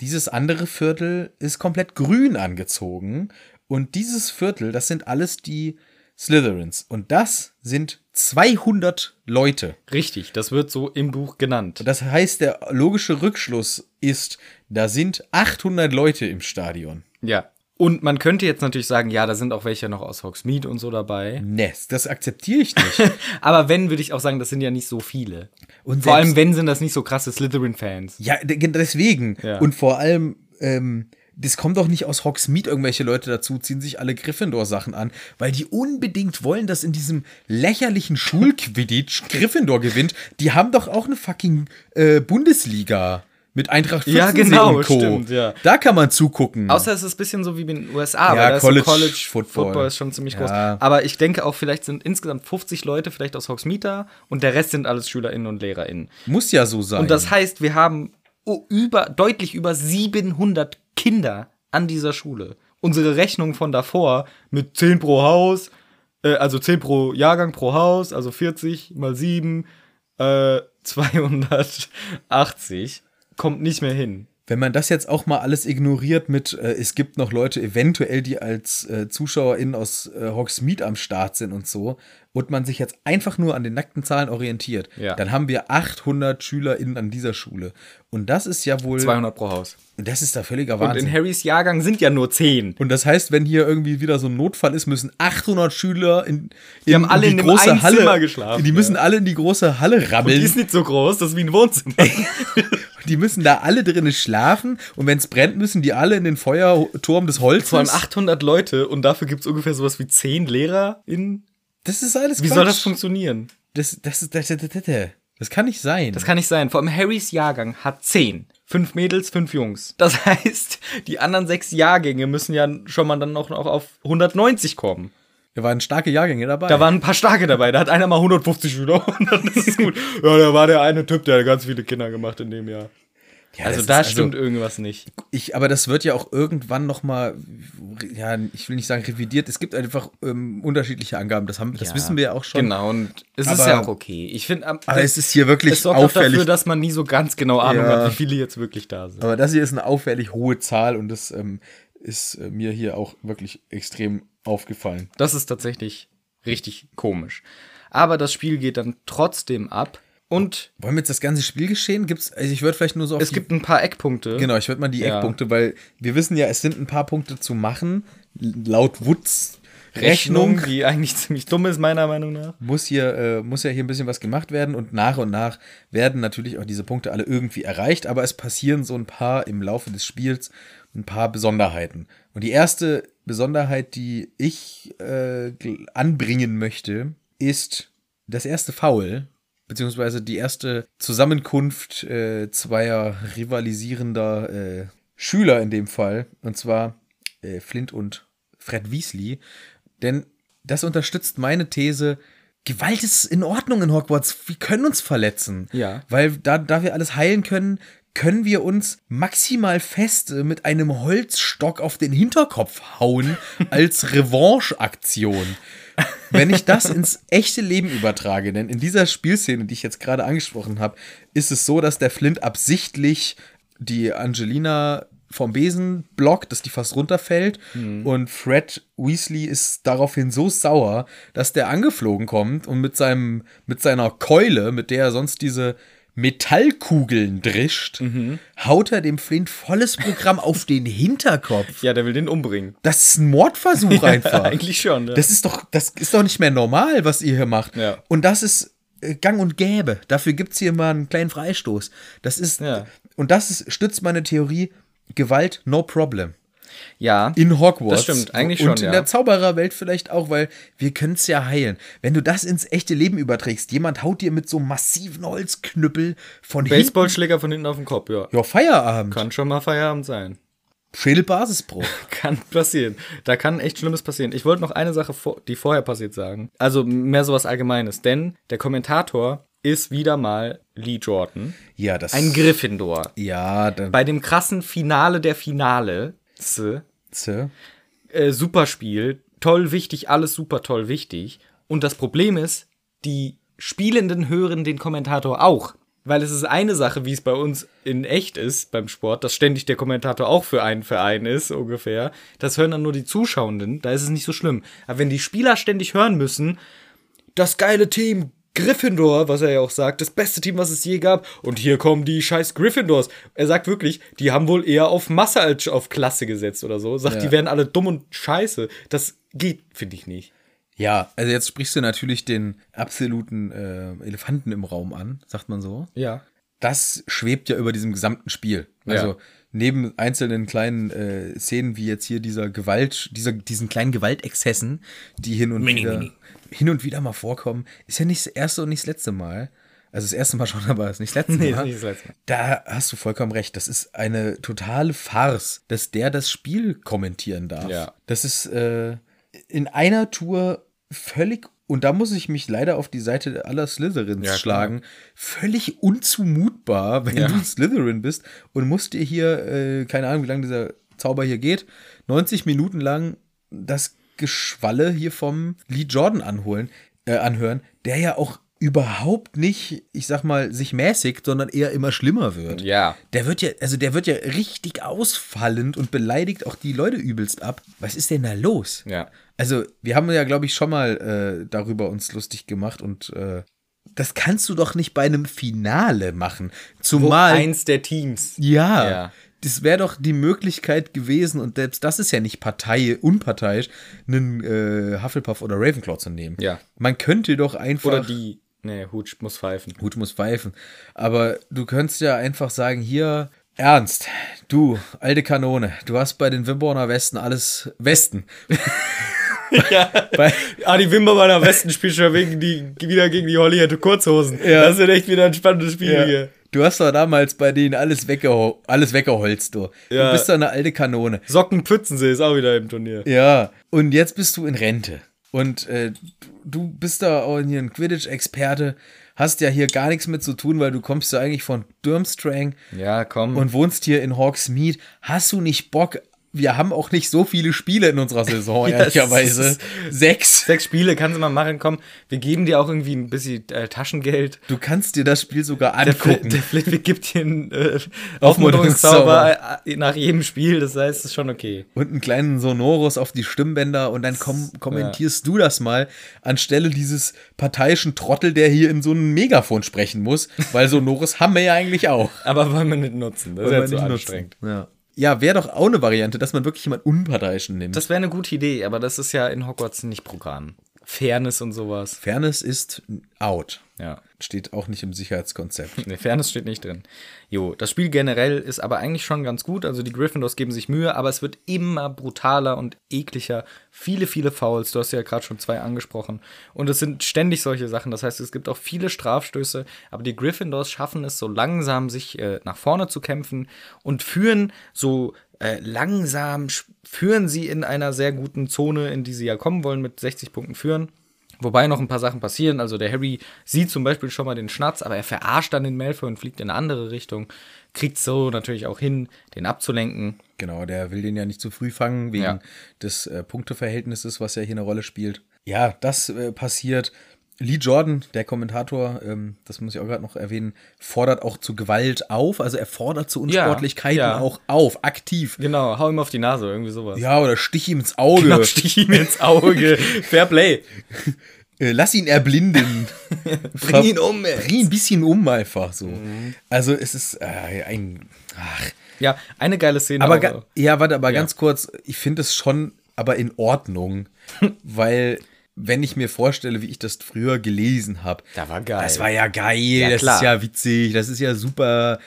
[SPEAKER 1] Dieses andere Viertel ist komplett grün angezogen. Und dieses Viertel, das sind alles die Slytherins. Und das sind 200 Leute.
[SPEAKER 2] Richtig, das wird so im Buch genannt.
[SPEAKER 1] Das heißt, der logische Rückschluss ist, da sind 800 Leute im Stadion.
[SPEAKER 2] Ja. Und man könnte jetzt natürlich sagen, ja, da sind auch welche noch aus Hogsmeade und so dabei.
[SPEAKER 1] Nee, das akzeptiere ich nicht.
[SPEAKER 2] Aber wenn, würde ich auch sagen, das sind ja nicht so viele.
[SPEAKER 1] Und
[SPEAKER 2] Vor
[SPEAKER 1] selbst-
[SPEAKER 2] allem, wenn, sind das nicht so krasse Slytherin-Fans.
[SPEAKER 1] ja, de- deswegen.
[SPEAKER 2] Ja.
[SPEAKER 1] Und vor allem, ähm, das kommt doch nicht aus Hogsmeade irgendwelche Leute dazu, ziehen sich alle Gryffindor-Sachen an, weil die unbedingt wollen, dass in diesem lächerlichen Schulquidditch Gryffindor gewinnt. Die haben doch auch eine fucking äh, Bundesliga mit Eintracht
[SPEAKER 2] Ja,
[SPEAKER 1] 15
[SPEAKER 2] genau,
[SPEAKER 1] und Co.
[SPEAKER 2] stimmt, ja.
[SPEAKER 1] Da kann man zugucken.
[SPEAKER 2] Außer es ist ein bisschen so wie in den USA,
[SPEAKER 1] Ja,
[SPEAKER 2] weil da ist
[SPEAKER 1] College
[SPEAKER 2] so College
[SPEAKER 1] Football.
[SPEAKER 2] Football. ist schon ziemlich groß.
[SPEAKER 1] Ja.
[SPEAKER 2] Aber ich denke auch, vielleicht sind insgesamt 50 Leute vielleicht aus Hogsmeade da und der Rest sind alles SchülerInnen und LehrerInnen.
[SPEAKER 1] Muss ja so sein.
[SPEAKER 2] Und das heißt, wir haben u- über, deutlich über 700 Kinder an dieser Schule. Unsere Rechnung von davor mit 10 pro Haus, äh, also 10 pro Jahrgang pro Haus, also 40 mal 7, äh, 280, kommt nicht mehr hin.
[SPEAKER 1] Wenn man das jetzt auch mal alles ignoriert mit, äh, es gibt noch Leute eventuell, die als äh, ZuschauerInnen aus äh, Hogsmeade am Start sind und so, und man sich jetzt einfach nur an den nackten Zahlen orientiert,
[SPEAKER 2] Ja.
[SPEAKER 1] dann haben wir 800 SchülerInnen an dieser Schule. Und das ist ja wohl,
[SPEAKER 2] 200 pro Haus.
[SPEAKER 1] das ist da völliger
[SPEAKER 2] Und in
[SPEAKER 1] Wahnsinn. Und,
[SPEAKER 2] Harrys Jahrgang sind ja nur 10.
[SPEAKER 1] das heißt, wenn hier irgendwie wieder so ein Notfall ist, müssen 800 Schüler in, in,
[SPEAKER 2] haben alle
[SPEAKER 1] die
[SPEAKER 2] in dem
[SPEAKER 1] große
[SPEAKER 2] einen
[SPEAKER 1] Halle,
[SPEAKER 2] Zimmer geschlafen,
[SPEAKER 1] die müssen alle in die große Halle
[SPEAKER 2] Und
[SPEAKER 1] rabbeln.
[SPEAKER 2] die ist nicht so groß, das ist wie ein Wohnzimmer.
[SPEAKER 1] Die müssen da alle drinnen schlafen und wenn es brennt, müssen die alle in den Feuerturm des Holzes.
[SPEAKER 2] Vor allem 800 Leute und dafür gibt es ungefähr sowas wie 10 LehrerInnen.
[SPEAKER 1] Das ist alles
[SPEAKER 2] Wie
[SPEAKER 1] Quatsch.
[SPEAKER 2] soll das funktionieren?
[SPEAKER 1] Das, das, das, das, das, das, das kann nicht sein.
[SPEAKER 2] Das kann nicht sein. Vor allem Harrys Jahrgang hat 10. Fünf Mädels, fünf Jungs. Das heißt, die anderen sechs Jahrgänge müssen ja schon mal dann auch noch auf 190 kommen.
[SPEAKER 1] da waren starke Jahrgänge dabei.
[SPEAKER 2] Da waren ein paar starke dabei. Da hat einer mal 150 Schüler und dann ist es gut. Ja, da war der eine Typ, der hat ganz viele Kinder gemacht in dem Jahr.
[SPEAKER 1] ja, das
[SPEAKER 2] Also
[SPEAKER 1] ist-
[SPEAKER 2] da stimmt irgendwas nicht.
[SPEAKER 1] ich, aber das wird ja auch irgendwann noch mal, ja, ich will nicht sagen revidiert. Es gibt einfach ähm, unterschiedliche Angaben. Das haben, das wissen wir ja auch schon.
[SPEAKER 2] Genau, und es ist
[SPEAKER 1] Aber-
[SPEAKER 2] ja auch okay. Ich finde, am-
[SPEAKER 1] Aber es ist hier wirklich
[SPEAKER 2] es sorgt auch
[SPEAKER 1] auffällig.
[SPEAKER 2] dafür, dass man nie so ganz genau Ahnung
[SPEAKER 1] Ja.
[SPEAKER 2] hat, wie viele jetzt wirklich da sind.
[SPEAKER 1] Aber das hier ist eine auffällig hohe Zahl und das ähm, ist äh, mir hier auch wirklich extrem aufgefallen.
[SPEAKER 2] Das ist tatsächlich richtig komisch. Aber das Spiel geht dann trotzdem ab und
[SPEAKER 1] Wollen wir jetzt das ganze Spiel geschehen? Gibt's? Also ich würde vielleicht nur so auf
[SPEAKER 2] es
[SPEAKER 1] die
[SPEAKER 2] gibt ein paar Eckpunkte.
[SPEAKER 1] Genau, ich würde mal die
[SPEAKER 2] Ja.
[SPEAKER 1] Eckpunkte, weil wir wissen ja, es sind ein paar Punkte zu machen. Laut Wutz Rechnung,
[SPEAKER 2] Rechnung, die eigentlich ziemlich dumm ist, meiner Meinung nach.
[SPEAKER 1] muss hier äh, muss ja hier ein bisschen was gemacht werden und nach und nach werden natürlich auch diese Punkte alle irgendwie erreicht, aber es passieren so ein paar im Laufe des Spiels ein paar Besonderheiten. Und die erste Besonderheit, die ich äh, gl- anbringen möchte, ist das erste Foul beziehungsweise die erste Zusammenkunft äh, zweier rivalisierender äh, Schüler in dem Fall, und zwar äh, Flint und Fred Weasley. Denn das unterstützt meine These, Gewalt ist in Ordnung in Hogwarts. Wir können uns verletzen.
[SPEAKER 2] Ja.
[SPEAKER 1] Weil da, da wir alles heilen können, können wir uns maximal feste mit einem Holzstock auf den Hinterkopf hauen als Revanche-Aktion. Wenn ich das ins echte Leben übertrage, denn in dieser Spielszene, die ich jetzt gerade angesprochen habe, ist es so, dass der Flint absichtlich die Angelina vom Besen blockt, dass die fast runterfällt. Und Fred Weasley ist daraufhin so sauer, dass der angeflogen kommt und mit, seinem, mit seiner Keule, mit der er sonst diese Metallkugeln drischt, haut er dem Flint volles Programm auf den Hinterkopf.
[SPEAKER 2] Ja, der will den umbringen.
[SPEAKER 1] Das ist ein Mordversuch einfach.
[SPEAKER 2] Eigentlich schon. Ja.
[SPEAKER 1] Das ist doch, das ist doch nicht mehr normal, was ihr hier macht.
[SPEAKER 2] Ja.
[SPEAKER 1] Und das ist äh, gang und gäbe. Dafür gibt es hier mal einen kleinen Freistoß. Das ist,
[SPEAKER 2] Ja.
[SPEAKER 1] und das ist, stützt meine Theorie, Gewalt, no problem.
[SPEAKER 2] ja.
[SPEAKER 1] In Hogwarts.
[SPEAKER 2] Das stimmt, eigentlich
[SPEAKER 1] und
[SPEAKER 2] schon,
[SPEAKER 1] Und in
[SPEAKER 2] ja.
[SPEAKER 1] der Zaubererwelt vielleicht auch, weil wir können es ja heilen. Wenn du das ins echte Leben überträgst, jemand haut dir mit so massiven Holzknüppel von hinten.
[SPEAKER 2] Baseballschläger von hinten auf den Kopf, ja.
[SPEAKER 1] Ja, Feierabend.
[SPEAKER 2] Kann schon mal Feierabend sein.
[SPEAKER 1] Schädelbasisbruch.
[SPEAKER 2] Kann passieren. Da kann echt Schlimmes passieren. Ich wollte noch eine Sache, vor- die vorher passiert, sagen. Also mehr sowas Allgemeines. Denn der Kommentator ist wieder mal Lee Jordan.
[SPEAKER 1] ja, das.
[SPEAKER 2] Ein Gryffindor.
[SPEAKER 1] ja, dann.
[SPEAKER 2] Bei dem krassen Finale der Finale. Äh,
[SPEAKER 1] Sir.
[SPEAKER 2] super Spiel. Toll, wichtig, alles super toll, wichtig. Und das Problem ist, die Spielenden hören den Kommentator auch. Weil es ist eine Sache, wie es bei uns in echt ist, beim Sport, dass ständig der Kommentator auch für einen Verein ist, ungefähr. Das hören dann nur die Zuschauenden, da ist es nicht so schlimm. Aber wenn die Spieler ständig hören müssen, das geile Team Gryffindor, was er ja auch sagt, das beste Team, was es je gab. Und hier kommen die scheiß Gryffindors. Er sagt wirklich, die haben wohl eher auf Masse als auf Klasse gesetzt oder so. Sagt, die wären alle dumm und scheiße. Das geht, finde ich nicht.
[SPEAKER 1] Ja, also jetzt sprichst du natürlich den absoluten äh, Elefanten im Raum an, sagt man so.
[SPEAKER 2] Ja.
[SPEAKER 1] Das schwebt ja über diesem gesamten Spiel. Also
[SPEAKER 2] Ja.
[SPEAKER 1] neben einzelnen kleinen äh, Szenen wie jetzt hier dieser Gewalt, dieser, diesen kleinen Gewaltexzessen, die hin und wieder hin und wieder mal vorkommen, ist ja nicht das erste und nicht das letzte Mal. Also das erste Mal schon, aber ist nicht das letzte Mal.
[SPEAKER 2] Nee, ist nicht das letzte Mal.
[SPEAKER 1] Da hast du vollkommen recht. Das ist eine totale Farce, dass der das Spiel kommentieren darf.
[SPEAKER 2] Ja.
[SPEAKER 1] Das ist äh, in einer Tour völlig, und da muss ich mich leider auf die Seite aller Slytherins
[SPEAKER 2] Ja,
[SPEAKER 1] schlagen, völlig unzumutbar, wenn du ein Slytherin bist und musst dir hier, äh, keine Ahnung, wie lange dieser Zauber hier geht, 90 Minuten lang das Geschwalle hier vom Lee Jordan anholen, äh, anhören, der ja auch überhaupt nicht, ich sag mal, sich mäßigt, sondern eher immer schlimmer wird.
[SPEAKER 2] Ja.
[SPEAKER 1] Der wird ja, also der wird ja richtig ausfallend und beleidigt auch die Leute übelst ab. Was ist denn da los?
[SPEAKER 2] Ja.
[SPEAKER 1] Also, wir haben ja, glaube ich, schon mal äh, darüber uns lustig gemacht und äh, das kannst du doch nicht bei einem Finale machen. Zumal.
[SPEAKER 2] Eins der Teams.
[SPEAKER 1] ja,
[SPEAKER 2] Ja.
[SPEAKER 1] Das wäre doch die Möglichkeit gewesen, und selbst das ist ja nicht Partei, unparteiisch, einen äh, Hufflepuff oder Ravenclaw zu nehmen.
[SPEAKER 2] Ja.
[SPEAKER 1] Man könnte doch einfach.
[SPEAKER 2] Oder die. Nee, Hutsch muss pfeifen.
[SPEAKER 1] Hut muss pfeifen. Aber du könntest ja einfach sagen, hier, Ernst, du, alte Kanone, du hast bei den Wimborner Westen alles Westen. bei,
[SPEAKER 2] Ah, die Wimbermanner Westen spielt schon wegen die, wieder gegen die Holly hätte Kurzhosen. Ja. Das ist echt wieder ein spannendes Spiel
[SPEAKER 1] ja,
[SPEAKER 2] hier.
[SPEAKER 1] du hast doch damals bei denen alles, weggeho alles weggeholzt, du.
[SPEAKER 2] Ja.
[SPEAKER 1] Du bist doch eine alte Kanone.
[SPEAKER 2] Socken Pützensee ist auch wieder im Turnier.
[SPEAKER 1] Ja, und jetzt bist du in Rente. Und äh, du bist da auch hier ein Quidditch-Experte, hast ja hier gar nichts mit zu tun, weil du kommst ja eigentlich von Durmstrang.
[SPEAKER 2] Ja, komm.
[SPEAKER 1] und wohnst hier in Hawksmead, hast du nicht Bock? Wir haben auch nicht so viele Spiele in unserer Saison,
[SPEAKER 2] Ja,
[SPEAKER 1] ehrlicherweise.
[SPEAKER 2] es
[SPEAKER 1] Sechs.
[SPEAKER 2] Sechs Spiele kannst du mal machen, komm. Wir geben dir auch irgendwie ein bisschen äh, Taschengeld.
[SPEAKER 1] Du kannst dir das Spiel sogar
[SPEAKER 2] Der, Fli-
[SPEAKER 1] angucken.
[SPEAKER 2] der Flitwick gibt dir einen äh,
[SPEAKER 1] Aufmunterungszauber.
[SPEAKER 2] Aufmunterungszauber äh, nach jedem Spiel, das heißt, es ist schon okay.
[SPEAKER 1] Und einen kleinen Sonorus auf die Stimmbänder und dann kom kommentierst du das mal anstelle dieses parteiischen Trottel, der hier in so einem Megafon sprechen muss, weil Sonorus haben wir ja eigentlich auch.
[SPEAKER 2] Aber wollen wir nicht nutzen, das ist
[SPEAKER 1] Wollen
[SPEAKER 2] ja
[SPEAKER 1] wir
[SPEAKER 2] zu
[SPEAKER 1] nicht
[SPEAKER 2] anstrengend.
[SPEAKER 1] nutzen. Ja, ja wäre doch auch eine Variante, dass man wirklich jemand Unparteiischen nimmt.
[SPEAKER 2] Das wäre eine gute Idee, aber das ist ja in Hogwarts nicht Programm. Fairness und sowas.
[SPEAKER 1] Fairness ist out.
[SPEAKER 2] Ja.
[SPEAKER 1] Steht auch nicht im Sicherheitskonzept.
[SPEAKER 2] Ne, Fairness steht nicht drin. Jo, das Spiel generell ist aber eigentlich schon ganz gut. Also die Gryffindors geben sich Mühe, aber es wird immer brutaler und ekliger. Viele, viele Fouls. Du hast ja gerade schon zwei angesprochen. Und es sind ständig solche Sachen. Das heißt, es gibt auch viele Strafstöße. Aber die Gryffindors schaffen es so langsam, sich äh, nach vorne zu kämpfen und führen so äh, langsam, sch- führen sie in einer sehr guten Zone, in die sie ja kommen wollen, mit 60 Punkten führen. Wobei noch ein paar Sachen passieren. Also der Harry sieht zum Beispiel schon mal den Schnatz, aber er verarscht dann den Malfoy und fliegt in eine andere Richtung. Kriegt so natürlich auch hin, den abzulenken.
[SPEAKER 1] Genau, der will den ja nicht zu früh fangen, wegen
[SPEAKER 2] Ja.
[SPEAKER 1] des äh, Punkteverhältnisses, was ja hier eine Rolle spielt. Ja, das äh, passiert. Lee Jordan, der Kommentator, ähm, das muss ich auch gerade noch erwähnen, fordert auch zu Gewalt auf. Also er fordert zu
[SPEAKER 2] Ja,
[SPEAKER 1] Unsportlichkeiten
[SPEAKER 2] ja.
[SPEAKER 1] auch auf, aktiv.
[SPEAKER 2] Genau, hau ihm auf die Nase, irgendwie sowas.
[SPEAKER 1] Ja, oder stich ihm ins Auge.
[SPEAKER 2] Genau, stich ihm ins Auge. Fair Play.
[SPEAKER 1] Äh, lass ihn erblinden.
[SPEAKER 2] Bring ihn um, Mhm. ey.
[SPEAKER 1] Bring ihn ein bisschen um einfach so. Also es ist äh, ein. Ach,
[SPEAKER 2] Ja, eine geile Szene.
[SPEAKER 1] Aber
[SPEAKER 2] auch.
[SPEAKER 1] ga- ja, warte, aber ganz kurz, ich finde es schon aber in Ordnung, weil wenn ich mir vorstelle, wie ich das früher gelesen habe,
[SPEAKER 2] Da war geil.
[SPEAKER 1] das war ja geil, das
[SPEAKER 2] klar.
[SPEAKER 1] ist ja witzig, das ist ja super.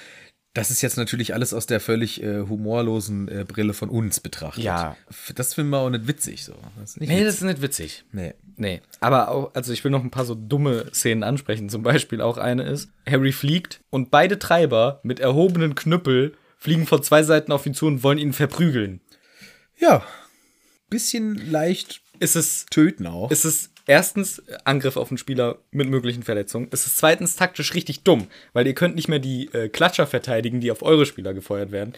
[SPEAKER 1] Das ist jetzt natürlich alles aus der völlig äh, humorlosen äh, Brille von uns betrachtet.
[SPEAKER 2] Ja.
[SPEAKER 1] F- Das finden wir auch nicht witzig so. Das ist nicht
[SPEAKER 2] nee, das ist nicht witzig.
[SPEAKER 1] Nee.
[SPEAKER 2] Nee, aber auch, also ich will noch ein paar so dumme Szenen ansprechen. Zum Beispiel auch eine ist, Harry fliegt und beide Treiber mit erhobenen Knüppel fliegen von zwei Seiten auf ihn zu und wollen ihn verprügeln.
[SPEAKER 1] Ja. Bisschen leicht
[SPEAKER 2] Ist es,
[SPEAKER 1] töten auch.
[SPEAKER 2] ist es erstens Angriff auf den Spieler mit möglichen Verletzungen? Ist es zweitens taktisch richtig dumm, weil ihr könnt nicht mehr die äh, Klatscher verteidigen, die auf eure Spieler gefeuert werden.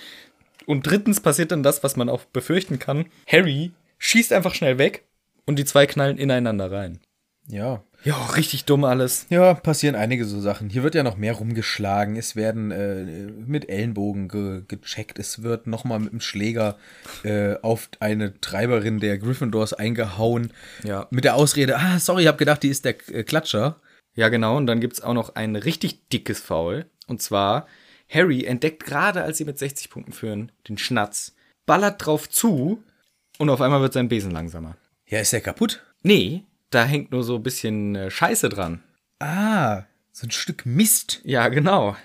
[SPEAKER 2] Und drittens passiert dann das, was man auch befürchten kann. Harry schießt einfach schnell weg und die zwei knallen ineinander rein.
[SPEAKER 1] Ja.
[SPEAKER 2] Ja, richtig dumm alles.
[SPEAKER 1] Ja, passieren einige so Sachen. Hier wird ja noch mehr rumgeschlagen. Es werden äh, mit Ellenbogen ge gecheckt. Es wird nochmal mit dem Schläger äh, auf eine Treiberin der Gryffindors eingehauen.
[SPEAKER 2] Ja.
[SPEAKER 1] Mit der Ausrede, ah, sorry, ich hab gedacht, die ist der äh, Klatscher.
[SPEAKER 2] Ja, genau. Und dann gibt's auch noch ein richtig dickes Foul. Und zwar, Harry entdeckt gerade, als sie mit 60 Punkten führen, den Schnatz, ballert drauf zu und auf einmal wird sein Besen langsamer.
[SPEAKER 1] Ja, ist der kaputt?
[SPEAKER 2] Nee, da hängt nur so ein bisschen äh, Scheiße dran.
[SPEAKER 1] Ah, so ein Stück Mist.
[SPEAKER 2] Ja, genau.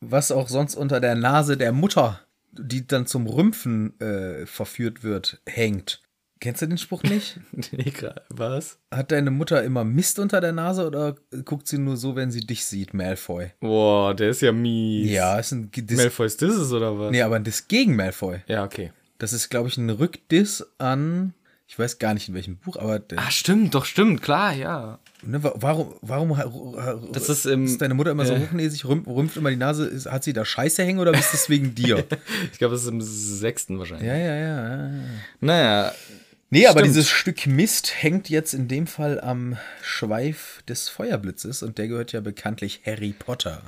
[SPEAKER 1] was auch sonst unter der Nase der Mutter, die dann zum Rümpfen äh, verführt wird, hängt. Kennst du den Spruch nicht?
[SPEAKER 2] Nee, gra- Was?
[SPEAKER 1] Hat deine Mutter immer Mist unter der Nase oder guckt sie nur so, wenn sie dich sieht, Malfoy?
[SPEAKER 2] Boah, der ist ja mies.
[SPEAKER 1] Ja, ist ein G- Dis
[SPEAKER 2] Malfoys Disses oder was?
[SPEAKER 1] Nee, aber ein Dis gegen Malfoy.
[SPEAKER 2] Ja, okay.
[SPEAKER 1] Das ist, glaube ich, ein Rückdiss an. Ich weiß gar nicht in welchem Buch, aber der-
[SPEAKER 2] Ah, stimmt, doch, stimmt, klar, ja.
[SPEAKER 1] ne, wa- warum, warum ha- ha-
[SPEAKER 2] Das ist im-
[SPEAKER 1] ist deine Mutter immer so
[SPEAKER 2] äh.
[SPEAKER 1] hochnäsig, rümpf- rümpft immer die Nase, ist, hat sie da Scheiße hängen oder bist es wegen dir?
[SPEAKER 2] Ich glaube, das ist im sechsten wahrscheinlich.
[SPEAKER 1] ja, ja, ja, ja.
[SPEAKER 2] Naja,
[SPEAKER 1] Nee, aber
[SPEAKER 2] Stimmt.
[SPEAKER 1] dieses Stück Mist hängt jetzt in dem Fall am Schweif des Feuerblitzes und der gehört ja bekanntlich Harry Potter.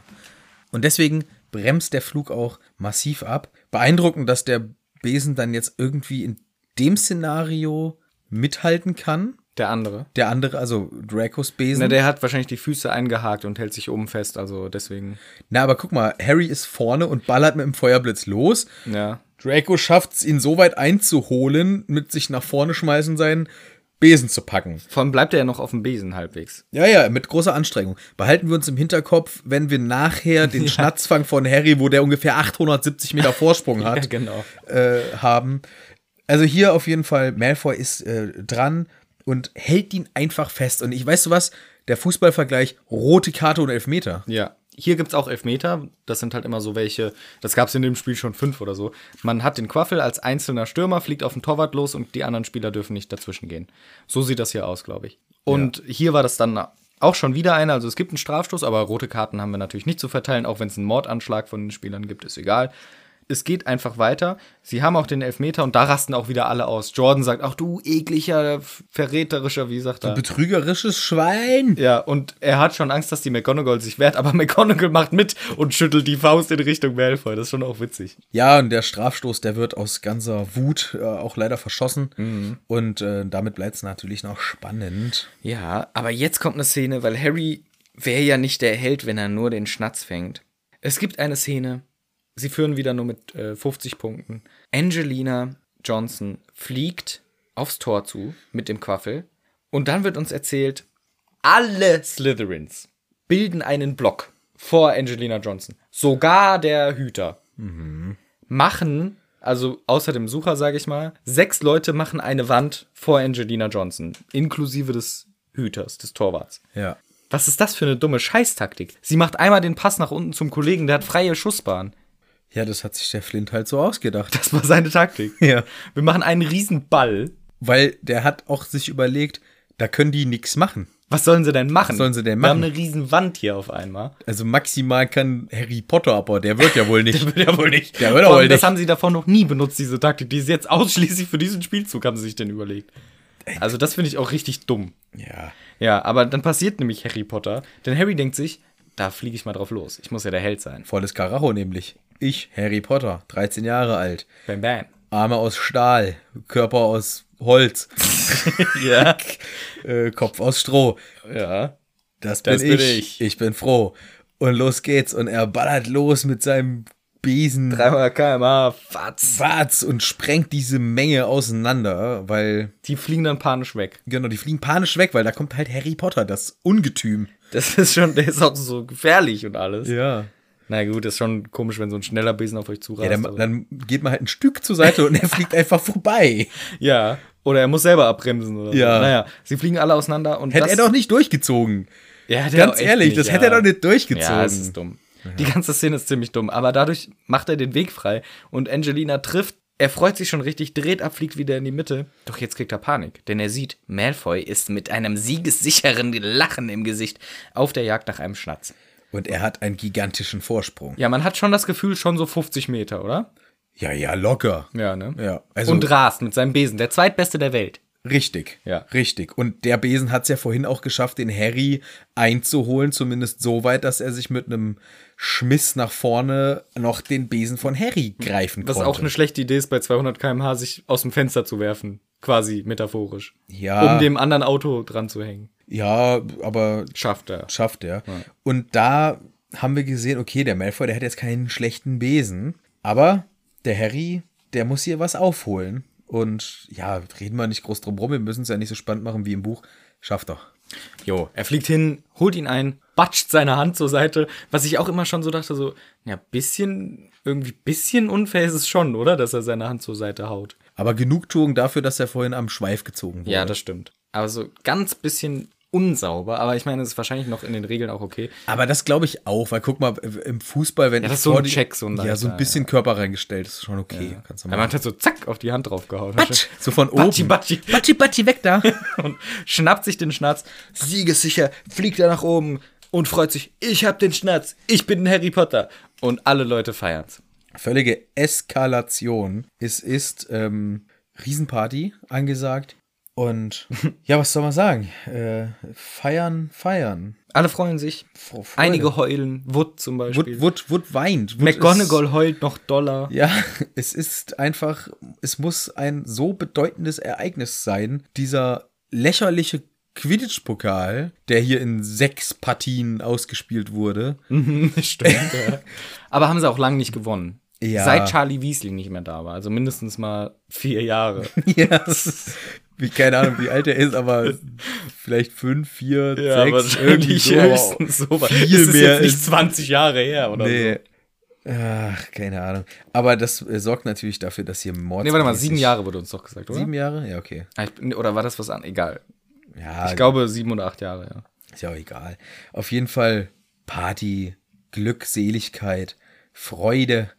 [SPEAKER 1] Und deswegen bremst der Flug auch massiv ab. Beeindruckend, dass der Besen dann jetzt irgendwie in dem Szenario mithalten kann.
[SPEAKER 2] der andere.
[SPEAKER 1] Der andere, also Dracos Besen.
[SPEAKER 2] Na, der hat wahrscheinlich die Füße eingehakt und hält sich oben fest, also deswegen.
[SPEAKER 1] Na, aber guck mal, Harry ist vorne und ballert mit dem Feuerblitz los.
[SPEAKER 2] Ja.
[SPEAKER 1] Draco schafft es, ihn so weit einzuholen, mit sich nach vorne schmeißen, seinen Besen zu packen.
[SPEAKER 2] Vor allem bleibt er ja noch auf dem Besen halbwegs.
[SPEAKER 1] Ja, ja, mit großer Anstrengung. Behalten wir uns im Hinterkopf, wenn wir nachher den Schnatzfang von Harry, wo der ungefähr 870 Meter Vorsprung hat,
[SPEAKER 2] genau.
[SPEAKER 1] äh, haben. Also hier auf jeden Fall, Malfoy ist äh, dran und hält ihn einfach fest. Und ich weißt du was, der Fußballvergleich, rote Karte und Elfmeter.
[SPEAKER 2] Ja. Hier gibt es auch Elfmeter. Das sind halt immer so welche, das gab es in dem Spiel schon fünf oder so. Man hat den Quaffel als einzelner Stürmer, fliegt auf den Torwart los und die anderen Spieler dürfen nicht dazwischen gehen. So sieht das hier aus, glaube ich. Und hier war das dann auch schon wieder einer. Also es gibt einen Strafstoß, aber rote Karten haben wir natürlich nicht zu verteilen. Auch wenn es einen Mordanschlag von den Spielern gibt, ist egal. Es geht einfach weiter. Sie haben auch den Elfmeter und da rasten auch wieder alle aus. Jordan sagt, ach du ekliger, verräterischer, wie sagt er?
[SPEAKER 1] Betrügerisches Schwein.
[SPEAKER 2] Ja, und er hat schon Angst, dass die McGonagall sich wehrt, aber McGonagall macht mit und schüttelt die Faust in Richtung Malfoy. Das ist schon auch witzig.
[SPEAKER 1] Ja, und der Strafstoß, der wird aus ganzer Wut äh, auch leider verschossen. Und äh, damit bleibt es natürlich noch spannend.
[SPEAKER 3] Ja, aber jetzt kommt eine Szene, weil Harry wäre ja nicht der Held, wenn er nur den Schnatz fängt.
[SPEAKER 2] Es gibt eine Szene, sie führen wieder nur mit äh, 50 Punkten. Angelina Johnson fliegt aufs Tor zu mit dem Quaffel und dann wird uns erzählt, alle Slytherins bilden einen Block vor Angelina Johnson. Sogar der Hüter. Machen, also außer dem Sucher, sage ich mal, sechs Leute machen eine Wand vor Angelina Johnson, inklusive des Hüters, des Torwarts.
[SPEAKER 1] Ja.
[SPEAKER 2] Was ist das für eine dumme Scheißtaktik? Sie macht einmal den Pass nach unten zum Kollegen, der hat freie Schussbahn.
[SPEAKER 1] Ja, das hat sich der Flint halt so ausgedacht.
[SPEAKER 2] Das war seine Taktik.
[SPEAKER 1] Ja.
[SPEAKER 2] Wir machen einen riesen Ball.
[SPEAKER 1] Weil der hat auch sich überlegt, da können die nichts machen.
[SPEAKER 2] Was sollen sie denn machen?
[SPEAKER 1] Was sollen sie denn
[SPEAKER 2] Wir
[SPEAKER 1] machen?
[SPEAKER 2] haben eine riesen Wand hier auf einmal.
[SPEAKER 1] Also maximal kann Harry Potter, aber der wird ja wohl nicht.
[SPEAKER 2] Wird ja wohl nicht.
[SPEAKER 1] Der wird ja
[SPEAKER 2] Vor
[SPEAKER 1] wohl
[SPEAKER 2] allem, Das
[SPEAKER 1] nicht.
[SPEAKER 2] haben sie davor noch nie benutzt, diese Taktik. Die ist jetzt ausschließlich für diesen Spielzug, haben sie sich denn überlegt. Also das finde ich auch richtig dumm.
[SPEAKER 1] ja.
[SPEAKER 2] Ja, aber dann passiert nämlich Harry Potter. Denn Harry denkt sich, da fliege ich mal drauf los. Ich muss ja der Held sein.
[SPEAKER 1] Volles Karacho nämlich. Ich, Harry Potter, 13 Jahre alt.
[SPEAKER 2] Bam, bam.
[SPEAKER 1] Arme aus Stahl, Körper aus Holz,
[SPEAKER 2] Ja.
[SPEAKER 1] äh, Kopf aus Stroh.
[SPEAKER 2] ja.
[SPEAKER 1] Das bin,
[SPEAKER 2] Das bin
[SPEAKER 1] ich.
[SPEAKER 2] ich.
[SPEAKER 1] Ich bin froh. Und los geht's. Und er ballert los mit seinem Besen.
[SPEAKER 2] Dreimal KMA, fatz.
[SPEAKER 1] Schwarz und sprengt diese Menge auseinander, weil,
[SPEAKER 2] Die fliegen dann panisch weg.
[SPEAKER 1] genau, die fliegen panisch weg, weil da kommt halt Harry Potter, das Ungetüm.
[SPEAKER 2] Das ist schon, der ist auch so gefährlich und alles.
[SPEAKER 1] Ja.
[SPEAKER 2] Na gut, ist schon komisch, wenn so ein schneller Besen auf euch zurast.
[SPEAKER 1] Ja, dann,
[SPEAKER 2] aber-
[SPEAKER 1] dann geht man halt ein Stück zur Seite und er fliegt einfach vorbei.
[SPEAKER 2] ja. Oder er muss selber abbremsen oder
[SPEAKER 1] Ja.
[SPEAKER 2] so. Naja, sie fliegen alle auseinander und
[SPEAKER 1] Hätte
[SPEAKER 2] das,
[SPEAKER 1] er doch nicht durchgezogen.
[SPEAKER 2] ja, hätte er auch
[SPEAKER 1] Ganz
[SPEAKER 2] echt
[SPEAKER 1] ehrlich, das
[SPEAKER 2] ja.
[SPEAKER 1] hätte er doch nicht durchgezogen.
[SPEAKER 2] Ja, das ist dumm. Die ganze Szene ist ziemlich dumm, aber dadurch macht er den Weg frei und Angelina trifft. Er freut sich schon richtig, dreht ab, fliegt wieder in die Mitte.
[SPEAKER 3] Doch jetzt kriegt er Panik, denn er sieht, Malfoy ist mit einem siegessicheren Lachen im Gesicht auf der Jagd nach einem Schnatz.
[SPEAKER 1] und er hat einen gigantischen Vorsprung.
[SPEAKER 2] Ja, man hat schon das Gefühl, schon so 50 Meter, oder?
[SPEAKER 1] Ja, ja, locker.
[SPEAKER 2] Ja, ne?
[SPEAKER 1] Ja, also-
[SPEAKER 2] und rast mit seinem Besen, der zweitbeste der Welt.
[SPEAKER 1] Richtig.
[SPEAKER 2] Ja.
[SPEAKER 1] Richtig. Und der Besen hat es ja vorhin auch geschafft, den Harry einzuholen, zumindest so weit, dass er sich mit einem Schmiss nach vorne noch den Besen von Harry greifen
[SPEAKER 2] Was
[SPEAKER 1] konnte.
[SPEAKER 2] auch eine schlechte Idee ist, bei 200 km/h sich aus dem Fenster zu werfen. Quasi metaphorisch.
[SPEAKER 1] Ja.
[SPEAKER 2] Um dem anderen Auto dran zu hängen.
[SPEAKER 1] ja, aber
[SPEAKER 2] Schafft er.
[SPEAKER 1] schafft er. Und da haben wir gesehen, okay, der Malfoy, der hat jetzt keinen schlechten Besen, aber der Harry, der muss hier was aufholen. Und ja, reden wir nicht groß drum rum, wir müssen es ja nicht so spannend machen wie im Buch. Schafft er.
[SPEAKER 2] Jo, er fliegt hin, holt ihn ein, batscht seine Hand zur Seite, was ich auch immer schon so dachte, so, ja, bisschen, irgendwie bisschen unfair ist es schon, oder? Dass er seine Hand zur Seite haut.
[SPEAKER 1] Aber Genugtuung dafür, dass er vorhin am Schweif gezogen wurde.
[SPEAKER 2] Ja, das stimmt. Aber so ganz bisschen unsauber, aber ich meine, es ist wahrscheinlich noch in den Regeln auch okay.
[SPEAKER 1] Aber das glaube ich auch, weil guck mal, im Fußball, wenn
[SPEAKER 2] Ja,
[SPEAKER 1] ich
[SPEAKER 2] das ist so ein
[SPEAKER 1] vor die-
[SPEAKER 2] Check, so ein
[SPEAKER 1] ja, so
[SPEAKER 2] leichter,
[SPEAKER 1] ein bisschen Körper reingestellt, ist schon okay. Kannst du
[SPEAKER 2] Er
[SPEAKER 1] machen.
[SPEAKER 2] hat halt so zack auf die Hand draufgehauen. Also
[SPEAKER 1] So von oben.
[SPEAKER 2] Batschi, batschi.
[SPEAKER 1] Batschi, batschi, weg da.
[SPEAKER 2] und schnappt sich den Schnatz, siegessicher, fliegt er nach oben und freut sich, ich hab den Schnatz, ich bin Harry Potter. Und alle Leute feiern's.
[SPEAKER 1] Völlige Eskalation. Es ist ähm, Riesenparty angesagt. Und ja, was soll man sagen? Äh, feiern, feiern.
[SPEAKER 2] Alle freuen sich.
[SPEAKER 1] Fro- Freude.
[SPEAKER 2] Einige heulen, Wood zum Beispiel.
[SPEAKER 1] Wood, Wood, Wood weint. Wood
[SPEAKER 2] McGonagall heult noch Dollar.
[SPEAKER 1] Ist, ja, es ist einfach, es muss ein so bedeutendes Ereignis sein. Dieser lächerliche Quidditch-Pokal, der hier in sechs Partien ausgespielt wurde. Mhm,
[SPEAKER 2] Stimmt, ja. Aber haben sie auch lange nicht gewonnen.
[SPEAKER 1] Ja.
[SPEAKER 2] Seit Charlie Weasley nicht mehr da war. Also mindestens mal vier Jahre.
[SPEAKER 1] Ja, das ist- wie, keine Ahnung, wie alt er ist, aber vielleicht fünf, vier, sechs, irgendwie so.
[SPEAKER 2] so.
[SPEAKER 1] Viel
[SPEAKER 2] Viel es ist
[SPEAKER 1] mehr
[SPEAKER 2] jetzt nicht
[SPEAKER 1] ist-
[SPEAKER 2] 20 Jahre her oder so.
[SPEAKER 1] Nee. Ach, keine Ahnung. Aber das äh, sorgt natürlich dafür, dass hier Mord.
[SPEAKER 2] Nee, warte mal, sieben Jahre wurde uns doch gesagt, oder?
[SPEAKER 1] Sieben Jahre? Ja, okay.
[SPEAKER 2] Ah, ich bin- Oder war das was an? Egal.
[SPEAKER 1] Ja,
[SPEAKER 2] Ich glaube sieben oder acht Jahre, ja.
[SPEAKER 1] ist ja auch egal. Auf jeden Fall Party, Glückseligkeit, Freude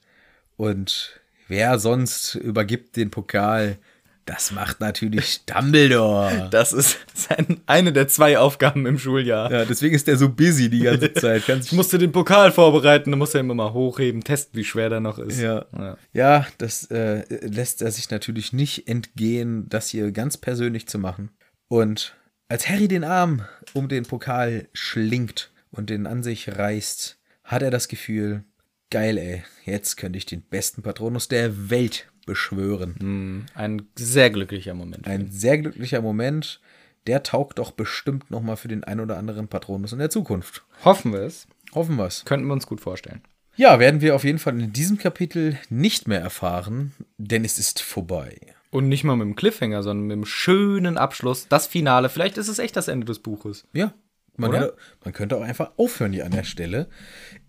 [SPEAKER 1] und wer sonst übergibt den Pokal? Das macht natürlich Dumbledore.
[SPEAKER 2] Das ist sein, eine der zwei Aufgaben im Schuljahr.
[SPEAKER 1] Ja, deswegen ist der so busy die ganze Zeit. Ganz
[SPEAKER 2] Ich musste den Pokal vorbereiten, da musste er immer mal hochheben, testen, wie schwer der noch ist.
[SPEAKER 1] Ja. ja. das äh, lässt er sich natürlich nicht entgehen, das hier ganz persönlich zu machen. Und als Harry den Arm um den Pokal schlingt und den an sich reißt, hat er das Gefühl, geil, ey, jetzt könnte ich den besten Patronus der Welt beschwören.
[SPEAKER 2] Ein sehr glücklicher Moment.
[SPEAKER 1] Ein sehr glücklicher Moment. Der taugt doch bestimmt nochmal für den ein oder anderen Patronus in der Zukunft.
[SPEAKER 2] Hoffen wir es.
[SPEAKER 1] Hoffen wir's.
[SPEAKER 2] Könnten wir uns gut vorstellen.
[SPEAKER 1] Ja, werden wir auf jeden Fall in diesem Kapitel nicht mehr erfahren, denn es ist vorbei.
[SPEAKER 2] Und nicht mal mit dem Cliffhanger, sondern mit dem schönen Abschluss, das Finale. Vielleicht ist es echt das Ende des Buches.
[SPEAKER 1] Ja. Man,
[SPEAKER 2] Oder?
[SPEAKER 1] hätte, man könnte auch einfach aufhören hier an der Stelle.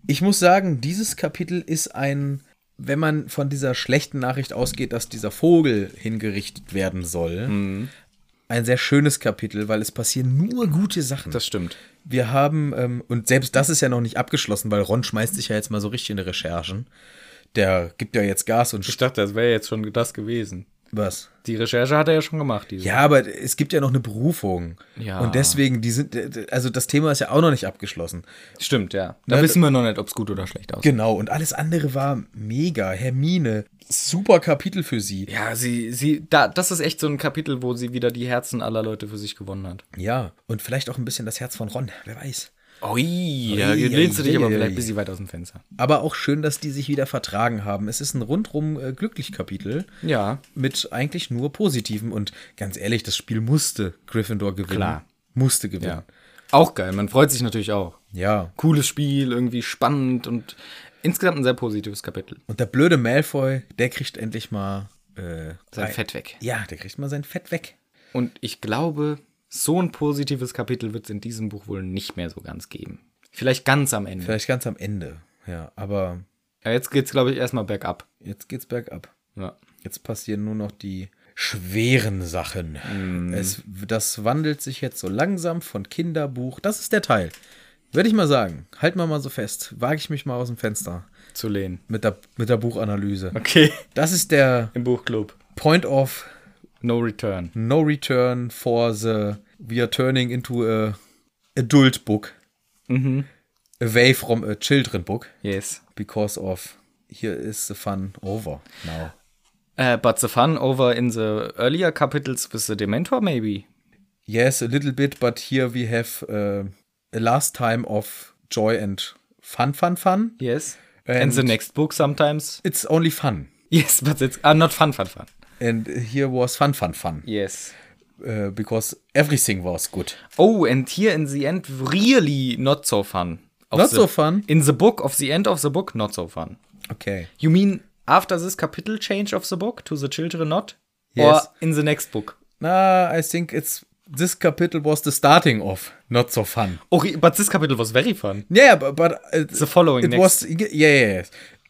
[SPEAKER 1] Ich muss sagen, dieses Kapitel ist ein, wenn man von dieser schlechten Nachricht ausgeht, dass dieser Vogel hingerichtet werden soll,
[SPEAKER 2] Mhm.
[SPEAKER 1] ein sehr schönes Kapitel, weil es passieren nur gute Sachen.
[SPEAKER 2] stimmt.
[SPEAKER 1] Wir haben, ähm, und selbst das ist ja noch nicht abgeschlossen, weil Ron schmeißt sich ja jetzt mal so richtig in die Recherchen. Der gibt ja jetzt Gas und
[SPEAKER 2] Ich dachte, das wäre jetzt schon das gewesen.
[SPEAKER 1] was.
[SPEAKER 2] Die Recherche hat er ja schon gemacht. Diese.
[SPEAKER 1] Ja, aber es gibt ja noch eine Berufung.
[SPEAKER 2] Ja.
[SPEAKER 1] Und deswegen, die sind, also das Thema ist ja auch noch nicht abgeschlossen.
[SPEAKER 2] Stimmt, ja. Da
[SPEAKER 1] Ne,
[SPEAKER 2] wissen wir noch nicht, ob es gut oder schlecht aussieht.
[SPEAKER 1] Genau, und alles andere war mega. Hermine, super Kapitel für sie.
[SPEAKER 2] Ja, sie, sie, da, das ist echt so ein Kapitel, wo sie wieder die Herzen aller Leute für sich gewonnen hat.
[SPEAKER 1] Ja, und vielleicht auch ein bisschen das Herz von Ron, wer weiß.
[SPEAKER 2] Ui, da
[SPEAKER 1] Ui,
[SPEAKER 2] lehnst du dich aber
[SPEAKER 1] ui, ui.
[SPEAKER 2] vielleicht ein bisschen weit aus dem Fenster.
[SPEAKER 1] Aber auch schön, dass die sich wieder vertragen haben. Es ist ein rundrum äh, glücklich Kapitel.
[SPEAKER 2] Ja.
[SPEAKER 1] Mit eigentlich nur positiven. Und ganz ehrlich, das Spiel musste Gryffindor gewinnen.
[SPEAKER 2] Klar.
[SPEAKER 1] Musste gewinnen.
[SPEAKER 2] Auch geil, man freut sich natürlich auch.
[SPEAKER 1] Ja.
[SPEAKER 2] Cooles Spiel, irgendwie spannend und insgesamt ein sehr positives Kapitel.
[SPEAKER 1] Und der blöde Malfoy, der kriegt endlich mal. Äh,
[SPEAKER 2] Sein
[SPEAKER 1] ein-
[SPEAKER 2] Fett weg.
[SPEAKER 1] Ja, der kriegt mal sein Fett weg.
[SPEAKER 2] Und ich glaube, so ein positives Kapitel wird es in diesem Buch wohl nicht mehr so ganz geben. Vielleicht ganz am Ende.
[SPEAKER 1] Vielleicht ganz am Ende. Ja, aber
[SPEAKER 2] Aber jetzt geht's, glaube ich, erstmal bergab.
[SPEAKER 1] jetzt geht's bergab.
[SPEAKER 2] Ja.
[SPEAKER 1] Jetzt passieren nur noch die schweren Sachen. Es, das wandelt sich jetzt so langsam von Kinderbuch. Das ist der Teil. Würde ich mal sagen. Halt mal mal so fest. Wage ich mich mal aus dem Fenster
[SPEAKER 2] Zu lehnen.
[SPEAKER 1] mit der, mit der Buchanalyse.
[SPEAKER 2] Okay.
[SPEAKER 1] Das ist der
[SPEAKER 2] Im Buchclub.
[SPEAKER 1] Point of
[SPEAKER 2] No Return.
[SPEAKER 1] No Return for the We are turning into a adult book. Away from a children book.
[SPEAKER 2] Yes.
[SPEAKER 1] Because of here is the fun over now.
[SPEAKER 2] Äh, but the fun over in the earlier capitals with the Dementor, maybe.
[SPEAKER 1] Yes, a little bit, but here we have uh, a last time of joy and fun, fun, fun.
[SPEAKER 2] Yes. And,
[SPEAKER 1] And-
[SPEAKER 2] the next book sometimes.
[SPEAKER 1] It's only fun.
[SPEAKER 2] Yes, but it's ah, not fun, fun, fun.
[SPEAKER 1] And here was fun, fun, fun.
[SPEAKER 2] Yes.
[SPEAKER 1] Uh, because everything was good.
[SPEAKER 2] Oh, and here in the end, really not so fun. Of
[SPEAKER 1] Not
[SPEAKER 2] the-
[SPEAKER 1] so fun?
[SPEAKER 2] In the book, of the end of the book, not so fun.
[SPEAKER 1] Okay.
[SPEAKER 2] You mean after this capital change of the book to the children not?
[SPEAKER 1] Yes.
[SPEAKER 2] Or in the next book?
[SPEAKER 1] Nah, I think it's this capital was the starting of not so fun.
[SPEAKER 2] Oh, re- but this capital was very fun.
[SPEAKER 1] Yeah, but, but uh,
[SPEAKER 2] The following
[SPEAKER 1] it
[SPEAKER 2] next.
[SPEAKER 1] was yeah, yeah, yeah.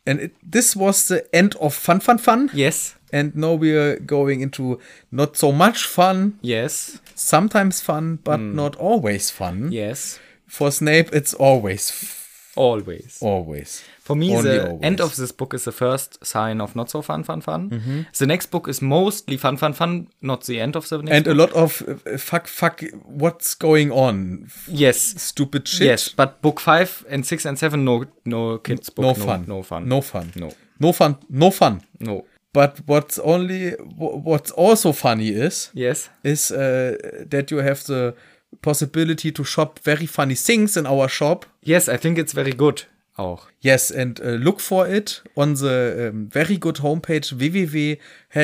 [SPEAKER 1] and it, this was the end of fun, fun, fun.
[SPEAKER 2] Yes.
[SPEAKER 1] And now we're going into not so much fun,
[SPEAKER 2] Yes.
[SPEAKER 1] sometimes fun, but
[SPEAKER 2] Mm.
[SPEAKER 1] not always fun.
[SPEAKER 2] Yes.
[SPEAKER 1] For Snape, it's always, f-
[SPEAKER 2] Always.
[SPEAKER 1] always.
[SPEAKER 2] For me,
[SPEAKER 1] Only
[SPEAKER 2] the
[SPEAKER 1] always.
[SPEAKER 2] end of this book is the first sign of not so fun, fun, fun.
[SPEAKER 1] Mm-hmm.
[SPEAKER 2] The next book is mostly fun, fun, fun, not the end of the next
[SPEAKER 1] and a lot of uh, fuck, fuck, what's going on?
[SPEAKER 2] Yes.
[SPEAKER 1] Stupid shit.
[SPEAKER 2] Yes, but book 5 and 6 and 7, no, no kids book.
[SPEAKER 1] No, fun.
[SPEAKER 2] No fun.
[SPEAKER 1] No fun.
[SPEAKER 2] No.
[SPEAKER 1] No fun. No fun.
[SPEAKER 2] No.
[SPEAKER 1] But what's only, wh- what's also funny is,
[SPEAKER 2] Yes.
[SPEAKER 1] is uh, that you have the possibility to shop very funny things in our shop.
[SPEAKER 2] Yes, I think it's very good. Auch.
[SPEAKER 1] Yes, and uh, look for it on the um, very good homepage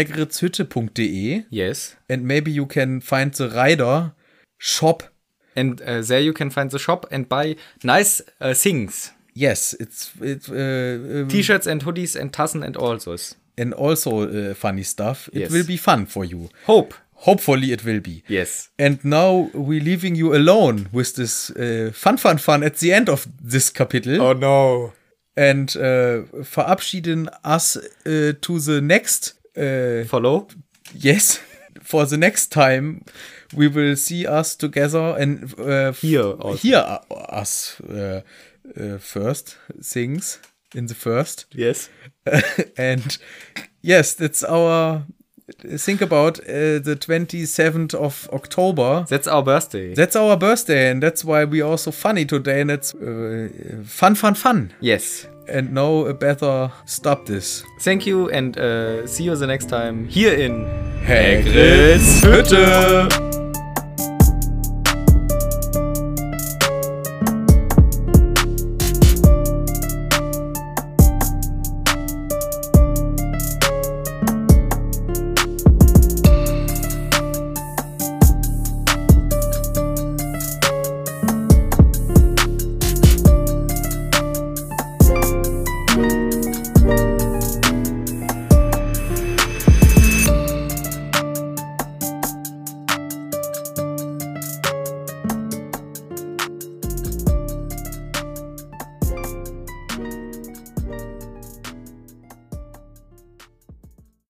[SPEAKER 1] www.helgritzhütte.de
[SPEAKER 2] Yes.
[SPEAKER 1] and maybe you can find the rider shop.
[SPEAKER 2] And uh, there you can find the shop and buy nice uh, things.
[SPEAKER 1] Yes, it's it uh, um,
[SPEAKER 2] T-Shirts and hoodies and Tassen and all this.
[SPEAKER 1] and also uh, funny stuff. It
[SPEAKER 2] Yes.
[SPEAKER 1] will be fun for you.
[SPEAKER 2] Hope.
[SPEAKER 1] Hopefully it will be.
[SPEAKER 2] Yes.
[SPEAKER 1] And now we're leaving you alone with this uh, fun, fun, fun at the end of this capital.
[SPEAKER 2] Oh. no.
[SPEAKER 1] and äh, verabschieden us äh, to the next äh,
[SPEAKER 2] Follow?
[SPEAKER 1] yes for the next time we will see us together and äh,
[SPEAKER 2] Here also.
[SPEAKER 1] here us äh, äh, first things in the first
[SPEAKER 2] Yes.
[SPEAKER 1] and yes that's our think about äh, the 27th of October
[SPEAKER 2] That's our birthday.
[SPEAKER 1] that's our birthday and that's why we are so funny today and it's äh, fun fun fun
[SPEAKER 2] yes.
[SPEAKER 1] and now uh, better stop this
[SPEAKER 2] Thank you and uh, see you the next time here in
[SPEAKER 1] Hagrids Hütte.